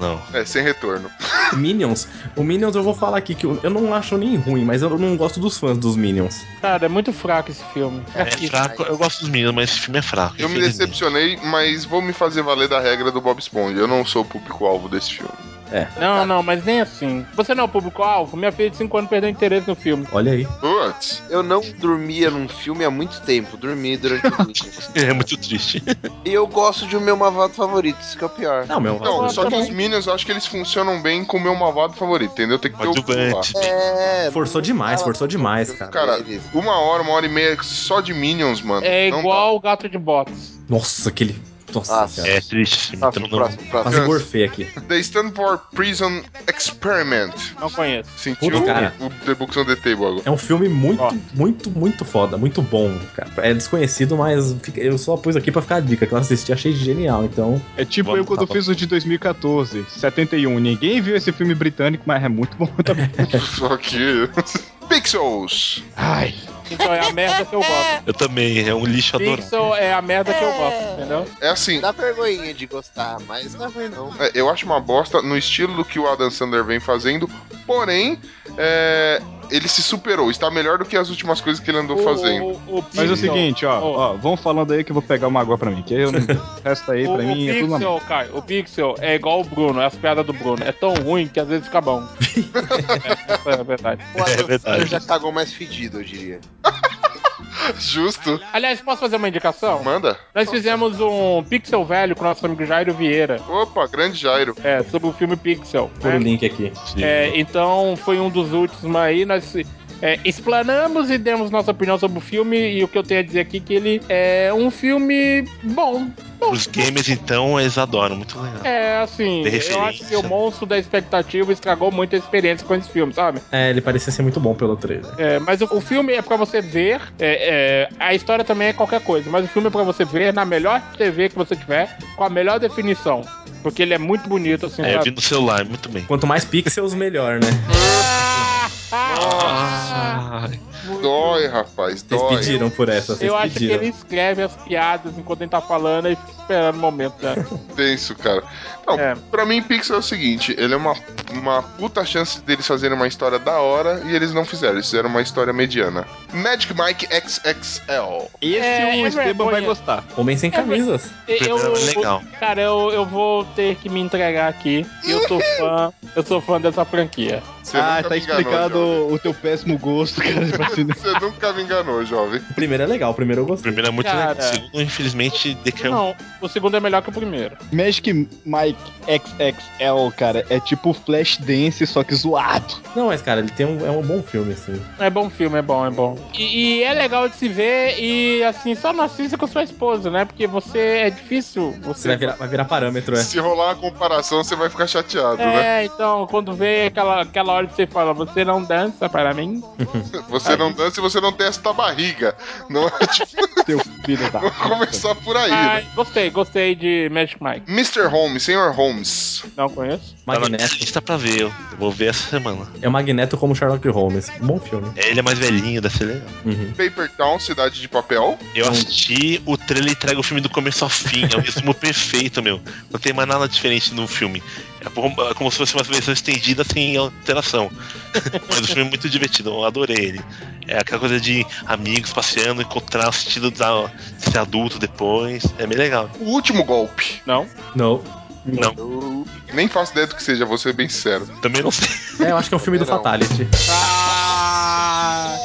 S7: Não, não.
S1: É, sem retorno.
S5: Minions. O Minions eu vou falar aqui que eu, eu não acho nem ruim, mas eu não gosto dos fãs dos Minions.
S6: Cara, é muito fraco esse filme.
S7: É fraco. Eu gosto dos meninos, mas esse filme é fraco.
S1: Eu me
S7: infelizmente.
S1: decepcionei, mas vou me fazer valer da regra do Bob Esponja. Eu não sou o público-alvo desse filme.
S5: É.
S6: Não, não, mas nem assim. Você não é o público-alvo? Minha filha de 5 anos perdeu interesse no filme.
S5: Olha aí.
S1: Putz,
S4: Eu não dormia num filme há muito tempo. Dormi durante o Minions.
S7: É muito triste.
S4: E eu gosto de o meu malvado favorito, isso que é o pior.
S5: Não, meu. é
S1: não,
S6: Ah,
S1: Então, só
S6: tá
S1: que
S6: bom.
S1: os Minions eu acho que eles funcionam bem com o meu malvado favorito, entendeu? Tem que ter o pulo lá.
S7: Adjuvante.
S4: É.
S5: Forçou demais, forçou demais, cara.
S1: Cara, uma hora, uma hora e meia só de Minions, mano.
S6: É
S1: Não
S6: igual o gato de botas.
S5: Nossa, aquele. Nossa,
S4: Ah,
S5: cara.
S7: É triste esse filme.
S4: Tá,
S7: Então,
S4: próximo,
S7: não...
S4: próximo, próximo.
S5: Quase gorfei aqui.
S1: dá. They Stand for Prison Experiment.
S6: Não conheço.
S1: Sentiu
S5: Puta, cara.
S1: o The Books on the Table agora.
S5: É um filme muito,
S6: Ó.
S5: muito, muito foda, muito bom, cara. É desconhecido, mas fica- eu só pus aqui pra ficar a dica, que eu assisti achei genial, então.
S3: É tipo
S7: Vamos,
S3: eu quando
S7: tá bom.
S3: fiz o de 2014, 71. Ninguém viu esse filme britânico, mas é muito bom também.
S5: um
S1: Só que. Pixels!
S3: Ai,
S6: Então é a merda que eu gosto.
S7: Eu também, é um lixo adorável.
S6: Pixel é a merda que eu gosto, entendeu?
S1: É assim.
S4: Dá vergonhinha de gostar, mas não é ruim não.
S1: é, Eu acho uma bosta no estilo do que o Adam Sandler vem fazendo, porém, é, ele se superou. Está melhor do que as últimas coisas que ele andou fazendo.
S6: O, o, o
S3: Mas é
S6: Pixel-
S3: o seguinte, ó,
S6: Ó.
S3: ó, vão falando aí que eu vou pegar uma água pra mim, que eu não. o resto aí
S6: O,
S3: pra
S6: o
S3: mim é tudo na mão.
S6: Pixel, cara, o Pixel é igual o Bruno, é as piadas do Bruno. É tão ruim que às vezes fica bom. é, essa é a verdade.
S4: O Adam Sandler
S7: verdade.
S4: já cagou mais fedido, eu diria.
S1: Justo.
S6: Aliás, posso fazer uma indicação?
S1: Manda.
S6: Nós fizemos um Pixel velho com nosso amigo Jairo Vieira,
S1: Opa, grande Jairo.
S6: é, sobre o filme Pixel.
S5: Por
S6: né?
S5: o link aqui.
S6: É, então foi um dos últimos aí, nós é, explanamos e demos nossa opinião sobre o filme e o que eu tenho a dizer aqui é que ele é um filme bom.
S7: Os gamers, então, eles adoram. Muito legal.
S6: É assim,
S7: De
S6: eu acho que
S7: referência. né?
S6: o monstro da expectativa estragou muito a experiência com esse filme, sabe?
S5: É, ele parecia ser muito bom pelo trailer.
S6: É, mas o, o filme é pra você ver. é, é, a história também é qualquer coisa, mas o filme é pra você ver na melhor TV que você tiver, com a melhor definição. Porque ele é muito bonito, assim,
S7: É, eu vi
S6: sabe?
S7: no celular, muito bem.
S5: Quanto mais pixels, melhor, né?
S4: É.
S6: Ah!
S1: Dói, rapaz,
S5: Vocês
S1: dói.
S5: pediram por essa, vocês
S6: Eu acho que
S5: pediram.
S6: ele escreve as piadas enquanto ele tá falando e fica esperando o momento, né?
S1: Tenso, cara. Não,
S6: É.
S1: pra mim, Pixel é o seguinte: ele é uma, uma puta chance deles fazerem uma história da hora e eles não fizeram, eles fizeram uma história mediana. Magic Mike XXL.
S3: Esse
S6: É,
S3: o
S6: é
S3: Esteban
S6: vergonha.
S3: vai gostar.
S5: Homem
S4: É,
S5: sem camisas.
S6: Eu,
S7: Primeiro é legal.
S6: Cara, eu, eu vou ter que me entregar aqui. Eu sou fã, eu sou fã dessa franquia.
S1: Você
S3: ah,
S1: nunca
S3: tá
S1: me enganou,
S3: explicado
S1: jovem.
S3: o teu péssimo gosto, cara, pra se-
S1: Você nunca me enganou, jovem.
S5: O primeiro é legal, o primeiro eu
S7: O
S5: gostei.
S7: primeiro é muito
S6: Cara.
S7: legal. O segundo, infelizmente, decaiu.
S6: Não, o segundo é melhor que o primeiro.
S3: Magic Mike XXL, cara, é tipo Flash Dance, só que zoado.
S5: Não, mas cara, ele tem um, é um bom filme, assim.
S6: É bom filme, é bom, é bom. E, e é legal de se ver e assim, só não assista com sua esposa, né? Porque você é difícil.
S5: Você
S6: Você
S5: vai virar, vai virar parâmetro, é.
S1: Se rolar uma comparação, você vai ficar chateado, né?
S6: É, então, quando vê aquela, aquela hora que você fala, você não dança para mim,
S1: Você não dança e você não tem esta barriga. Não é tipo,
S3: Teu filho da.
S1: começar por aí, né?
S6: Mas gostei, gostei de Magic Mike.
S1: Mr. Holmes, Sr. Holmes.
S6: Não conheço.
S7: Tá na minha
S5: Magneto.
S7: lista pra ver, eu eu vou ver essa semana.
S5: É o Magneto como Sherlock Holmes. Bom filme.
S7: É, Ele é mais velhinho, deve ser legal.
S5: Uhum.
S1: Paper Town, Cidade de Papel.
S7: Eu assisti o trailer e entrega o filme do começo ao fim. É o resumo perfeito, meu. Não tem mais nada diferente no filme. É como, é como se fosse uma versão estendida sem alteração. Mas o filme é muito divertido, eu adorei ele. É aquela coisa de amigos passeando, encontrar o sentido da, de ser adulto depois. É bem legal.
S1: O Último Golpe.
S6: Não.
S5: Não.
S7: Não,
S1: Eu nem faço ideia do que seja, vou ser bem sincero.
S7: também não sei.
S5: É, eu acho que é um filme do
S4: Não.
S5: Fatality.
S6: Ah,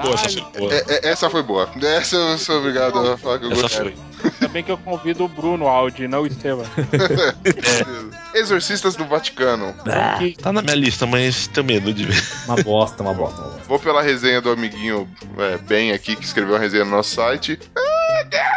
S7: Boa, essa
S6: caralho.
S7: foi boa.
S1: É, é, essa foi boa. Essa eu sou obrigado a falar que eu
S7: Essa
S1: gostei.
S7: foi.
S6: Ainda bem que eu convido o Bruno Aldi, não o Estevam.
S1: Exorcistas do É. Vaticano.
S5: Ah.
S7: Tá na minha lista, mas tenho medo de ver.
S5: Uma bosta, uma bosta, uma bosta.
S1: Vou pela resenha do amiguinho é, Ben aqui, que escreveu a resenha no nosso site. Ah, ah,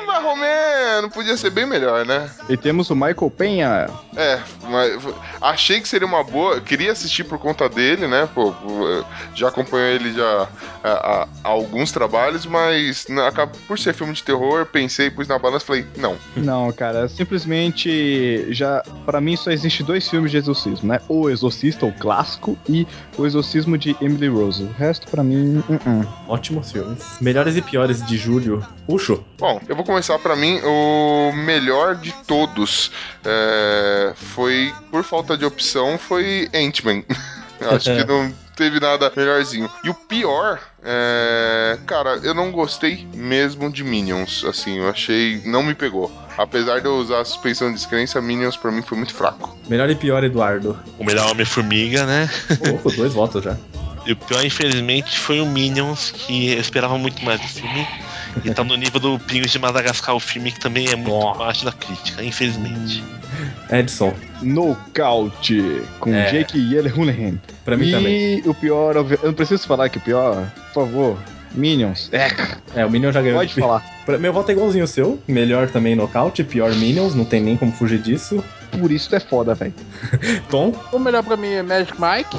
S1: Uma Superman podia ser bem melhor, né?
S3: E temos o Michael Penha.
S1: É, mas achei que seria uma boa. Queria assistir por conta dele, né? Pô, pô, já acompanho ele já há, há- há alguns trabalhos, mas na- acaba- por ser filme de terror, pensei, pus na balança e falei, não.
S3: Não, cara, simplesmente já pra mim só existe dois filmes de exorcismo, né? O Exorcista, o clássico, e o Exorcismo de Emily Rose. O resto pra mim, uh -uh.
S5: Ótimos filmes. Melhores e piores de julho. Puxo.
S1: Bom, eu vou começar pra mim o melhor de todos. é, foi por falta de opção foi Ant-Man. Eu Acho que não teve nada melhorzinho. E o pior, é, cara, eu não gostei mesmo de Minions. Assim, eu achei, não me pegou. Apesar de eu usar a suspensão de descrença, Minions pra mim foi muito fraco.
S5: Melhor e pior, Eduardo.
S7: O melhor Homem-Formiga, né?
S5: Ô, Louco, dois votos já.
S7: E o pior, infelizmente, foi o Minions, que eu esperava muito mais do filme. E tá no nível do Pingos de Madagascar, o filme que também é muito baixo da crítica, infelizmente.
S5: Edson.
S3: Knockout, com
S5: É.
S3: Jake Gyllenhaal.
S5: Pra mim
S3: e
S5: também.
S3: o pior, eu não preciso falar que o pior, por favor, Minions. É,
S5: É, o Minion já ganhou.
S3: pode falar.
S5: Pra- Meu voto é igualzinho ao seu. Melhor também nocaute, pior Minions, não tem nem como fugir disso.
S3: Por isso tu é foda, velho.
S5: Tom,
S6: O melhor pra mim é Magic Mike,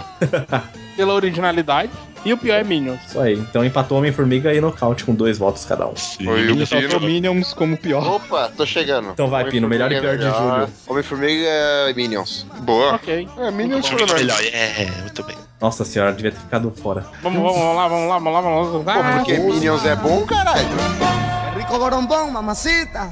S6: pela originalidade. E o pior é Minions.
S5: isso aí. Então empatou Homem-Formiga e nocaute com dois votos cada um.
S1: Foi o
S3: Eu só tô
S1: Pino.
S3: Minions como pior.
S4: Opa, tô chegando.
S5: Então vai, Pino, melhor e pior de julho.
S4: Homem-Formiga e Minions.
S1: Boa.
S6: Ok.
S1: É, Minions foi
S7: Muito melhor,
S1: melhor.
S7: é, muito bem.
S5: Nossa senhora, devia ter ficado fora.
S6: Vamos, vamos, vamos lá, vamos lá, vamos lá, vamos lá.
S4: Pô, porque Minions é bom, caralho.
S9: Rico Gorondón, mamacita.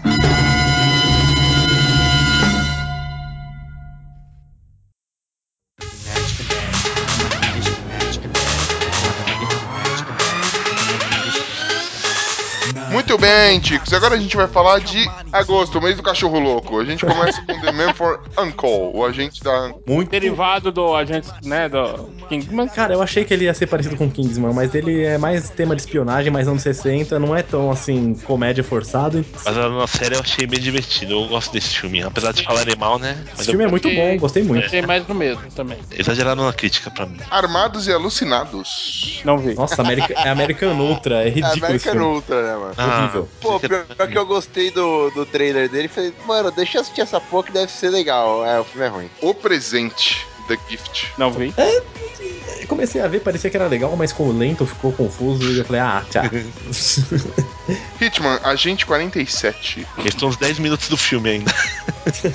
S1: Muito bem, chicos. Agora a gente vai falar de agosto, o mês do cachorro louco. A gente começa com The Man for Uncle, o agente da Uncle.
S5: Muito.
S6: Derivado do agente, né,
S4: é
S6: do Kingman.
S5: Cara, eu achei que ele ia ser parecido com Kingsman, mas ele é mais tema de espionagem, mais anos 60, não é tão assim, comédia forçado. Esse
S7: Mas a nossa série eu achei bem divertido, eu gosto desse filme. Apesar de falarem mal, né? Mas
S5: filme é muito
S6: gostei.
S5: bom, gostei muito.
S6: Tem mais do mesmo também.
S7: eu... exageraram na crítica pra mim.
S1: Armados e Alucinados.
S6: Não vi.
S5: Nossa, America... é American Ultra, é
S4: É
S5: ridículo esse
S4: American
S5: filme.
S4: Ultra, né, mano?
S7: Ah,
S5: Horrível.
S4: Pô, pior, pior que eu gostei do, do trailer dele. Falei, mano, deixa eu assistir essa porra que deve ser legal. É, o filme é ruim.
S1: O Presente, The Gift.
S6: Não vi.
S5: Eu comecei a ver, parecia que era legal, mas como lento ficou confuso e eu falei, ah, tchau.
S1: Hitman, Agente 47.
S7: Eles estão uns 10 minutos do filme ainda.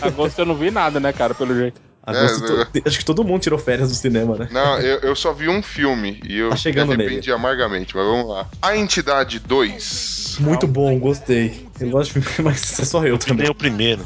S6: Agosto eu não vi nada, né, cara, pelo jeito.
S5: Agosto,
S1: É,
S5: to- Acho que todo mundo tirou férias do cinema, né?
S1: Não, eu, eu só vi um filme e eu
S5: Tá chegando
S1: me arrependi amargamente, mas vamos lá. A Entidade 2.
S5: Muito bom, gostei. Eu gosto de filme, mas é só eu também.
S7: Nem o primeiro.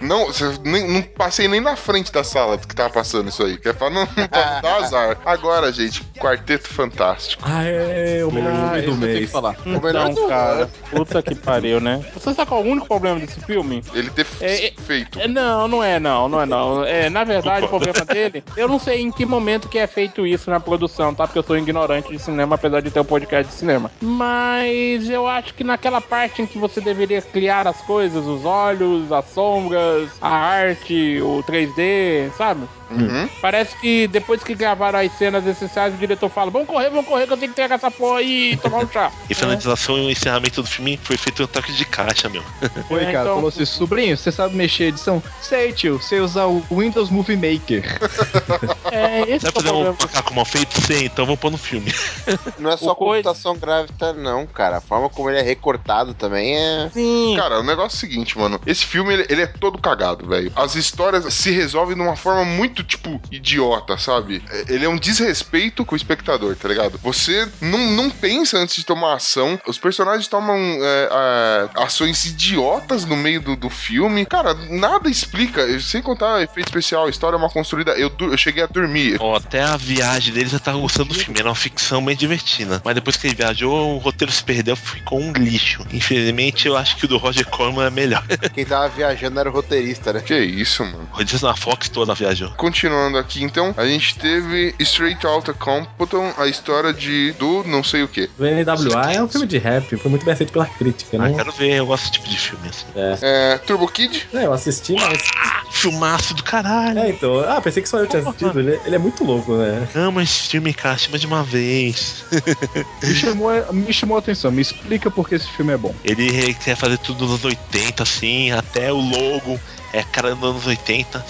S1: Não, você nem- não passei nem na frente da sala que tava passando isso aí. Quer falar, não, não tá- dá azar. Agora, gente, Quarteto Fantástico.
S5: Ah, é o melhor filme do
S3: eu tenho que
S5: mês.
S3: falar.
S4: melhor
S6: Então,
S4: do-
S6: cara, puta que pariu, né? Você sabe qual é o único problema desse filme?
S1: Ele ter f-
S6: É, é-
S1: feito.
S6: É, não, não é não, não é não. É, na verdade, o
S7: Desculpa.
S6: problema dele, eu não sei em que momento que é feito isso na produção, tá? Porque eu sou ignorante de cinema, apesar de ter um podcast de cinema. Mas eu acho que naquela parte em que você deveria criar as coisas, os olhos, as sombras, a arte, o 3D, sabe?
S1: Uhum.
S6: Parece que depois que gravaram as cenas essenciais, o diretor fala: vamos correr, vamos correr, que eu tenho que pegar essa porra aí e tomar um chá.
S7: E finalização e o encerramento do filme foi feito em um toque de caixa, meu.
S3: Foi,
S6: É,
S3: cara,
S6: então-
S3: falou assim, sobrinho, você sabe mexer edição? Sei, tio, sei usar o Windows Movie Maker.
S6: É, esse
S7: Sabe
S6: que é o
S7: fazer um
S6: problema.
S7: macaco mal feito? Sei, então vou pôr no filme.
S4: Não é só
S6: O coisa-
S4: computação gráfica, não, cara. A forma como ele é recortado também é.
S6: Sim,
S1: Cara, o negócio é o seguinte, mano. Esse filme, ele, ele é todo cagado, velho. As histórias se resolvem de uma forma muito, tipo, idiota, sabe? É- Ele é um desrespeito com o espectador, tá ligado? Você não, não pensa antes de tomar ação. Os personagens tomam é, a- ações idiotas no meio do, do filme. Cara, nada explica. Sem contar efeito especial, a história é uma construída. Eu, du- eu cheguei a dormir.
S7: Ó, até a viagem tá deles eu tava gostando do filme, era uma ficção bem divertida. Mas depois que ele viajou, o roteiro se perdeu, ficou um lixo. Infelizmente, eu acho que o do Roger Corman é melhor.
S4: Quem tava viajando era o roteirista, né?
S1: Que isso, mano.
S7: O Disney na Fox toda viajou.
S1: Continuando aqui, então, a gente teve Straight Outta Compton, a história de do não sei o que.
S5: O NWA é um filme de rap, foi muito bem aceito pela crítica,
S7: Ah,
S5: né?
S7: quero ver, eu gosto desse tipo de filme, assim. Ah,
S1: É, Turbo Kid?
S5: É, eu assisti, mas.
S7: Filmaço do caralho.
S5: É, então. Ah, pensei que só eu tinha assistido. Ele, ele é muito louco, né?
S7: Amo esse filme, cara, chama de uma vez.
S3: Me chamou, me chamou a atenção, me explica por que esse filme é bom. bom.
S7: Ele re- quer fazer tudo nos anos 80, assim, até o logo é a cara dos anos 80.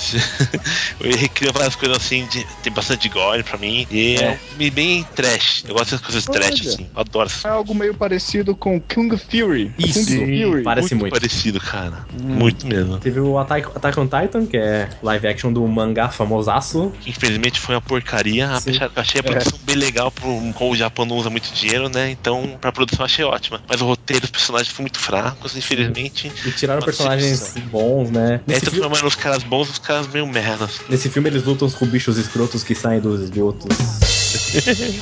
S7: Ele recria várias coisas assim, de- tem bastante gore pra mim. E é, um- bem trash. Eu gosto dessas coisas trash,
S3: Olha.
S7: assim. Eu adoro essas
S3: É algo meio parecido com Kung Fury.
S5: Isso,
S3: Kung Fury.
S5: parece muito. Hum.
S7: parecido, cara. Muito mesmo.
S5: Teve o Attack, Attack on Titan, que é live action do mangá famosaço.
S7: Que, Infelizmente foi uma ah, porcaria.
S5: Sim. É.
S7: Apesar que Eu achei a produção bem legal, pro, como o Japão não usa muito dinheiro, né? Então, pra produção eu achei ótima. Mas o roteiro, os personagens foram muito fracos, infelizmente.
S5: E tiraram
S7: Uma
S5: personagens
S7: decepção.
S5: bons, né?
S7: Aí
S5: Nesse, fi-
S7: transformaram os é caras bons nos caras meio assim. merdas.
S5: nesse filme eles lutam com bichos escrotos que saem dos esgotos.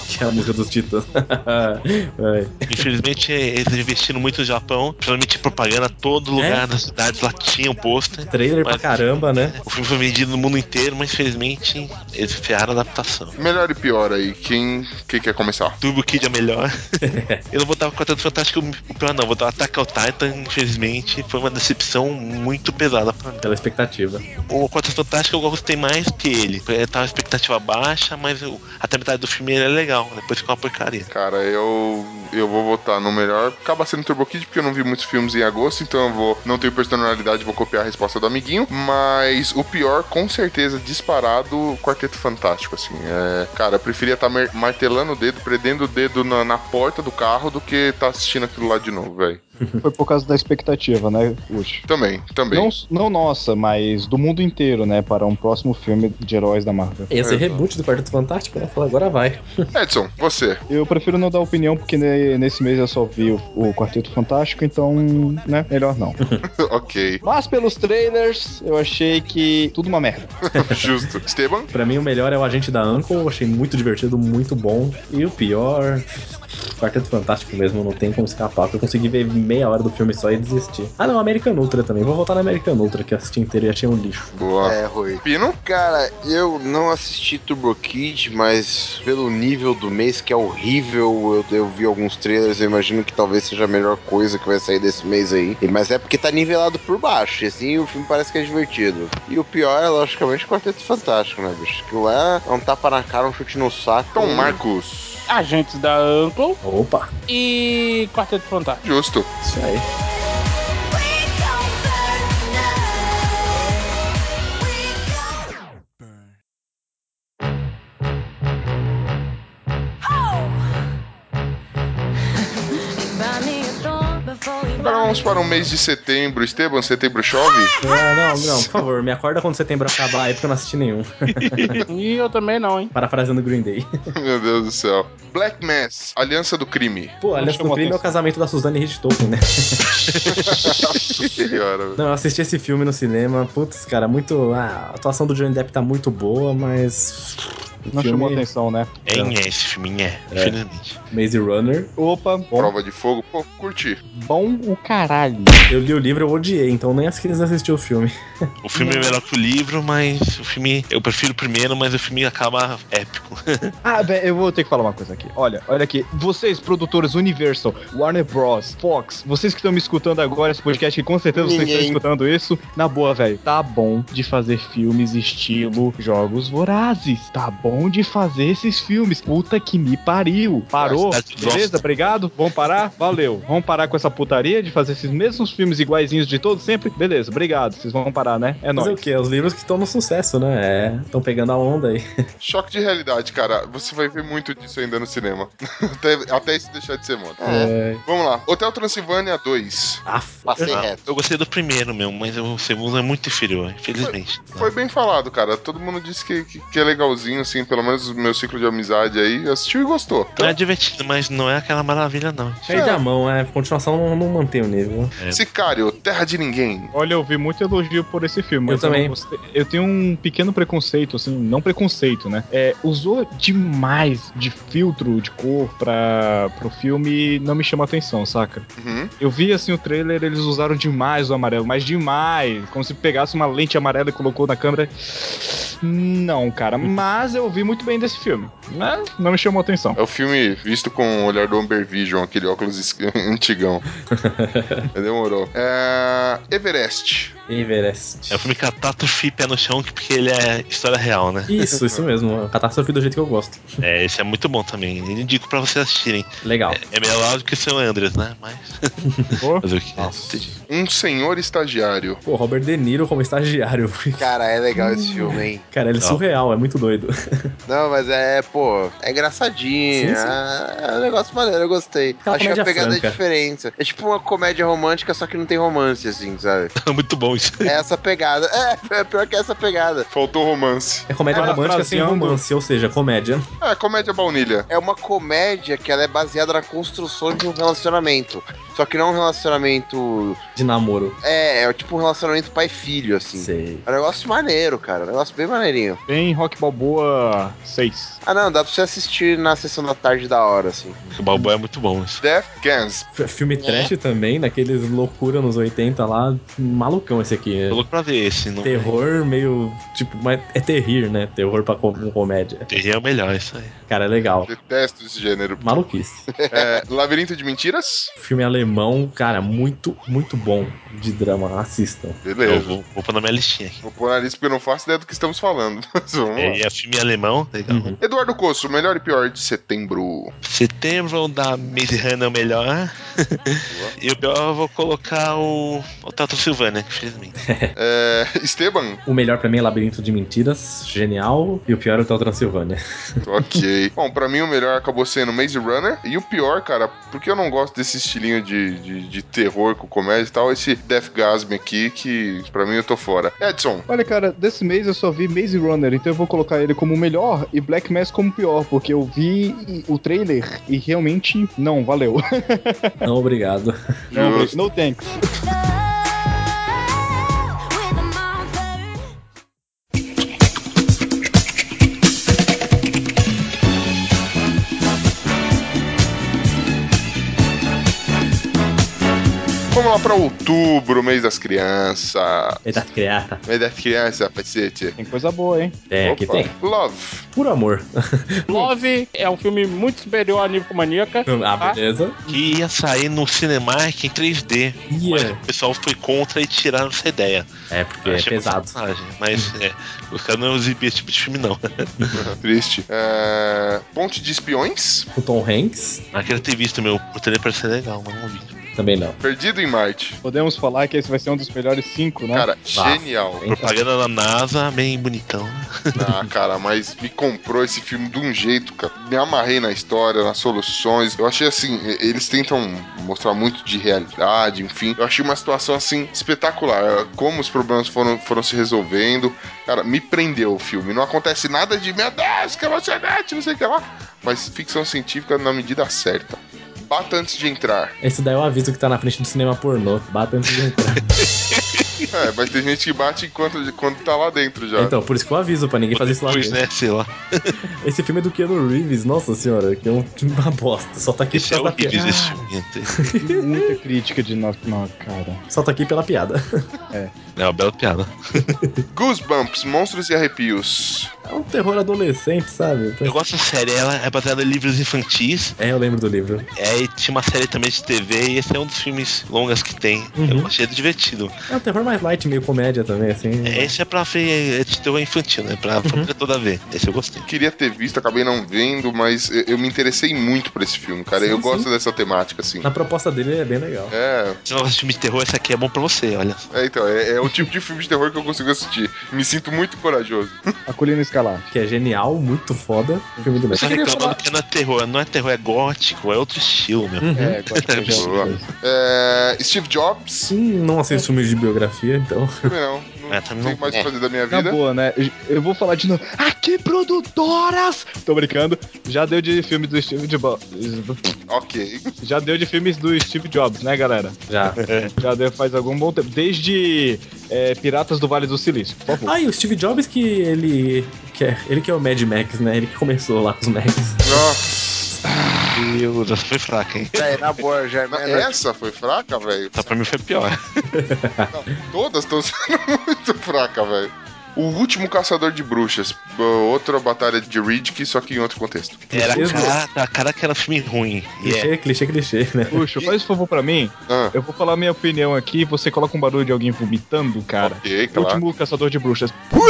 S5: que é a música dos titãs. Ai.
S7: Infelizmente, eles investiram muito no Japão. Principalmente em propaganda, todo lugar das cidades lá tinha o pôster.
S5: É? Trailer pra
S7: Mas-
S5: caramba, né?
S7: O filme foi vendido no mundo inteiro, mas infelizmente eles ferraram a adaptação.
S1: Melhor e pior aí, quem, quem quer começar?
S7: Turbo Kid é melhor. eu não vou dar o Quarteto Fantástico o pior, não. Vou dar o Attack on Titan, infelizmente. Foi uma decepção muito pesada pra mim.
S5: Pela expectativa.
S7: O Quarteto Fantástico eu gostei mais que ele. Eu tava com expectativa baixa, mas eu- até metade do filme ele é legal. Depois ficou uma porcaria.
S1: Cara, eu eu vou votar no melhor. Acaba sendo Turbo Kid, porque eu não vi muitos filmes em agosto, então eu vou não tenho personalidade, vou copiar a resposta do amiguinho. Mas o pior, com certeza, disparado, Quarteto Fantástico, assim. É, cara, eu preferia estar martelando o dedo, prendendo o dedo na, na porta do carro do que estar assistindo aquilo lá de novo, velho.
S3: Foi por causa da expectativa, né, Uchi?
S1: Também, também.
S3: Não, não nossa, mas do mundo inteiro, né? Para um próximo filme de heróis da Marvel.
S5: Esse reboot do Quarteto Fantástico, ela falou, agora vai.
S1: É. Edson, você.
S3: Eu prefiro não dar opinião, porque ne- nesse mês eu só vi o, o Quarteto Fantástico, então, né? Melhor não.
S1: ok,
S3: Mas pelos trailers, eu achei que tudo uma merda.
S1: justo. Esteban?
S5: Pra mim, o melhor é o Agente da Uncle. Eu achei muito divertido, muito bom. E o pior. Quarteto Fantástico mesmo, não tem como escapar. porque Eu consegui ver meia hora do filme só e desistir. Ah, não, American Ultra também. Vou voltar na American Ultra, que eu assisti inteiro e achei um lixo.
S1: Boa.
S4: É, Rui.
S1: Pino?
S4: Cara, eu não assisti Turbo Kid, mas pelo nível do mês, que é horrível, eu, eu vi alguns trailers, eu imagino que talvez seja a melhor coisa que vai sair desse mês aí. E- Mas é porque tá nivelado por baixo, e assim o filme parece que é divertido. E o pior é, logicamente, o Quarteto Fantástico, né, bicho? Aquilo lá é um tapa na cara, um chute no saco.
S1: Tom Marcos.
S6: Agentes da Uncle
S5: Opa,
S6: e Quarteto Fantástico.
S1: Justo.
S5: isso aí.
S1: Agora vamos para o mês de setembro. Esteban, setembro chove?
S5: Ah, não, não, por favor, me acorda quando setembro acabar aí, porque eu não assisti nenhum.
S6: E eu também não, hein?
S5: Parafraseando Green Day.
S1: Meu Deus do céu. Black Mass, Aliança do Crime.
S5: Pô, aliás, do
S3: chamou
S5: crime é o
S3: atenção.
S5: casamento da Suzanne Richthofen, né?
S1: Nossa senhora. velho.
S5: Não, eu assisti esse filme no cinema. Putz, cara, muito. ah, a atuação do Johnny Depp tá muito boa, mas. o
S3: Não
S5: filme-
S3: chamou atenção, né?
S7: É, é esse filme, é. Infelizmente.
S5: Maze Runner.
S3: Opa, bom,
S1: Prova de fogo. Pô, curti.
S3: bom o caralho.
S5: Eu li o livro, eu odiei, então nem acho que eles assistiram o filme.
S7: O filme é
S4: Né?
S7: melhor que o livro, mas o filme. Eu prefiro o primeiro, mas o filme acaba épico.
S3: Ah, velho, eu vou ter que falar uma coisa aqui. Olha, olha aqui. Vocês, produtores Universal, Warner Bros, Fox, vocês que estão me escutando agora, esse podcast, que com certeza vocês estão
S4: Ninguém.
S3: escutando isso. Na boa, velho, tá bom de fazer filmes estilo Jogos Vorazes. Tá bom de fazer esses filmes. Puta que me pariu. Parou?
S7: Cidade dos
S3: Beleza?
S7: Ossos.
S3: Obrigado? Vamos parar? Valeu. Vamos parar com essa putaria de fazer esses mesmos filmes iguaizinhos de todos sempre? Beleza, obrigado. Vocês vão parar, né? É
S5: Mas é o
S3: nóis.
S5: quê? Os livros que estão no sucesso, né? É, estão pegando a onda aí.
S1: Choque de realidade, cara. Você vai ver muito disso ainda no cinema. até, até isso deixar de ser moda.
S5: É.
S1: Vamos lá. Hotel Transilvânia 2.
S5: Aff,
S4: Passei
S7: Ah,
S4: reto.
S7: Eu gostei do primeiro mesmo, mas o segundo é muito inferior, infelizmente.
S1: Foi bem falado, cara. Todo mundo disse que, que, que é legalzinho, assim, pelo menos o meu ciclo de amizade aí. Assistiu e gostou.
S7: Não é divertido, mas não é aquela maravilha, não.
S5: perde a mão, é. Continuação não, não mantém o nível.
S1: Sicário, Terra de Ninguém.
S3: Olha, eu vi muito elogio por esse filme.
S5: Eu
S3: mas não
S5: também.
S3: gostei. Eu tenho um pequeno preconceito, assim, não preconceito, né? É, usou demais de filtro de cor pra, pro filme e não me chama atenção, saca?
S1: Uhum.
S3: Eu vi, assim, o trailer, eles usaram demais o amarelo, mas demais. Como se pegasse uma lente amarela e colocou na câmera. Não, cara. Mas eu vi muito bem desse filme. Mas não me chamou atenção.
S1: É o filme visto com o olhar do Amber Vision, aquele óculos es- antigão. Demorou. É... Everest.
S5: Everest.
S7: É o filme Catástrofe Pé no Chão, que- porque ele é história real, né?
S5: Isso, isso mesmo. Catástrofe do jeito que eu gosto.
S7: É, esse é muito bom também. Eu indico pra vocês assistirem.
S5: Legal.
S7: É melhor do que o seu Andres, né? Mas.
S3: Pô.
S7: Fazer o quê?
S1: Um senhor estagiário.
S5: Pô, Robert De Niro como estagiário.
S4: Cara, é legal esse filme, hein?
S5: Cara, ele é
S7: Não.
S5: surreal, é muito doido.
S4: Não, mas é, pô, é engraçadinho.
S5: Sim, sim.
S4: É, é um negócio maneiro, eu gostei.
S5: uma
S4: Achei a
S5: comédia
S4: pegada
S5: franca.
S4: diferente. É tipo uma comédia romântica, só que não tem romance, assim, sabe?
S7: É muito bom isso.
S4: É essa pegada. É, é pior que essa pegada.
S1: Faltou romance.
S5: É comédia
S3: Cara,
S5: romântica
S7: assim,
S5: sem
S3: fraseando.
S5: romance, ou seja, comédia.
S1: É, comédia baunilha.
S4: É uma comédia que ela é baseada na construção de um relacionamento. Só que não um relacionamento.
S5: De namoro.
S4: É, é tipo um relacionamento pai-filho, assim.
S5: Sei.
S4: É um negócio maneiro, cara. É um negócio bem maneirinho.
S3: Tem Rock Balboa 6.
S4: Ah, não, dá pra você assistir na sessão da tarde da hora, assim.
S7: O Balboa é muito bom isso.
S1: Death Gans.
S5: F- Filme trash também, naqueles loucura nos 80 lá. Malucão esse aqui.
S7: Tô louco pra ver esse. Não...
S5: Terror meio. Tipo, mas é terrir, né? Terror pra com comédia.
S7: Terror é o melhor, isso aí.
S5: Cara, é legal.
S1: Detesto esse gênero.
S5: Maluquice.
S1: É, Labirinto de Mentiras?
S5: Filme alemão, cara, muito, muito bom de drama. Assistam.
S7: Eu
S1: Beleza.
S7: vou, vou pôr na minha listinha aqui.
S1: Vou pôr na lista porque eu não faço ideia do que estamos falando. Mas vamos lá.
S7: É, é filme alemão, legal.
S5: Uhum.
S1: Eduardo Coço, melhor e pior de setembro.
S7: Setembro da Maze Runner é o melhor. e o pior é eu vou colocar o. O Tato Silvana, que fez mim.
S1: É, Esteban?
S5: O melhor pra mim é Labirinto de Mentiras, genial. E o pior é o Hotel Transilvânia.
S1: ok. Bom, pra mim o melhor acabou sendo Maze Runner. E o pior, cara, porque eu não gosto desse estilinho de, de, de terror com comédia e tal, esse Death Gasm aqui, que pra mim eu tô fora. Edson,
S3: Olha, cara, desse mês eu só vi Maze Runner, então eu vou colocar ele como o melhor e Black Mass como o pior, porque eu vi o trailer e realmente não valeu.
S5: Não, obrigado.
S3: Não,
S1: Justo.
S3: no thanks.
S8: with a mother.
S1: vamos lá pra outubro, mês das crianças.
S5: É da criata.
S1: Mês das crianças, pacete.
S3: Tem coisa boa, hein?
S5: Tem, aqui
S1: Opa.
S5: tem.
S1: Love.
S5: Por amor.
S6: Love é um filme muito superior a Nível Maníaca. tá?
S5: Ah, beleza.
S7: Que ia sair no Cinemark em 3D. Mas
S5: Ia.
S7: o pessoal foi contra e tiraram essa ideia.
S5: É, porque
S7: Eu
S5: é
S7: achei uma
S5: pesado.
S7: sacanagem, Mas é, os caras não exibiam esse tipo de filme, não.
S1: Triste. É, Ponte de Espiões?
S5: O Tom Hanks?
S7: Ah, queria ter visto meu. O trailer parece ser legal, mas não vi.
S5: Também não.
S1: Perdido em Marte.
S3: Podemos falar que esse vai ser um dos melhores cinco, né?
S1: Cara, genial.
S7: Propaganda da NASA, bem bonitão.
S1: Ah, cara, mas me comprou esse filme de um jeito, cara. Me amarrei na história, nas soluções. Eu achei assim, e- eles tentam mostrar muito de realidade, enfim. Eu achei uma situação assim espetacular. eh, Como os problemas foram, foram se resolvendo. Cara, me prendeu o filme. Não acontece nada de meu Deus, que emocionante, não sei o que lá. Mas ficção científica na medida certa. Bata antes de entrar.
S5: Esse daí é o aviso que tá na frente do cinema pornô. Bata antes de entrar.
S1: É, mas tem gente que bate enquanto quando tá lá dentro já.
S5: então, por isso que eu aviso pra ninguém fazer isso lá
S7: Depois,
S5: dentro.
S7: né? Sei lá.
S5: Esse filme é do Keanu Reeves, nossa senhora, que é um filme uma bosta. Só tá aqui
S7: Esse é
S5: pela
S7: horrível
S5: piada.
S7: esse filme.
S3: Tem muita crítica de Knock Knock, cara.
S5: Só tá aqui pela piada.
S7: É uma bela piada.
S1: Goosebumps, monstros e arrepios.
S5: É um terror adolescente, sabe?
S7: Eu gosto da série, ela é baseada em livros infantis.
S5: É, eu lembro do livro.
S7: É, e tinha uma série também de TV, e esse é um dos filmes longas que tem.
S5: Uhum.
S7: Eu achei divertido.
S5: É um terror mais light, meio comédia também, assim.
S7: É, Esse é pra ver, é de terror infantil, né? Pra família toda ver. Esse eu gostei.
S1: queria ter visto, acabei não vendo, mas eu, eu me interessei muito por esse filme, cara.
S5: Sim,
S1: eu
S5: sim.
S1: gosto dessa temática, assim.
S5: Na proposta dele é bem legal.
S1: É,
S7: Se não gosta de filme de terror, esse aqui é bom pra você, olha.
S1: é, então, é, é o tipo de filme de terror que eu consigo assistir. Me sinto muito corajoso.
S3: A Colina Escalar.
S5: Que é genial, muito foda. Filme do
S7: Você
S5: Messi.
S7: reclamando que não é terror, não é terror, é gótico, é outro estilo, meu.
S5: Uhum.
S3: É, agora que eu já
S1: Boa.
S3: ouvi.
S1: É, Steve Jobs,
S5: Sim, não assisto filmes de biografia, então.
S1: também não. Não
S7: É, também
S1: tem
S7: não.
S1: mais o que fazer da minha
S3: Na
S1: vida.
S3: boa, né? Eu vou falar de novo. Aqui, produtoras! Tô brincando. Já deu de filme do Steve Jobs.
S1: Ok.
S3: Já deu de filmes do Steve Jobs, né, galera?
S5: Já.
S7: É.
S3: Já deu faz algum bom tempo. Desde é, Piratas do Vale do Silício, por favor.
S5: Ah, e o Steve Jobs que ele. Que é, ele que é o Mad Max, né? Ele que começou lá com os Max.
S1: Nossa.
S7: Meu Deus, foi fraca, hein?
S4: É, na boa, já é
S1: na-
S4: melhor.
S1: Essa foi fraca, velho.
S7: Tá pra mim foi pior.
S1: Todas estão sendo muito fraca, velho. O Último Caçador de Bruxas. uh, Outra batalha de Reed, que só que em outro contexto.
S7: Era
S5: Meu
S7: a
S5: Deus.
S7: cara, a cara que era filme ruim. E
S5: Clichê,
S7: é,
S5: clichê, clichê, né?
S3: Puxa, faz um favor pra mim.
S1: Ah,
S3: Eu vou falar minha opinião aqui. Você coloca um barulho de alguém vomitando, cara.
S1: ok, claro.
S3: Último caçador de bruxas.
S7: pô,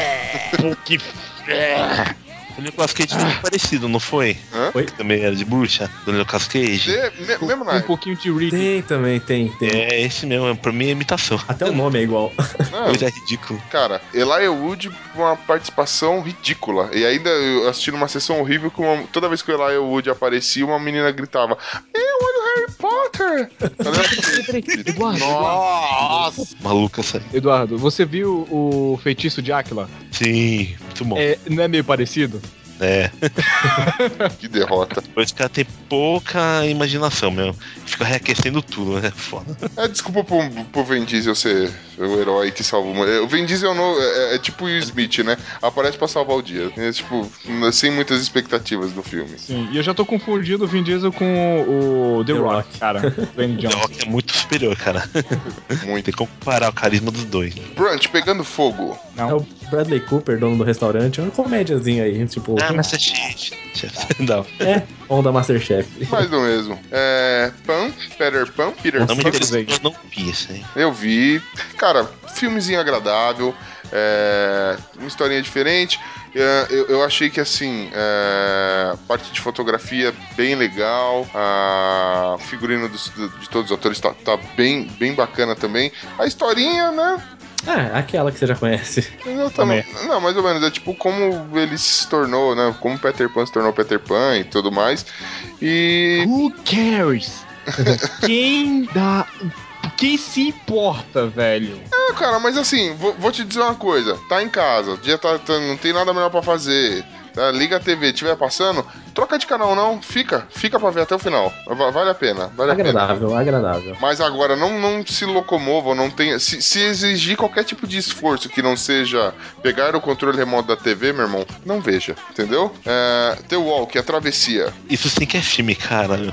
S7: que. f- É. O Nicolas Cage foi parecido, não foi?
S1: Hã?
S5: Foi.
S7: Também era de bruxa, do Nicolas Cage.
S1: Você- me-
S3: Um,
S1: É, mesmo na
S3: pouquinho de Reed.
S5: Tem também, tem, tem.
S7: É esse mesmo, é- pra mim é imitação.
S5: Até o nome é igual.
S1: Ah,
S7: Coisa ridícula.
S1: Cara, Elijah é Wood com uma participação ridícula. E ainda eu assistindo uma sessão horrível que uma- toda vez que o Elijah Wood aparecia, uma menina gritava: Eu olho Harry Potter! Tá ligado?
S4: Nossa!
S7: Maluca essa aí.
S3: Eduardo, você viu o feitiço de Áquila?
S7: Sim, muito bom. É.
S3: É, não é meio parecido?
S1: que derrota.
S7: Esse cara tem pouca imaginação mesmo. Fica reaquecendo tudo, né? Foda.
S1: É, desculpa pro, pro Vin Diesel ser o herói que salva o mundo. É, O Vin Diesel não, é, é tipo o Smith, né? Aparece pra salvar o dia. É, tipo, sem muitas expectativas do filme.
S3: Sim. E eu já tô confundindo o Vin Diesel com o The
S5: The
S3: Rock,
S5: Rock.
S3: cara. Dwayne
S7: O The
S3: Johnson.
S7: Rock é muito superior, cara.
S1: Muito.
S7: Tem que comparar o carisma dos dois.
S1: Brunch, pegando fogo.
S5: É o Bradley Cooper, dono do restaurante. É uma comédiazinha aí, tipo, É,
S7: Ah, mas é cheat. Não,
S5: onda Masterchef.
S1: Mais do mesmo. É. Pan, Peter Pan, Peter
S7: não me
S1: Pan.
S7: interessa. Eu não vi isso, hein?
S1: Eu vi. Cara, filmezinho agradável. é, uma historinha diferente. É, Eu, eu achei que, assim, é, a parte de fotografia bem legal. A o figurino dos- do- de todos os atores tá, tá bem, bem bacana também. A historinha, né?
S5: Ah, aquela que você já conhece.
S1: Eu também. Não, mais ou menos. É tipo como ele se tornou, né? Como Peter Pan se tornou Peter Pan e tudo mais. E.
S3: Who cares? Quem dá. Quem se importa, velho?
S1: Ah, cara, mas assim, vou, vou te dizer uma coisa. Tá em casa, dia tá, tá- não tem nada melhor pra fazer. tá? liga a TV, tiver passando, troca de canal não, fica, fica pra ver até o final. Va- Vale a pena, vale a pena.
S5: Agradável, agradável.
S1: Mas agora, não, não se locomovam, não tenha. Se, se exigir qualquer tipo de esforço que não seja pegar o controle remoto da TV, meu irmão, não veja, entendeu? É, The Walk, a travessia.
S7: Isso sim que é filme, cara. meu.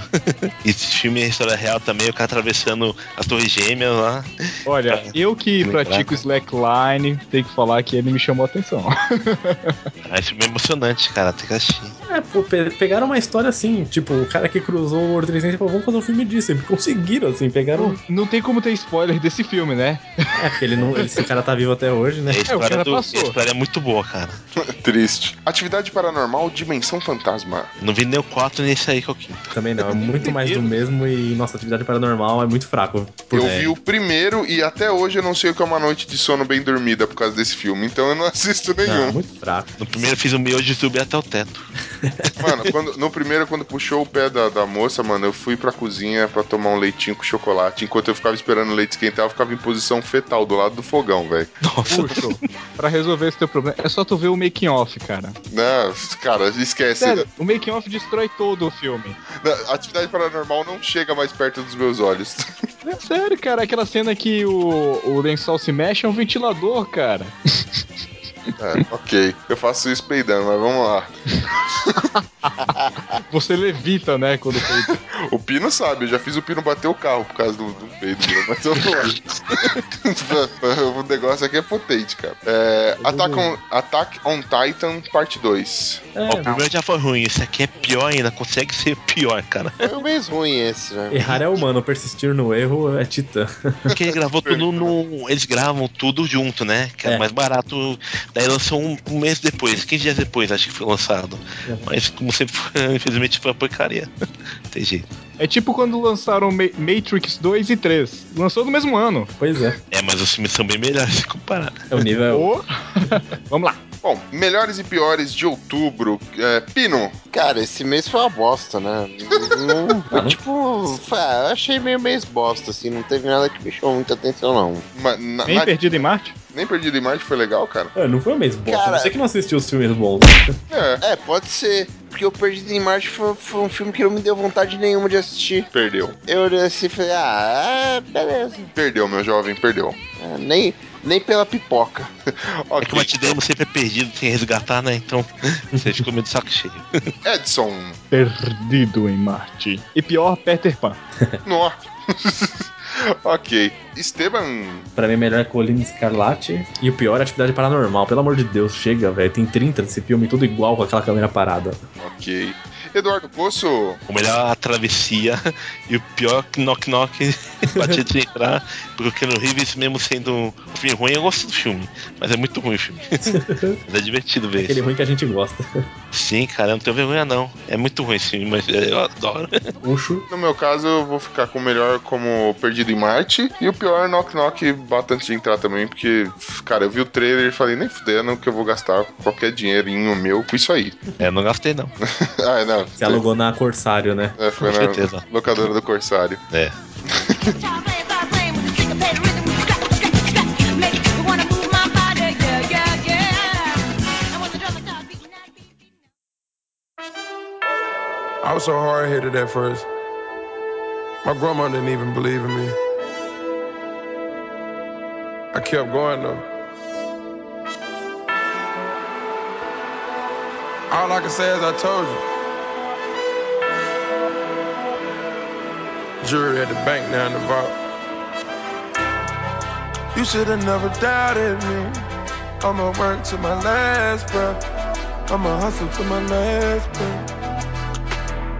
S7: Esse filme é história real também, o cara atravessando as torres gêmeas lá.
S3: Olha, eu que
S7: Lembrar,
S3: pratico slackline, tenho que falar que ele me chamou a atenção.
S7: Ah, Esse filme é emocionante, cara. Tem que assistir.
S5: É, pô, pe- pegaram uma história assim, tipo, o cara que cruzou o World 300 e falou, vamos fazer um filme disso. E conseguiram, assim, pegaram.
S3: Não tem como ter spoiler desse filme, né?
S5: É, porque ele não. Ele, se o cara tá vivo até hoje, né?
S7: A
S3: É, cara
S7: história, do, a
S3: passou.
S7: história é muito boa, cara.
S1: Triste. Atividade paranormal, dimensão fantasma.
S7: Não vi nem o 4 nem esse aí que é o quinto.
S5: Também não, é muito mais do mesmo e nossa atividade paranormal é muito fraco. Por-
S1: Eu
S5: é,
S1: vi o primeiro e até hoje eu não sei o que é uma noite de sono bem dormida por causa desse filme, então eu não assisto
S5: não,
S1: nenhum.
S5: Ah, muito fraco.
S7: No primeiro eu fiz o meu de subir até o teto.
S1: Mano, quando- no primeiro, quando puxou o pé da, da moça, mano, eu fui pra cozinha pra tomar um leitinho com chocolate. Enquanto eu ficava esperando o leite esquentar, eu ficava em posição fetal do lado do fogão, velho.
S7: Nossa,
S3: Puxa, pra resolver esse teu problema, é só tu ver o making off, cara.
S1: Né? Cara, esquece.
S3: Sério, o making off destrói todo o filme.
S1: Né, Atividade paranormal não chega mais perto dos meus olhos.
S3: É sério, cara, aquela cena que o, o lençol se mexe é um ventilador, cara.
S1: É, ok. Eu faço isso peidando, mas vamos lá.
S3: Você levita, né, quando foi.
S1: O Pino sabe, eu já fiz o Pino bater o carro por causa do, do peido, né? mas eu não O negócio aqui é potente, cara. É, Attack, on, Attack on Titan, parte 2.
S5: É,
S3: É.
S7: Ó, o primeiro já foi ruim, esse aqui é pior ainda, consegue ser pior, cara.
S4: Foi o mês ruim esse, né?
S5: Errar é humano, persistir no erro é titã.
S7: Porque ele gravou tudo no. Eles gravam tudo junto, né? Que é,
S5: É.
S7: mais barato. Daí lançou um, um mês depois, 15 dias depois, acho que foi lançado.
S5: É.
S7: Mas como sempre, infelizmente foi uma porcaria. Tem jeito.
S3: É tipo quando lançaram Ma- Matrix 2 e 3. Lançou no mesmo ano.
S5: Pois é.
S7: É, mas os filmes são bem melhores se comparar.
S5: É o nível.
S3: Ô. Vamos lá.
S1: Bom, melhores e piores de outubro. É, Pino,
S4: Cara, esse mês foi uma bosta, né? Não-
S5: Ah, não?
S4: tipo, foi- ah, eu achei meio mês bosta, assim, não teve nada que me chamou muita atenção, não.
S1: ma- na-
S3: Nem
S1: na-
S3: perdido em Marte.
S1: nem perdido em Marte foi legal, cara?
S5: É, não foi o mesmo bom.
S4: Cara-
S5: Você que não assistiu os filmes bons.
S1: É,
S4: É, pode ser, porque o Perdido em Marte foi, foi um filme que não me deu vontade nenhuma de assistir.
S1: perdeu.
S4: Eu olhei assim e falei, ah, é, beleza.
S1: Perdeu, meu jovem, perdeu.
S4: É, nem, nem pela pipoca.
S7: É que o Batidemo sempre é perdido sem resgatar, né? Então você ficou meio de saco cheio.
S1: Edson,
S3: Perdido em Marte. E pior, Peter Pan.
S1: nó. ok. Esteban,
S5: Pra mim, melhor é Colina Escarlate. E o pior é Atividade Paranormal. Pelo amor de Deus, chega, velho. Tem 30 desse filme, tudo igual com aquela câmera parada.
S1: ok. Eduardo Poço,
S7: O melhor é a travessia e o pior é knock knock batida de entrar, porque no Reeves, mesmo sendo um filme ruim, eu gosto do filme. Mas é muito ruim o filme. mas é divertido ver
S5: Aquele
S7: isso.
S5: ruim que é- a gente gosta.
S7: Sim, cara, eu não tenho vergonha não. É muito ruim esse filme, mas eu adoro.
S5: Ucho.
S1: no meu caso, eu vou ficar com o melhor como Perdido em Marte. E o pior, Knock Knock, bata antes de entrar também, porque, cara, eu vi o trailer e falei, nem fudendo que eu vou gastar qualquer dinheirinho meu com isso aí.
S7: É, eu não gastei não, com
S1: ah, não.
S5: Se alugou na Corsário, né?
S1: É, foi na
S7: certeza.
S1: locadora do Corsário.
S7: É.
S10: I was so hard headed at first. My grandma didn't even believe in me. I kept going though. All I can say is I told you. Jury at the bank né, now in the vault. You should have never doubted me. I'ma work to my last breath. I'ma hustle to my last breath.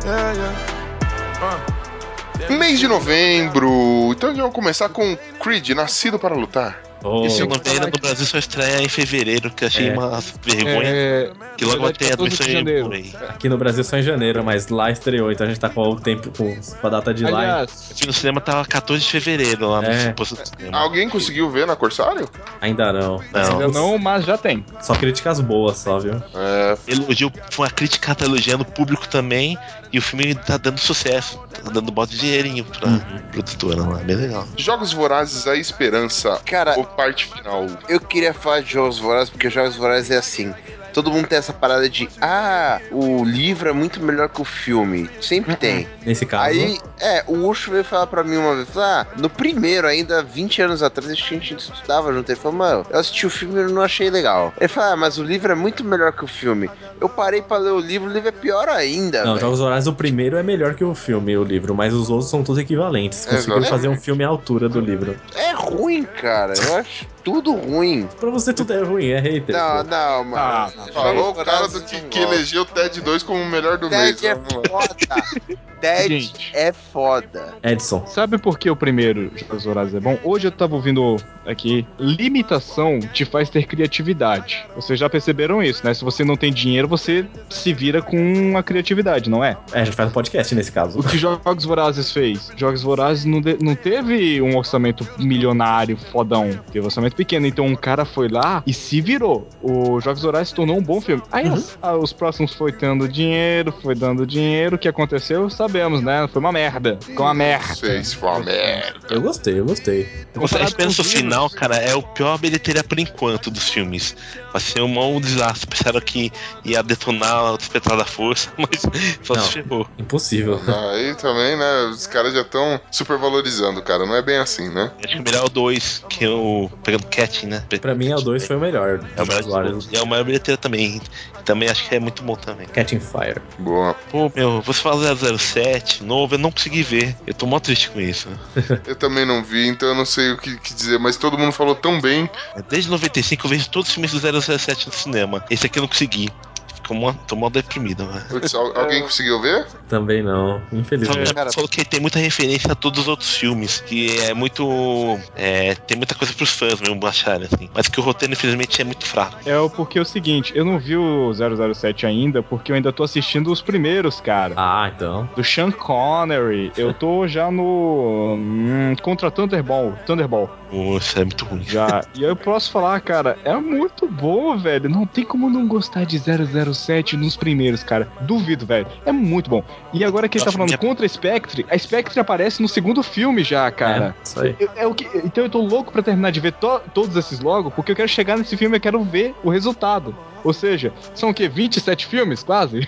S10: Yeah, yeah. Uh,
S1: Mês de novembro, então já vamos começar com Creed, Nascido para Lutar.
S5: Oh,
S7: Esse nome ainda no Brasil só estreia em fevereiro, que eu achei
S5: É.
S7: uma vergonha. que logo vai
S3: verdade,
S7: ter
S3: 14 de
S7: admissão em
S3: janeiro.
S7: Blu-ray. Eu
S5: aqui no Brasil só em janeiro, mas lá estreou, então a gente tá com o tempo com, com a data de lá.
S3: Aliás,
S7: fui no cinema tava 14 de fevereiro lá
S5: É.
S7: no posto do cinema.
S1: Alguém conseguiu ver na Corsário?
S5: Ainda não.
S7: Não.
S3: ainda não, mas já tem.
S5: Só críticas boas, só, viu?
S1: É,
S7: Elogio, foi a crítica tá elogiando o público também. E o filme tá dando sucesso. Tá dando bota de dinheirinho pra
S5: Uhum.
S7: produtora lá. Bem legal.
S1: Jogos Vorazes, A Esperança,
S4: Cara,
S1: ou parte final.
S4: Eu queria falar de Jogos Vorazes, porque Jogos Vorazes é assim. Todo mundo tem essa parada de, ah, o livro é muito melhor que o filme.
S1: Uhum.
S4: Sempre tem.
S5: Nesse caso.
S4: Aí, é, o Urso veio falar pra mim uma vez, ah, no primeiro, ainda 20 anos atrás, acho que a gente estudava junto. Ele falou, mano, eu assisti o filme e eu não achei legal. Ele falou, ah, mas o livro é muito melhor que o filme. Eu parei pra ler o livro, o livro é pior ainda.
S5: Não, tá
S4: velho.
S5: Jogos Horários, o primeiro é melhor que o filme, o livro, mas os outros são todos equivalentes. Conseguiram
S1: Exato.
S5: fazer um filme à altura do livro.
S4: É ruim, cara. Eu acho tudo ruim.
S5: Pra você tudo é ruim, é hater.
S4: Não, não,
S3: Ah,
S4: mano. Jogos
S1: Falou o cara
S4: Vorazes
S1: do que,
S4: não
S1: que
S4: gosto.
S1: elegeu o Ted 2 como o melhor do mês.
S4: Ted é
S1: Vamos lá.
S4: foda. Ted
S3: Gente.
S4: é foda.
S5: Edson.
S3: Sabe por que o primeiro Jogos Vorazes é bom? Hoje eu tava ouvindo aqui. Limitação te faz ter criatividade. Vocês já perceberam isso, né? Se você não tem dinheiro, você se vira com a criatividade, não é?
S5: É, a gente faz um podcast nesse caso.
S3: O que Jogos Vorazes fez? Jogos Vorazes não, de- não teve um orçamento milionário, fodão. Teve um orçamento pequeno. Então um cara foi lá e se virou. O Jogos Vorazes se tornou um bom filme. Aí as- ah, os próximos foi dando dinheiro, foi dando dinheiro. O que aconteceu, sabemos, né? Foi uma merda. Ficou uma merda.
S1: Vocês é. vão merda.
S5: Eu gostei, eu gostei.
S7: Então, A
S3: Comparado
S7: esperança
S3: com os
S7: final,
S3: livros.
S7: cara, é o pior bilheteria por enquanto dos filmes. Vai ser um mau desastre. Pensaram que ia detonar o despertar da força, mas só
S5: Não.
S7: se ferrou.
S5: Impossível.
S1: Aí também, né? Os caras já estão supervalorizando, cara. Não é bem assim, né?
S7: Acho que o melhor é o 2, que é o. Pegando Cat, né?
S5: Pra mim, é o 2 foi o melhor.
S7: É o melhor
S5: Jogos Horários.
S7: de todos. E é o maior bilheteria também. Também acho que é muito bom também.
S5: Catching Fire.
S1: Boa.
S7: Pô, meu, você fala 007, novo, eu não consegui ver. Eu tô mó triste com isso. né?
S1: Eu também não vi, então eu não sei o que, que dizer, mas todo mundo falou tão bem.
S7: É, Desde 95 eu vejo todos os filmes do 007 no cinema. Esse aqui eu não consegui. Fico mó, tô mó deprimido, né? mano.
S1: Putz,
S5: É.
S1: al- alguém conseguiu ver?
S5: Também não,
S7: Só,
S5: infelizmente.
S4: cara.
S7: só que tem muita referência a todos os outros filmes, que é muito. É, tem muita coisa pros fãs mesmo baixarem, assim. Mas que o roteiro, infelizmente, é muito fraco.
S3: É o- porque é o seguinte, eu não vi o 007 ainda, porque eu ainda tô assistindo os primeiros, cara.
S5: Ah, então.
S3: Do Sean Connery. Eu tô já no. Hum, contra Thunderball. Thunderball.
S7: Nossa, é muito ruim.
S3: Já. E eu posso falar, cara, é muito bom, velho. Não tem como não gostar de 007 nos primeiros, cara. Duvido, velho. É muito bom. E agora que ele tá
S7: Acho que
S3: falando
S7: é-
S3: contra a Spectre, a Spectre aparece no segundo filme já, cara.
S5: É, isso aí.
S3: Eu- é o que- então eu tô louco pra terminar de ver to- todos esses logo, porque eu quero chegar nesse filme e eu quero ver o resultado. Ou seja, são o quê? 27 filmes, quase?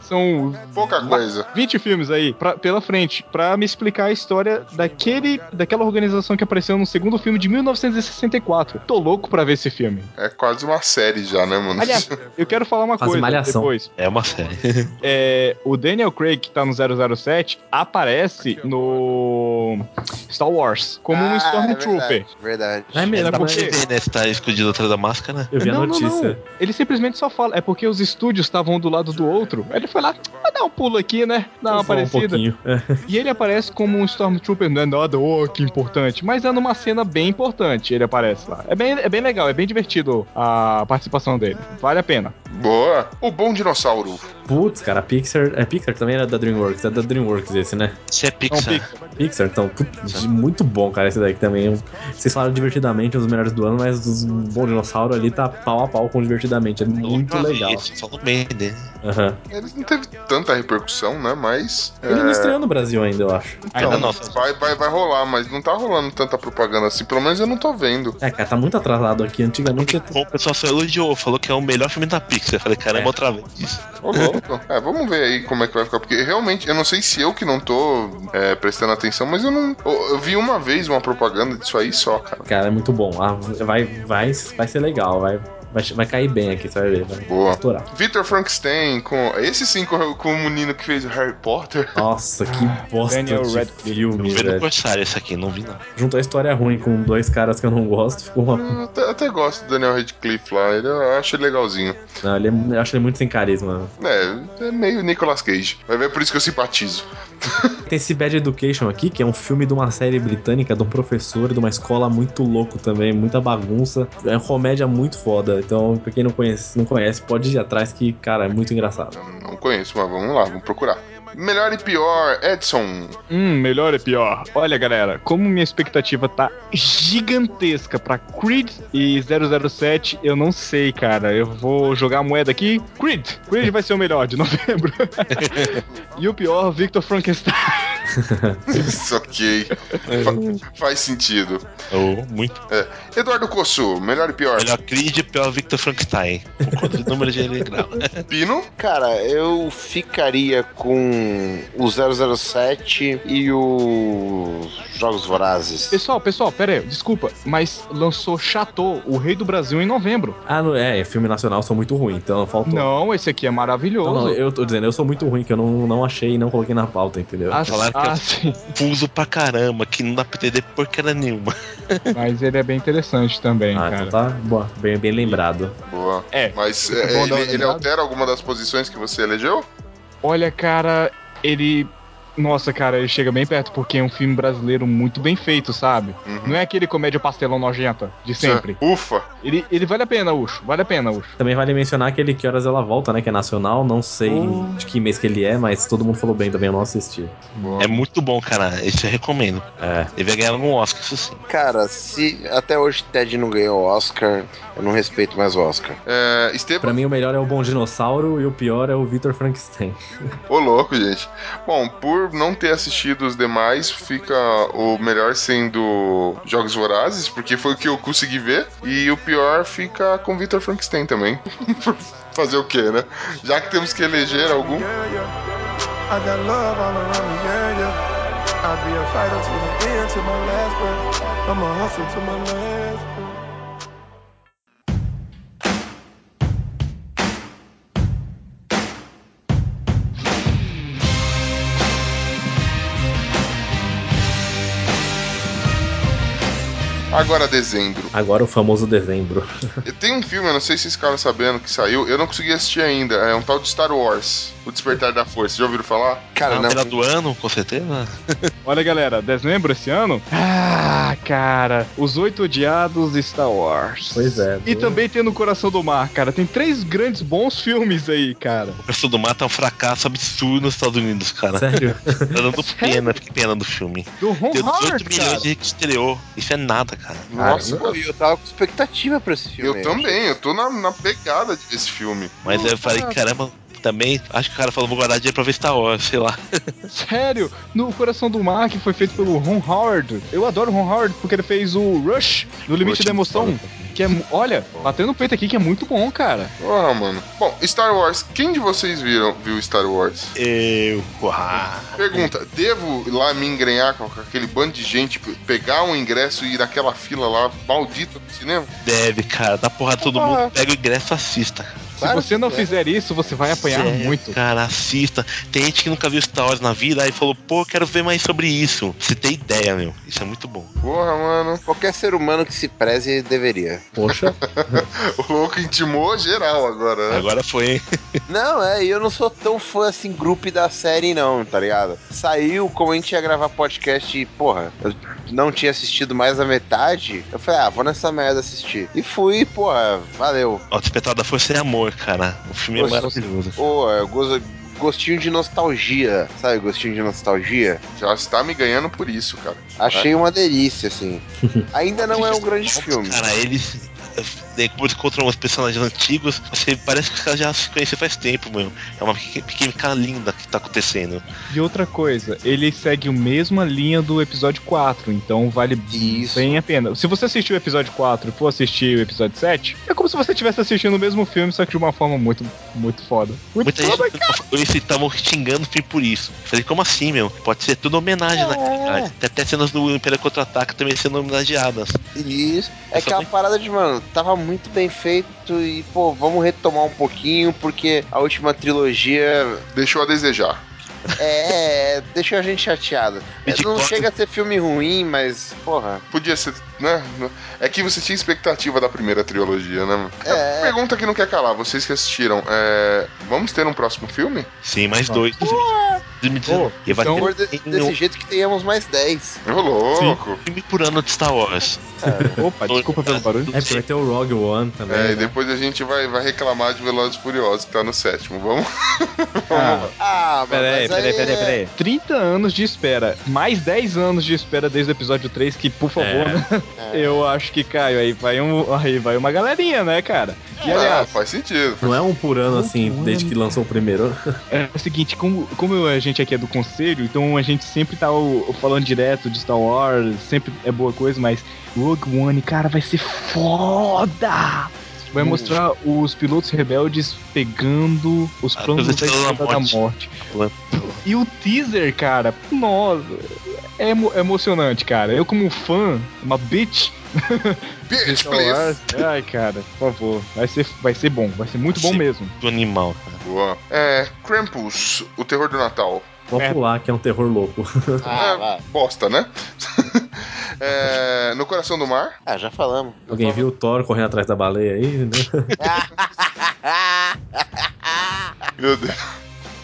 S3: são
S4: É
S1: Pouca coisa.
S3: 20 filmes aí pra- pela frente pra me explicar a história daquele, daquela organização que apareceu no segundo filme de 1964. Tô louco pra ver esse filme.
S1: É quase uma série já, né, mano?
S3: Aliás, eu quero falar uma
S5: Faz
S3: coisa
S5: malhação.
S3: depois.
S7: É uma série.
S3: É, o Daniel Craig, que tá no 007, aparece no Star Wars como um
S4: Ah,
S3: Stormtrooper.
S4: Verdade. verdade.
S5: É mesmo,
S7: Dá pra
S5: né?
S7: você ver, né? Se tá escondido atrás da máscara. né?
S5: Eu vi a
S3: Não, não,
S5: notícia.
S3: não. Ele simplesmente só fala. É porque os estúdios estavam um do lado do outro. Aí Ele foi lá, ah, dá um pulo aqui, né? Dá uma
S5: Só Um
S3: parecida.
S5: pouquinho. É.
S3: e ele aparece como um Stormtrooper. Não é nada, oh, que importante. Mas é numa cena bem importante. Ele aparece lá. É bem, é bem legal, é bem divertido a participação dele. Vale a pena.
S1: Boa. O Bom Dinossauro.
S5: Putz, cara, a Pixar. É Pixar também era da Dreamworks. É da Dreamworks esse, né?
S7: Se é
S3: É um
S7: Pixar. é.
S3: pix.
S5: Pixar, então, putz, muito bom, cara, esse daqui também. Vocês falaram divertidamente, é um dos melhores do ano, mas os Bom Dinossauro ali tá pau a pau com divertidamente. É muito
S7: Nunca vi
S5: legal.
S7: isso, Só no meio, né?
S5: Aham.
S1: Ele não teve tanta repercussão, né? Mas. então,
S5: Ele não estreou no Brasil ainda, eu acho. Então,
S7: Ainda não.
S1: Vai, vai, vai rolar, mas não tá rolando tanta propaganda assim. Pelo menos eu não tô vendo.
S5: É, cara, tá muito atrasado aqui. Antigamente.
S7: O pessoal só elogiou, falou que é o melhor filme da Pixar. Eu Falei, caramba,
S5: É.
S7: outra vez. Isso.
S1: Ô, louco. É, vamos ver aí como é que vai ficar. Porque realmente, eu não sei se eu que não tô é, prestando atenção, mas eu não. Eu, eu vi uma vez uma propaganda disso aí só, cara.
S5: Cara, é muito bom. Ah, vai, vai, vai ser legal, vai, vai, vai cair bem aqui, você vai ver. Vai
S1: Boa.
S5: estourar.
S1: Victor Frankenstein com. Esse sim com, com o menino que fez Harry Potter.
S5: Nossa, que bosta
S3: Daniel
S5: de
S3: Radcliffe.
S5: filme,
S7: Foi no
S5: velho.
S7: Corsário esse aqui, não vi não.
S5: Juntou a história ruim com dois caras que eu não gosto, ficou uma
S1: Eu até, até gosto do Daniel Radcliffe lá, ele, eu acho ele legalzinho.
S5: Não, ele é- eu acho ele muito sem carisma.
S1: É, é meio Nicolas Cage. Vai ver é por isso que eu simpatizo.
S5: Tem esse Bad Education aqui, que é um filme de uma série britânica, de um professor, de uma escola muito louco também, muita bagunça. É uma comédia muito foda. Então, pra quem não conhece, não conhece, pode ir atrás que, cara, é muito engraçado.
S1: Não conheço, mas vamos lá, vamos procurar. Melhor e pior, Edson.
S3: Hum, melhor é pior. Olha, galera, como minha expectativa tá gigantesca pra Creed e 007, eu não sei, cara. Eu vou jogar a moeda aqui. Creed! Creed vai ser o melhor de novembro. e o pior, Victor Frankenstein.
S1: Isso, ok. Fa- faz sentido. É.
S7: Oh, É. muito.
S1: Eduardo Coço, melhor e pior.
S7: Melhor Creed, pior Victor Frankenstein. O quanto de número de ele grava.
S1: Pino.
S4: Cara, eu ficaria com o 007 e o Jogos Vorazes.
S3: Pessoal, pessoal, pera aí, desculpa, mas lançou Chateau, o Rei do Brasil, em novembro.
S5: Ah, não, é, filme nacional, eu sou muito ruim, então faltou.
S3: Não, esse aqui é maravilhoso.
S5: Não, não, eu tô dizendo, eu sou muito ruim, que eu não, não achei e não coloquei na pauta, entendeu?
S3: Ah,
S7: Falaram que é-
S3: ah, sim.
S7: Fuso pra caramba, que é não dá pra entender porcaria nenhuma.
S3: Mas ele é bem interessante também,
S5: Ah,
S3: cara.
S5: então tá boa, bem, bem lembrado.
S1: Boa.
S3: É,
S1: Mas é,
S3: Vamos dar uma
S1: ele, ele
S3: lembrada?
S1: altera alguma das posições que você elegeu?
S3: Olha, cara, ele. Nossa, cara, ele chega bem perto porque é um filme brasileiro muito bem feito, sabe?
S7: Uhum.
S3: Não é aquele comédia pastelão nojenta de sempre.
S1: Ufa.
S3: Ele, ele vale a pena, Ucho. Vale a pena, Ucho.
S5: Também vale mencionar aquele Que Horas Ela Volta, né, que é nacional, não sei de que mês que ele é, mas todo mundo falou bem também, eu não assisti.
S7: É muito bom, cara. Esse eu recomendo.
S5: É,
S7: Ele vai ganhar algum Oscar, isso sim.
S4: Cara, se até hoje Ted não ganhou o Oscar, eu não respeito mais o Oscar.
S1: É, Esteban.
S5: Pra mim, o melhor é o Bom Dinossauro e o pior é o Victor Frankenstein.
S1: Ô, louco, gente. Bom, por não ter assistido os demais, fica o melhor sendo Jogos Vorazes, porque foi o que eu consegui ver. E o pior fica com Victor Frankenstein também. Fazer o quê, né? Já que temos que eleger algum.
S10: Yeah, yeah. I got love all around me, yeah, yeah. I'll be a fighter to the end, to my last breath. I'm a hustle to my last breath.
S1: Agora, dezembro.
S5: Agora o famoso dezembro.
S1: Tem um filme, eu não sei se vocês ficaram sabendo que saiu, eu não consegui assistir ainda. É um tal de Star Wars, O Despertar da Força. Já ouviram falar?
S4: Cara, não.
S7: Ah, Final do ano, com certeza.
S3: Olha, galera, dezembro esse ano? Ah, cara. Os Oito Odiados e Star Wars.
S5: Pois é,
S3: E
S5: boa.
S3: também tem No Coração do Mar, cara. Tem três grandes bons filmes aí, cara.
S7: O Caçador do Mato é um fracasso absurdo nos Estados Unidos, cara.
S5: Sério?
S7: Tá dando pena, fiquei pena do filme.
S3: Do Ron
S7: Deu 18
S3: Howard,
S7: milhões
S3: cara.
S7: de que estreou. Isso é nada, cara.
S1: Nossa,
S4: Pô, e eu tava com expectativa pra esse filme.
S1: Ah, eu também, eu tô na, na pegada desse filme.
S7: Mas aí eu falei, caramba, também. Acho que o cara falou, vou guardar dinheiro pra ver Star Wars, sei lá.
S3: Sério, no Coração do Mar, que foi feito pelo Ron Howard. Eu adoro o Ron Howard porque ele fez o Rush, No Limite
S7: Rush
S3: da
S7: é
S3: Emoção.
S7: foda.
S3: Que é, mu- olha, bateu no peito aqui que é muito bom, cara.
S1: Porra, mano. Bom, Star Wars. Quem de vocês viram, viu Star Wars?
S7: Eu. Ah,
S1: Pergunta, devo lá me engrenhar com aquele bando de gente, pe- pegar um ingresso e ir naquela fila lá maldita do cinema?
S7: deve, cara. Dá porrada todo
S1: Porra.
S7: mundo, pega o ingresso e assista. cara.
S4: Claro
S3: Se você não
S4: que é.
S3: fizer isso, você vai apanhar
S7: Sério,
S3: muito.
S7: Cara, assista. Tem gente que nunca viu Star Wars na vida aí falou, pô, quero ver mais sobre isso. Você tem ideia, meu. Isso é muito bom.
S1: Porra, mano.
S4: Qualquer ser humano que se preze deveria.
S5: Poxa,
S1: O louco intimou geral agora, né?
S7: Agora foi, hein?
S4: Não, é, e eu não sou tão fã assim, grupo da série, não, tá ligado? Saiu, como a gente ia gravar podcast e, porra, eu não tinha assistido mais a metade, eu falei, ah, vou nessa merda assistir. E fui, porra, valeu.
S7: Ó, Despertar da Força é amor, cara. O filme é
S4: Nossa,
S7: maravilhoso.
S4: Pô, eu gozo- gostinho de nostalgia, sabe? Gostinho de nostalgia.
S1: Já está
S4: tá
S1: me ganhando por isso, cara.
S4: Achei
S7: É.
S3: É.
S4: uma delícia, assim. Ainda não é um grande
S7: Nossa,
S4: filme.
S7: Cara, eles. Daí, como eles encontram os personagens antigos, você parece que os caras já se conhecem faz tempo, meu. É uma que- que- química linda que tá acontecendo.
S3: E outra coisa, ele segue a mesma linha do episódio 4, então vale
S4: Isso.
S3: bem a pena. Se você assistiu o episódio 4 e for assistir o episódio 7, é como se você estivesse assistindo o mesmo filme, só que de uma forma muito, muito foda. Muito
S7: Muita
S3: foda,
S7: gente tá eles estavam xingando o filme por isso. Falei, como assim, meu? Pode ser tudo homenagem na cara. Tem até cenas do Império Contra-Ataque também sendo homenageadas.
S4: Isso. É
S7: Essa
S4: aquela
S7: foi-
S4: parada de, mano, tava muito bem feito e, pô, vamos retomar um pouquinho, porque a última trilogia
S1: Deixou a desejar.
S4: é. deixou a gente chateado. É, Não
S7: 24.
S4: chega a ser filme ruim, mas, porra.
S1: Podia ser, né? É que você tinha expectativa da primeira trilogia, né?
S4: É.
S1: Pergunta que não quer calar, vocês que assistiram, é, vamos ter um próximo filme?
S7: Sim, mais dois. 2019. E vai
S3: Ah. então-
S4: Por
S7: ter
S4: de-
S7: tem
S4: desse
S7: um
S4: jeito que tenhamos mais 10.
S1: Ô, louco!
S7: filme por ano de Star Wars.
S3: É. Opa, desculpa pelo barulho.
S7: É,
S5: é porque vai ter o Rogue One também.
S1: É, e
S5: né?
S1: depois a gente vai, vai reclamar de Velozes e Furiosos, que tá no sétimo. Vamos?
S3: Ah,
S4: Ah, mano,
S5: Peraí,
S4: mas
S5: peraí,
S4: aí
S5: peraí,
S4: é-
S5: peraí.
S3: 30 anos de espera, mais 10 anos de espera desde o episódio 3, que por favor,
S5: É.
S3: né? eu acho que Caio aí vai um, aí vai uma galerinha, né, cara? E
S1: Ah,
S3: aliás,
S1: faz sentido.
S5: Não é um por ano assim,
S3: Rogue One.
S5: desde que lançou o primeiro.
S3: É o seguinte, como, como a gente aqui é do conselho, então a gente sempre tá o- falando direto de Star Wars, sempre é boa coisa, mas Rogue One, cara, vai ser foda!
S7: Hum.
S3: Vai mostrar os pilotos rebeldes pegando os
S7: Ah,
S3: planos da
S7: pelo Estrela da
S3: Estrela da
S7: Morte.
S3: Morte. E o teaser, cara, nossa, é emo- é emocionante, cara. Eu como fã, uma bitch de
S1: Bitch,
S5: Então,
S3: Star
S1: please!
S3: Wars,
S5: é,
S3: ai, cara, por favor, vai ser, vai ser bom, vai ser muito bom
S7: Sim.
S3: mesmo.
S7: Do animal, cara.
S1: Boa. É, Krampus, o terror do Natal.
S5: Vamos pular, que é um terror louco.
S4: Ah,
S1: É,
S4: vai.
S1: bosta, né? É, no Coração do Mar.
S4: Ah, já falamos.
S5: Alguém viu o Thor correndo atrás da baleia aí, né?
S1: Meu Deus.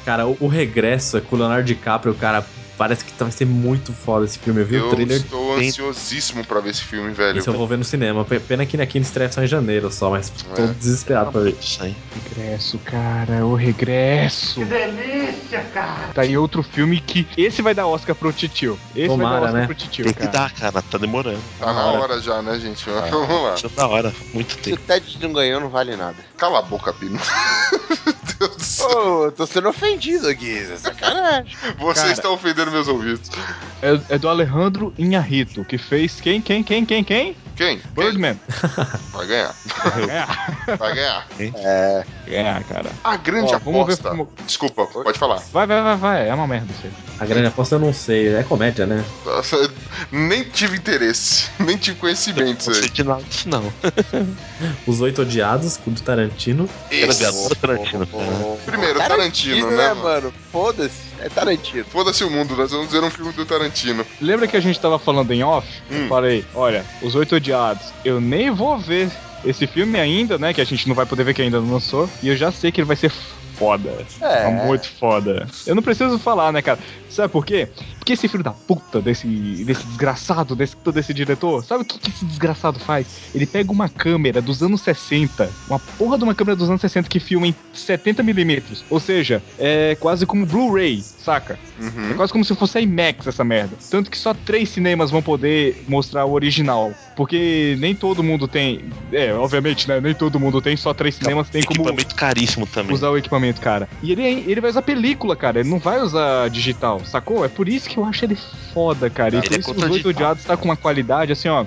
S5: Cara, o, o regresso é com o Leonardo DiCaprio, cara. Parece que tá- vai ser muito foda esse filme. Eu vi o
S1: Eu
S5: trailer.
S1: estou
S7: Tem-
S1: ansiosíssimo pra ver esse filme, velho.
S5: Esse eu vou ver no cinema. P- Pena que aqui estreia só em janeiro só, mas tô
S1: É.
S5: desesperado pra ver.
S7: Isso aí.
S3: Regresso, cara, o regresso. Que delícia, cara. Tá aí outro filme que. Esse vai dar Oscar pro Titio. Esse
S5: Tomara,
S3: vai dar Oscar
S5: né?
S3: pro Titio,
S7: Tem que
S3: cara.
S7: dar, cara. Tá demorando.
S1: Tá na hora já, né, gente? Vamos lá.
S7: Tá da hora. Muito
S4: Se o
S7: tempo.
S4: Ted não ganhou, não vale nada.
S1: Cala a boca, Pino. Meu Deus do céu.
S4: Ô, eu tô sendo ofendido aqui, isso é sacanagem.
S1: Você
S3: Cara.
S1: está ofendendo meus ouvidos.
S3: É, é do Alejandro Inharrito, que fez quem, quem, quem, quem, quem?
S1: Quem? Quem?
S3: Birdman.
S1: Vai ganhar. Vai ganhar.
S3: É, cara.
S1: A grande
S3: Ó, vamos ver
S1: aposta.
S3: como-
S1: Desculpa, pode falar.
S3: Vai, vai, vai, vai. É uma merda isso aí.
S5: A grande aposta eu não sei. É comédia, né?
S1: Nossa, Nem tive interesse, nem tive conhecimento
S7: Não sei
S1: disso
S7: de nada disso, não.
S5: Os Oito Odiados, com o do Tarantino.
S1: aí.
S7: Cara,
S1: Isso.
S7: eu adoro Tarantino, cara.
S1: Primeiro, Tarantino, né, mano?
S4: é, mano? Foda-se, é Tarantino.
S1: Foda-se o mundo, nós vamos ver um filme do Tarantino.
S3: Lembra que a gente tava falando em off?
S1: Hum.
S3: Eu falei, olha, Os Oito Odiados, eu nem vou ver esse filme ainda, né? Que a gente não vai poder ver que ainda não lançou. E eu já sei que ele vai ser foda.
S4: É.
S3: Tá muito foda. Eu não preciso falar, né, cara? Sabe por quê? Porque esse filho da puta desse, desse desgraçado, desse, todo esse diretor, sabe o que, que esse desgraçado faz? Ele pega uma câmera dos anos 60, uma porra de uma câmera dos anos 60 que filma em 70mm. Ou seja, é quase como Blu-ray, saca? É
S1: Uhum.
S3: quase como se fosse a IMAX essa merda. Tanto que só três cinemas vão poder mostrar o original. Porque nem todo mundo tem. É, obviamente, né? Nem todo mundo tem, só três cinemas tem como
S7: Equipamento caríssimo também.
S3: usar o equipamento, cara. E ele, ele vai usar película, cara. Ele não vai usar digital, sacou? É por isso que eu acho ele foda, cara. E
S7: Ah,
S3: por
S7: ele é
S3: isso que
S7: contra
S3: os oito
S7: digital.
S3: odiados tá com uma qualidade assim, ó.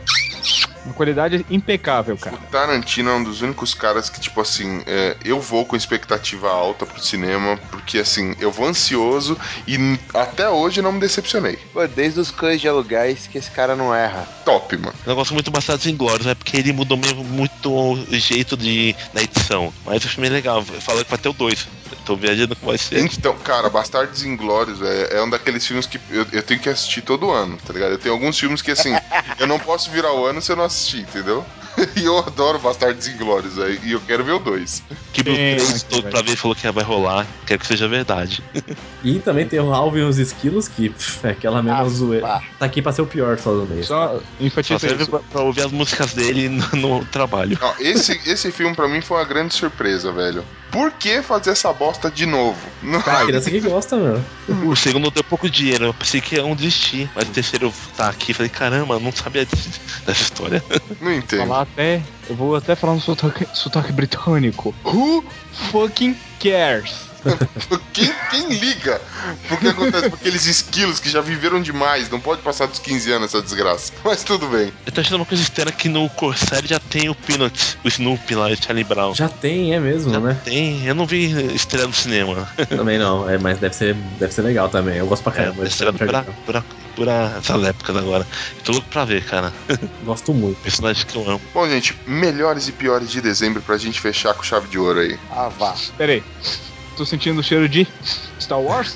S3: Uma qualidade impecável,
S1: O
S3: cara.
S1: Tarantino é um dos únicos caras que, tipo assim, é, eu vou com expectativa alta pro cinema, porque, assim, eu vou ansioso e n- até hoje não me decepcionei.
S4: Pô, desde os cães de aluguéis que esse cara não erra.
S1: Top, mano.
S7: Eu gosto É um muito Bastardos Inglórios, é porque ele mudou mesmo muito o jeito de, da edição. Mas o filme é legal, fala que vai ter o 2. Tô viajando com você.
S1: Então, cara, Bastardos Inglórios é, é um daqueles filmes que eu, eu tenho que assistir todo ano, tá ligado? Eu tenho alguns filmes que, assim, eu não posso virar o ano se eu não assistir, entendeu? e eu adoro Bastardos Inglórios, é, e eu quero ver o dois.
S7: Que o
S3: Pena
S7: três
S3: que
S7: todo
S3: vai.
S7: pra ver falou que vai rolar. Quero que seja verdade.
S5: E também tem o Alvin e os Esquilos, que pff, é aquela mesma
S4: Ah,
S5: zoeira.
S4: pá.
S5: Tá aqui pra ser o pior só do meio.
S3: Só
S7: Só
S3: enfatiza
S7: serve
S3: isso.
S7: pra, pra ouvir as músicas dele no, no trabalho.
S1: Não, esse, esse filme pra mim foi uma grande surpresa, velho. Por que fazer essa bosta de novo? Não,
S5: Cara, criança que gosta, meu.
S7: O segundo deu pouco dinheiro, eu pensei que ia um desistir. Mas o terceiro tá aqui, falei, caramba, não sabia desse- dessa história.
S1: não entendo.
S3: Falar até. Eu vou até falar no sotaque, sotaque britânico. Who fucking cares?
S1: Quem, quem liga? Por que acontece com aqueles esquilos que já viveram demais? Não pode passar dos 15 anos essa desgraça. Mas tudo bem.
S7: Eu tô achando uma coisa estranha que no Corsair já tem o Peanuts, o Snoopy lá, o Charlie Brown.
S5: Já tem, é mesmo,
S7: Já
S5: né?
S7: tem, eu não vi estreia no cinema.
S5: também não, é, mas deve ser, deve ser legal também. Eu gosto pra
S7: É,
S5: caramba.
S7: é
S5: desse
S7: estreia
S5: Charlie
S7: pra,
S5: Brown.
S7: pra, pra essas épocas agora. Eu tô louco pra ver, cara.
S5: Gosto muito.
S7: Personagem que eu amo.
S1: Bom, gente, melhores e piores de dezembro pra gente fechar com chave de ouro aí.
S4: Ah, vá.
S3: Pera aí. Tô sentindo o cheiro de Star Wars?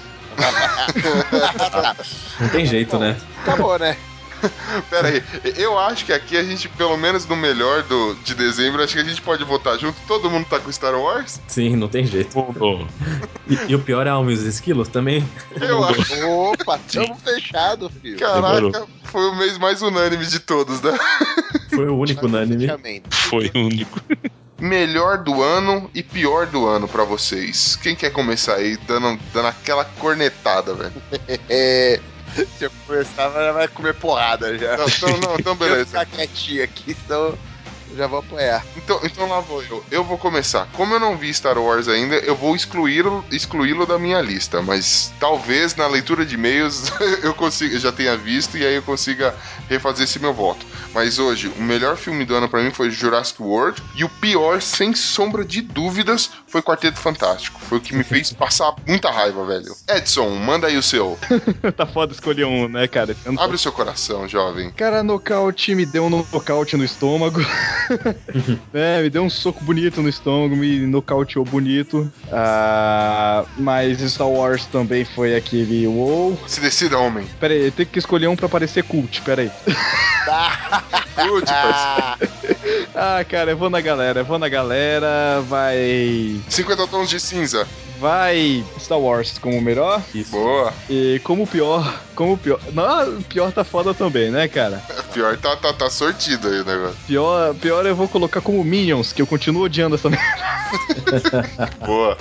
S5: Não tem jeito, né?
S4: Acabou, né?
S1: Pera aí, eu acho que aqui a gente, pelo menos no melhor do, de dezembro, acho que a gente pode votar junto. Todo mundo tá com Star Wars?
S5: Sim, não tem jeito. E, e o pior é Alvin e os Esquilos também.
S1: Eu acho.
S4: Opa, tamo fechado, filho.
S1: Caraca,
S7: Demorou.
S1: foi o mês mais unânime de todos, né?
S5: Foi o único né? unânime.
S4: Praticamente.
S7: Foi o único.
S1: melhor do ano e pior do ano pra vocês. Quem quer começar aí dando, dando aquela cornetada, velho?
S4: É, se eu começar, vai- vai comer porrada já.
S1: Não, Então, não, então
S4: Eu vou
S1: beleza.
S4: ficar quietinho aqui, senão eu já vou apanhar.
S1: Então, então lá vou eu. Eu vou começar. Como eu não vi Star Wars ainda, eu vou excluí-lo excluí-lo da minha lista. Mas talvez na leitura de e-mails eu consiga, eu já tenha visto e aí eu consiga refazer esse meu voto. Mas hoje, o melhor filme do ano pra mim foi Jurassic World e o pior, sem sombra de dúvidas, foi Quarteto Fantástico. Foi o que me fez passar muita raiva, velho. Edson, manda aí o seu.
S3: tá foda escolher um, né, cara? Eu não-
S1: Abre o seu coração, jovem.
S3: Cara, nocaute me deu um nocaute no estômago. é, me deu um soco bonito no estômago, me nocauteou bonito. Ah, mas Star Wars também foi aquele wow.
S1: Se decida, homem.
S3: Pera aí, eu tenho que escolher um pra parecer cult, pera aí.
S1: Curte, parceiro.
S4: Ah,
S1: assim.
S3: Ah, cara, eu vou na galera, eu vou na galera, vai...
S1: 50 tons de cinza.
S3: Vai Star Wars como o melhor
S5: Isso.
S1: Boa.
S3: e como o pior, como o pior... Não, o pior tá foda também, né, cara?
S1: Pior, tá, tá, tá sortido aí o negócio.
S3: Pior, pior eu vou colocar como Minions, que eu continuo odiando essa
S1: Boa.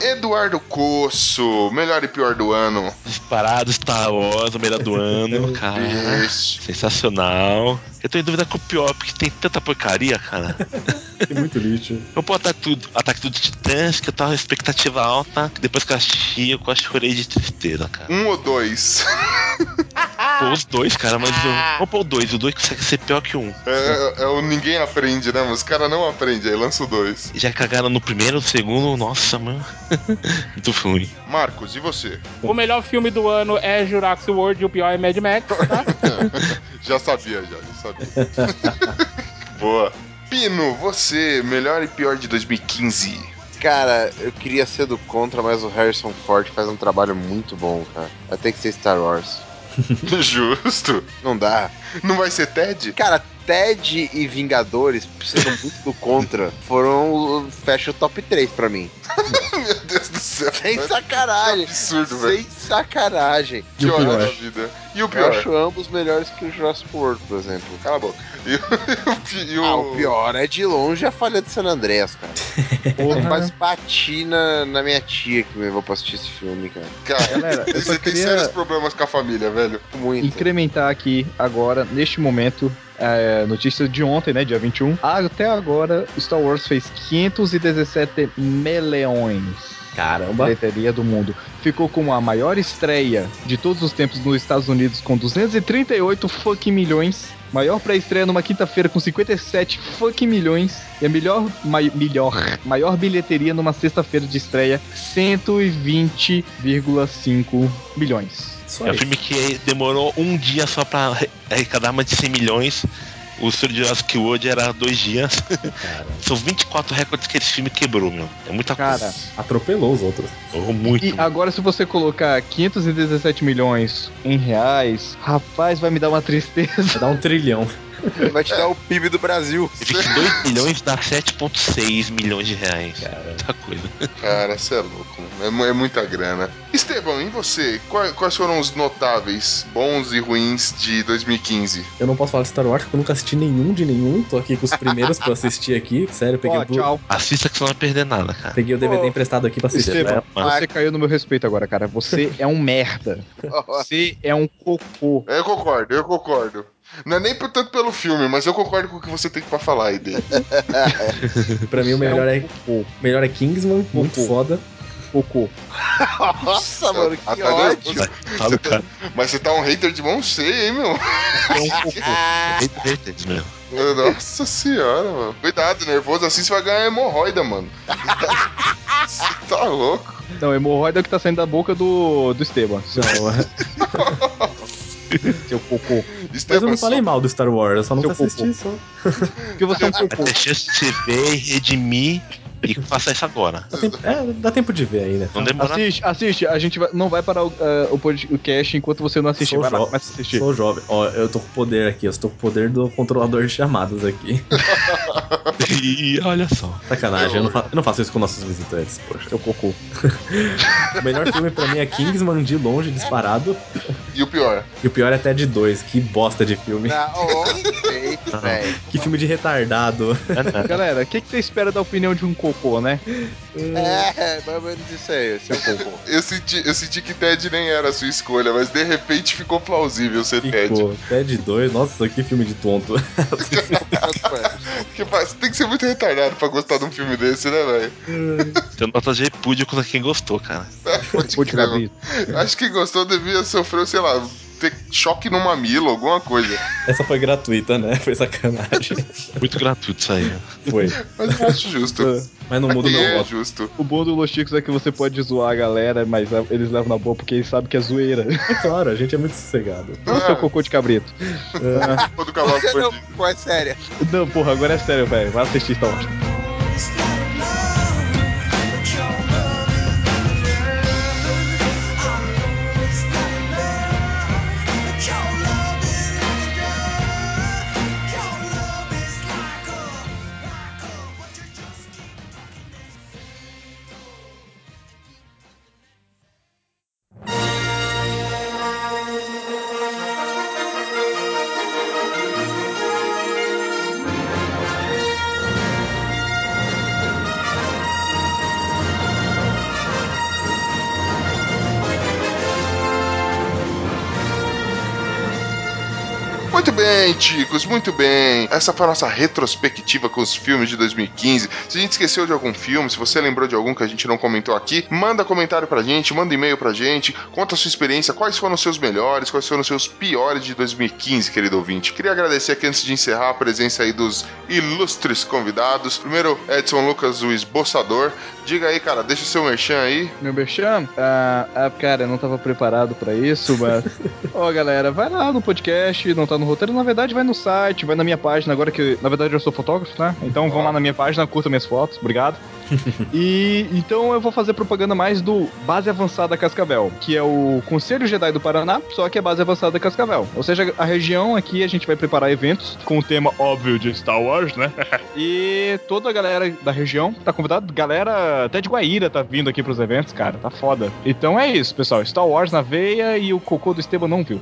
S1: Eduardo Coço, melhor e pior do ano.
S7: Disparado, Star Wars, o melhor do ano, cara.
S1: Ixi.
S7: Sensacional. Eu tô em dúvida com o pior, porque tem tanta porcaria, cara.
S5: Tem muito lixo.
S7: Eu pôr ataque tudo, ataque tudo de titãs, que eu tava com expectativa alta, que depois que eu assisti, eu quase chorei de tristeza, cara.
S1: Um ou dois?
S7: Pô, os dois, cara, mas eu. Vou pôr o dois, o dois consegue ser pior que um.
S1: É, é o ninguém aprende, né? Mas os caras não aprendem, aí lança o dois.
S7: E Já cagaram no primeiro, no segundo, nossa, mano. Muito ruim.
S1: Marcos, e você?
S6: O melhor filme do ano é Jurassic World e o pior é Mad Max, tá?
S1: Já sabia, já, já sabia. Boa. Pino, você, melhor e pior de 2015.
S4: cara, eu queria ser do contra, mas o Harrison Ford faz um trabalho muito bom, cara. Vai ter que ser Star Wars.
S1: Justo.
S4: Não dá.
S1: Não vai ser Ted?
S4: Cara, Ted e Vingadores, sendo muito do contra, foram. o- Fecha o top 3 pra mim.
S1: Meu Deus do céu.
S4: Sem
S1: velho.
S4: sacanagem.
S1: absurdo, velho.
S4: Sem sacanagem.
S1: Que hora da vida. E o
S4: Eu
S1: pior?
S4: acho ambos melhores que o Jurassic World, por exemplo.
S1: Cala a boca. E, o- e o,
S4: Ah, o pior é de longe a falha de San Andreas, cara. Eu
S3: porra.
S4: quase bati na, na minha tia que me levou pra assistir esse filme, cara.
S1: Cara,
S3: Galera, eu só
S1: você tem
S3: queria
S1: sérios problemas com a família, velho.
S4: Muito.
S3: incrementar aqui agora, neste momento, é, notícia de ontem, né, dia 21. Até agora, Star Wars fez 517 meleões.
S5: Caramba.
S3: Bilheteria do mundo. Ficou com a maior estreia de todos os tempos nos Estados Unidos, com 238 fucking milhões. Maior pré-estreia numa quinta-feira com 57 fucking milhões. E a melhor, mai, melhor, maior bilheteria numa sexta-feira de estreia, 120,5 milhões.
S5: Só
S7: É um
S5: isso.
S7: filme que demorou um dia só pra arre- arrecadar mais de 100 milhões. O estúdio de Jurassic World era dois dias. São 24 recordes que esse filme quebrou, meu. É muita
S3: Cara,
S7: coisa.
S5: Atropelou os outros.
S7: Errou muito.
S3: E agora, se você colocar 517 milhões em reais, rapaz, vai me dar uma tristeza.
S5: Vai dar um trilhão.
S4: Vai te dar o PIB do Brasil.
S7: 22 milhões
S3: tá?
S7: dá 7,6 milhões de reais. Muita coisa.
S1: Cara, você é louco. É, mu- é muita grana. Estevão, e você? Quais, quais foram os notáveis, bons e ruins de 2015?
S5: Eu não posso falar de Star Wars porque eu nunca assisti nenhum de nenhum. Tô aqui com os primeiros pra assistir aqui. Sério, eu peguei,
S3: Ó,
S5: o, Blu-
S3: tchau.
S7: Assista que você não vai perder nada, cara.
S5: peguei o DVD
S4: Pô.
S5: emprestado aqui pra assistir. né?
S3: Estevam,
S7: Mas-
S3: você caiu no meu respeito agora, cara. Você é um merda. Você é um cocô.
S1: Eu concordo, eu concordo. Não é nem por tanto pelo filme, mas eu concordo com o que você tem pra falar, Ide.
S5: Pra mim o melhor é,
S3: um Cocô.
S5: o melhor é Kingsman, muito
S3: Cocô.
S5: foda.
S3: Cocô.
S4: Nossa, mano, que
S1: Até
S4: ódio.
S1: dois-
S7: Fala, cara.
S1: Ah, tá Mas você tá um hater de mão cheia, hein, meu?
S7: É um cocô. É haters, meu.
S1: Nossa senhora, mano. Cuidado, nervoso assim você vai ganhar hemorroida, mano. Você tá louco.
S3: Não, hemorroida é o que tá saindo da boca do, do Esteban. Seu,
S5: Não,
S3: seu cocô.
S5: mas eu
S1: Estevam,
S5: não falei mal do Star Wars, eu só nunca
S3: cocô.
S5: assisti. Só.
S3: Porque você é um cocô.
S7: Tem chance de você ver, redimir e faça isso agora.
S5: Dá tempo- é, dá tempo de ver Assim, ainda.
S7: Não demora
S3: Assiste, assiste. A gente vai- não vai parar o, ah, o podcast enquanto você não assistir. Vai lá,
S5: jo-
S3: começa a assistir.
S5: sou jovem. Ó, eu tô com poder aqui, eu tô com o poder do controlador de chamadas aqui.
S7: E olha só.
S5: Sacanagem, eu não, fa- eu não faço isso com nossos visitantes, poxa.
S3: Seu cocô.
S5: O melhor filme pra mim é Kingsman de longe, disparado.
S1: E o pior?
S5: E o pior é Ted 2, que bosta de filme.
S4: Não, ok, velho.
S5: Que filme de retardado.
S3: Galera, o que, que você espera da opinião de um cocô, né?
S4: É, mais ou menos isso aí, seu cocô.
S1: Eu senti, eu senti que Ted nem era a sua escolha, mas de repente ficou plausível ser Ted.
S5: Ficou. Ted 2, nossa, que filme de tonto.
S1: Porque pá, você tem que ser muito retardado pra gostar de um filme desse, né, velho?
S7: Tem nota de repúdio contra quem gostou, cara.
S1: Pode
S3: Vou tirar
S1: crer,
S3: aviso.
S1: mano. Acho que gostou devia sofrer, sei lá, ter choque no mamilo, alguma coisa.
S5: Essa foi gratuita, né? Foi sacanagem.
S7: Muito gratuito isso aí. né?
S5: Foi.
S1: Mas eu acho justo.
S5: Mas não muda o
S1: E
S5: meu
S1: é
S5: voto.
S1: justo.
S3: O bom do Los Chicos é que você pode zoar a galera, mas ah, eles levam na boa porque eles sabem que é zoeira.
S5: É claro, a gente é muito sossegado. É.
S3: Não seu cocô de cabrito.
S1: Quando o cavalo
S4: Você
S1: foi
S4: não, pô, é sério.
S3: Não, porra, agora é sério, velho. Vai assistir tá Star Wars.
S1: Muito bem, chicos, muito bem. Essa foi a nossa retrospectiva com os filmes de 2015. Se a gente esqueceu de algum filme, se você lembrou de algum que a gente não comentou aqui, manda comentário pra gente, manda e-mail pra gente, conta a sua experiência, quais foram os seus melhores, quais foram os seus piores de 2015, querido ouvinte. Queria agradecer aqui antes de encerrar a presença aí dos ilustres convidados. Primeiro, Edson Lucas, o esboçador. Diga aí, cara, deixa o seu merchan aí.
S3: Meu merchan? Ah, ah, cara, eu não tava preparado pra isso, mas. Ó, galera, vai lá no podcast, não tá no roteiro. Na verdade, vai no site, vai na minha página, agora que. Na verdade, eu sou fotógrafo, né? Então vão lá na minha página, curta minhas fotos, obrigado. e então eu vou fazer propaganda mais do Base Avançada Cascavel, que é o Conselho Jedi do Paraná, só que é Base Avançada Cascavel. Ou seja, a região aqui a gente vai preparar eventos com o tema óbvio de Star Wars, né? E toda a galera da região tá convidada. Galera até de Guaíra tá vindo aqui pros eventos, cara. Tá foda. Então é isso, pessoal. Star Wars na veia e o cocô do Esteban não viu.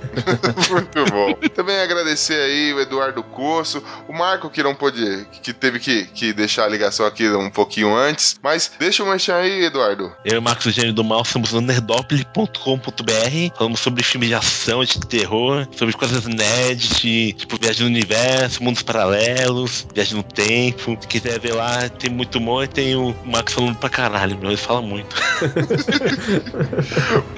S1: Muito bom. Também agradecer aí o Eduardo Corso, o Marco que não pôde, que teve que, que deixar a ligação aqui um pouquinho antes. antes. Mas deixa eu mexer aí, Eduardo.
S7: Eu e o Marcos Gênio do Mal somos nerdopoli.com.br. Falamos sobre filmes de ação, de terror, sobre coisas nerds, de, tipo viagem no universo, mundos paralelos, viagem no tempo. Se quiser ver lá, tem muito humor e tem o Marcos falando pra caralho, meu. Ele fala muito.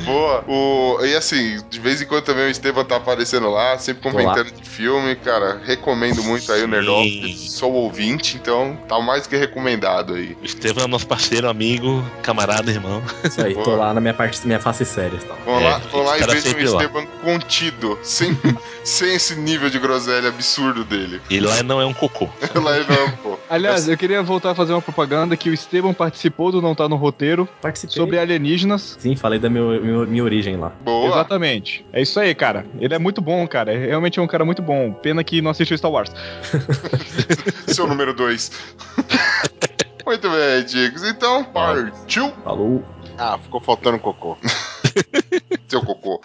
S1: Boa. O, e assim, de vez em quando também o Estevam tá aparecendo lá, sempre comentando de filme, cara. Recomendo muito aí o
S7: Sim.
S1: Nerdol. Sou ouvinte, então tá mais que recomendado aí.
S7: O Estevam é nosso parceiro, amigo, camarada, irmão.
S5: Isso aí, tô
S1: Boa.
S5: lá na minha parte, minha face séria então. e tal.
S1: Vão
S7: É,
S1: lá, vão lá
S7: esse
S1: e
S7: cara
S1: vejam o
S7: sempre lá.
S1: Esteban contido, sem, sem esse nível de groselha absurdo dele.
S7: E lá não é um cocô.
S1: Lá ele não, pô.
S3: Aliás, eu queria voltar a fazer uma propaganda que o Esteban participou do Não Tá No Roteiro
S5: Participei.
S3: sobre alienígenas.
S5: Sim, falei da meu- meu- minha origem lá.
S1: Boa.
S3: Exatamente. É isso aí, cara. Ele é muito bom, cara. Ele Realmente é um cara muito bom. Pena que não assistiu Star Wars.
S1: Seu número 2. Muito bem, Dicos. Então, partiu
S5: Falou.
S4: Ah, ficou faltando cocô.
S1: seu cocô.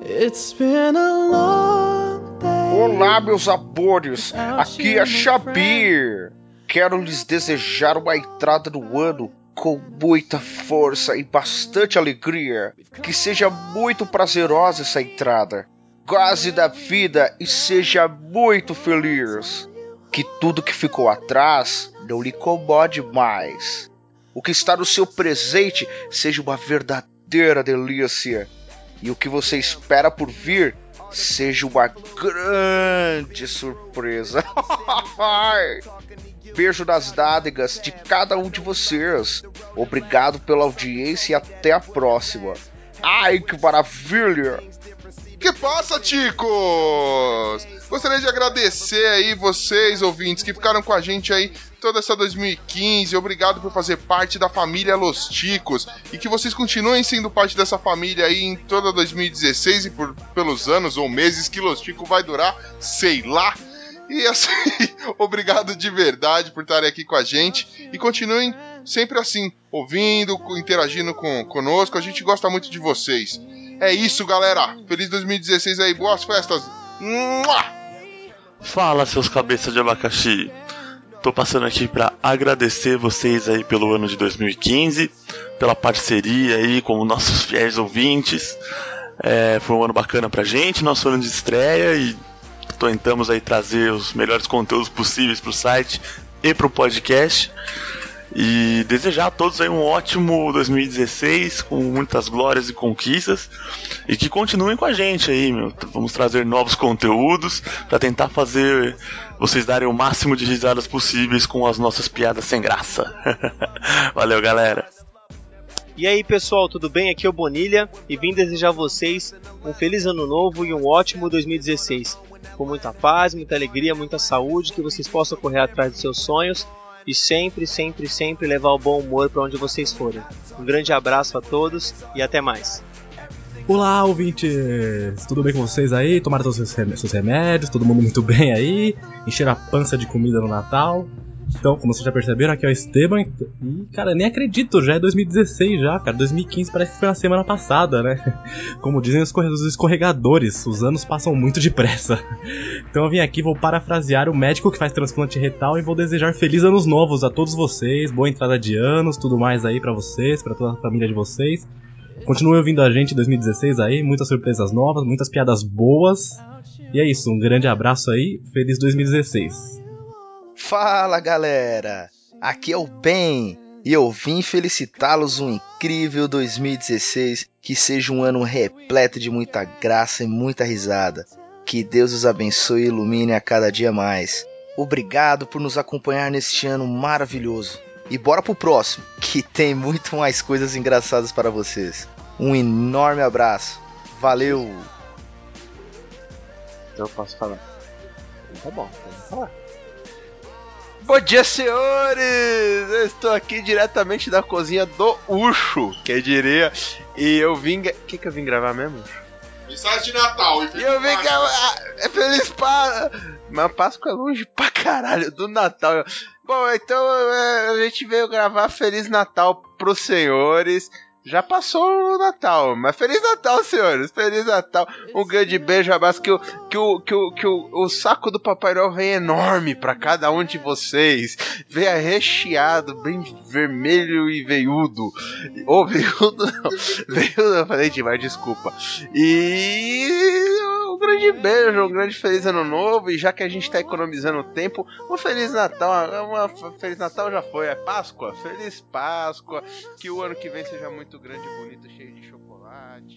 S2: It's been a long day.
S11: Olá, meus abórios! Aqui é Xabir! Quero lhes desejar uma entrada no ano com muita força e bastante alegria. Que seja muito prazerosa essa entrada. Goze da vida e seja muito feliz. Que tudo que ficou atrás não lhe incomode mais. O que está no seu presente seja uma verdadeira delícia. E o que você espera por vir seja uma grande surpresa. Beijo nas nádegas de cada um de vocês. Obrigado pela audiência e até a próxima. Ai, que maravilha!
S1: que passa, Ticos? Gostaria de agradecer aí vocês, ouvintes, que ficaram com a gente aí toda essa 2015. Obrigado por fazer parte da família Los Ticos e que vocês continuem sendo parte dessa família aí em toda 2016 e por, pelos anos ou meses que Los Ticos vai durar, sei lá. E assim, obrigado de verdade por estarem aqui com a gente e continuem sempre assim, ouvindo, co- interagindo com, conosco. A gente gosta muito de vocês. É isso, galera. Feliz 2016 aí, boas festas. Mua!
S12: Fala, seus cabeças de abacaxi. Tô passando aqui pra agradecer vocês aí pelo ano de 2015, pela parceria aí com nossos fiéis ouvintes. É, foi um ano bacana pra gente, nosso ano de estreia e tentamos aí trazer os melhores conteúdos possíveis pro site e pro podcast. E desejar a todos aí um ótimo 2016 com muitas glórias e conquistas e que continuem com a gente aí, meu. Vamos trazer novos conteúdos pra tentar fazer vocês darem o máximo de risadas possíveis com as nossas piadas sem graça. Valeu, galera.
S13: E aí pessoal, tudo bem? Aqui é o Bonilha e vim desejar a vocês um feliz ano novo e um ótimo 2016. Com muita paz, muita alegria, muita saúde, que vocês possam correr atrás dos seus sonhos e sempre, sempre, sempre levar o bom humor para onde vocês forem. Um grande abraço a todos e até mais.
S5: Olá, ouvintes! Tudo bem com vocês aí? Tomaram todos os remé- seus remédios, todo mundo muito bem aí? Encheram a pança de comida no Natal? Então, como vocês já perceberam, aqui é o Esteban. E, cara, nem acredito, já é 2016 já, cara. 2015 parece que foi na semana passada, né? Como dizem os corre- os escorregadores, os anos passam muito depressa. Então eu vim aqui, vou parafrasear o médico que faz transplante retal e vou desejar feliz anos novos a todos vocês, boa entrada de anos, tudo mais aí pra vocês, pra toda a família de vocês. Continue ouvindo a gente em 2016 aí, muitas surpresas novas, muitas piadas boas. E é isso, um grande abraço aí, feliz 2016.
S11: Fala galera, aqui é o Ben e eu vim felicitá-los um incrível 2016, que seja um ano repleto de muita graça e muita risada. Que Deus os abençoe e ilumine a cada dia mais. Obrigado por nos acompanhar neste ano maravilhoso. E bora pro próximo, que tem muito mais coisas engraçadas para vocês. Um enorme abraço. Valeu!
S13: Então eu posso falar. Tá bom, pode falar.
S11: Bom dia, senhores! Eu estou aqui diretamente da
S4: é-
S11: cozinha do Ucho, quer diria, e eu vim. O que, que eu vim gravar mesmo?
S14: Mensagem de Natal. E
S4: E eu vi que ela. É feliz Páscoa. Mas a Páscoa é longe pra caralho do Natal. Bom, então é, a gente veio gravar Feliz Natal pros senhores. Já passou o Natal, mas Feliz Natal, senhores! Feliz Natal! Um grande beijo, abraço, que, o, que, o, que, o, que o, o saco do Papai Noel vem enorme pra cada um de vocês. Venha recheado, bem vermelho e veiudo. Ou veiudo não, veiudo um eu falei demais, desculpa. E um grande beijo, um grande feliz ano novo. E já que a gente tá economizando tempo, um feliz Natal. Uma feliz Natal já foi, é Páscoa. Feliz Páscoa. Que o ano que vem seja muito grande, bonito, cheio de chocolate.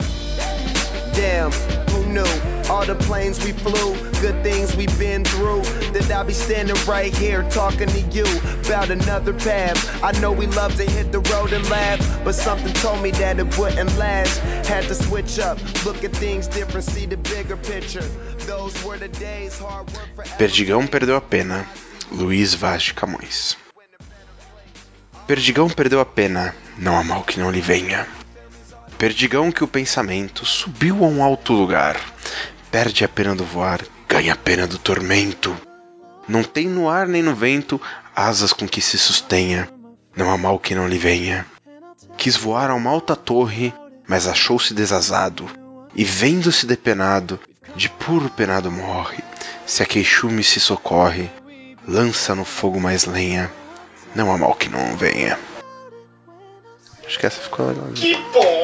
S11: Damn, who knew? All the planes we flew, good things we've been through. That I'll be standing right here talking to you about another path. I know we love to hit the road and laugh, but something told me that it wouldn't last. Had to switch up, look at things different, see the bigger picture. Those were the days hard work.
S8: Perdigão perdeu a pena. Luiz Vaz de Camões. Perdigão perdeu a pena, não há mal que não lhe venha. Perdigão que o pensamento subiu a um alto lugar. Perde a pena do voar, ganha a pena do tormento. Não tem no ar nem no vento asas com que se sustenha. Não há mal que não lhe venha. Quis voar a uma alta torre, mas achou-se desasado. E vendo-se depenado, de puro penado morre. Se a queixume se socorre, lança no fogo mais lenha. Não há mal que não venha. Acho que essa ficou legal. né?
S14: Que bom!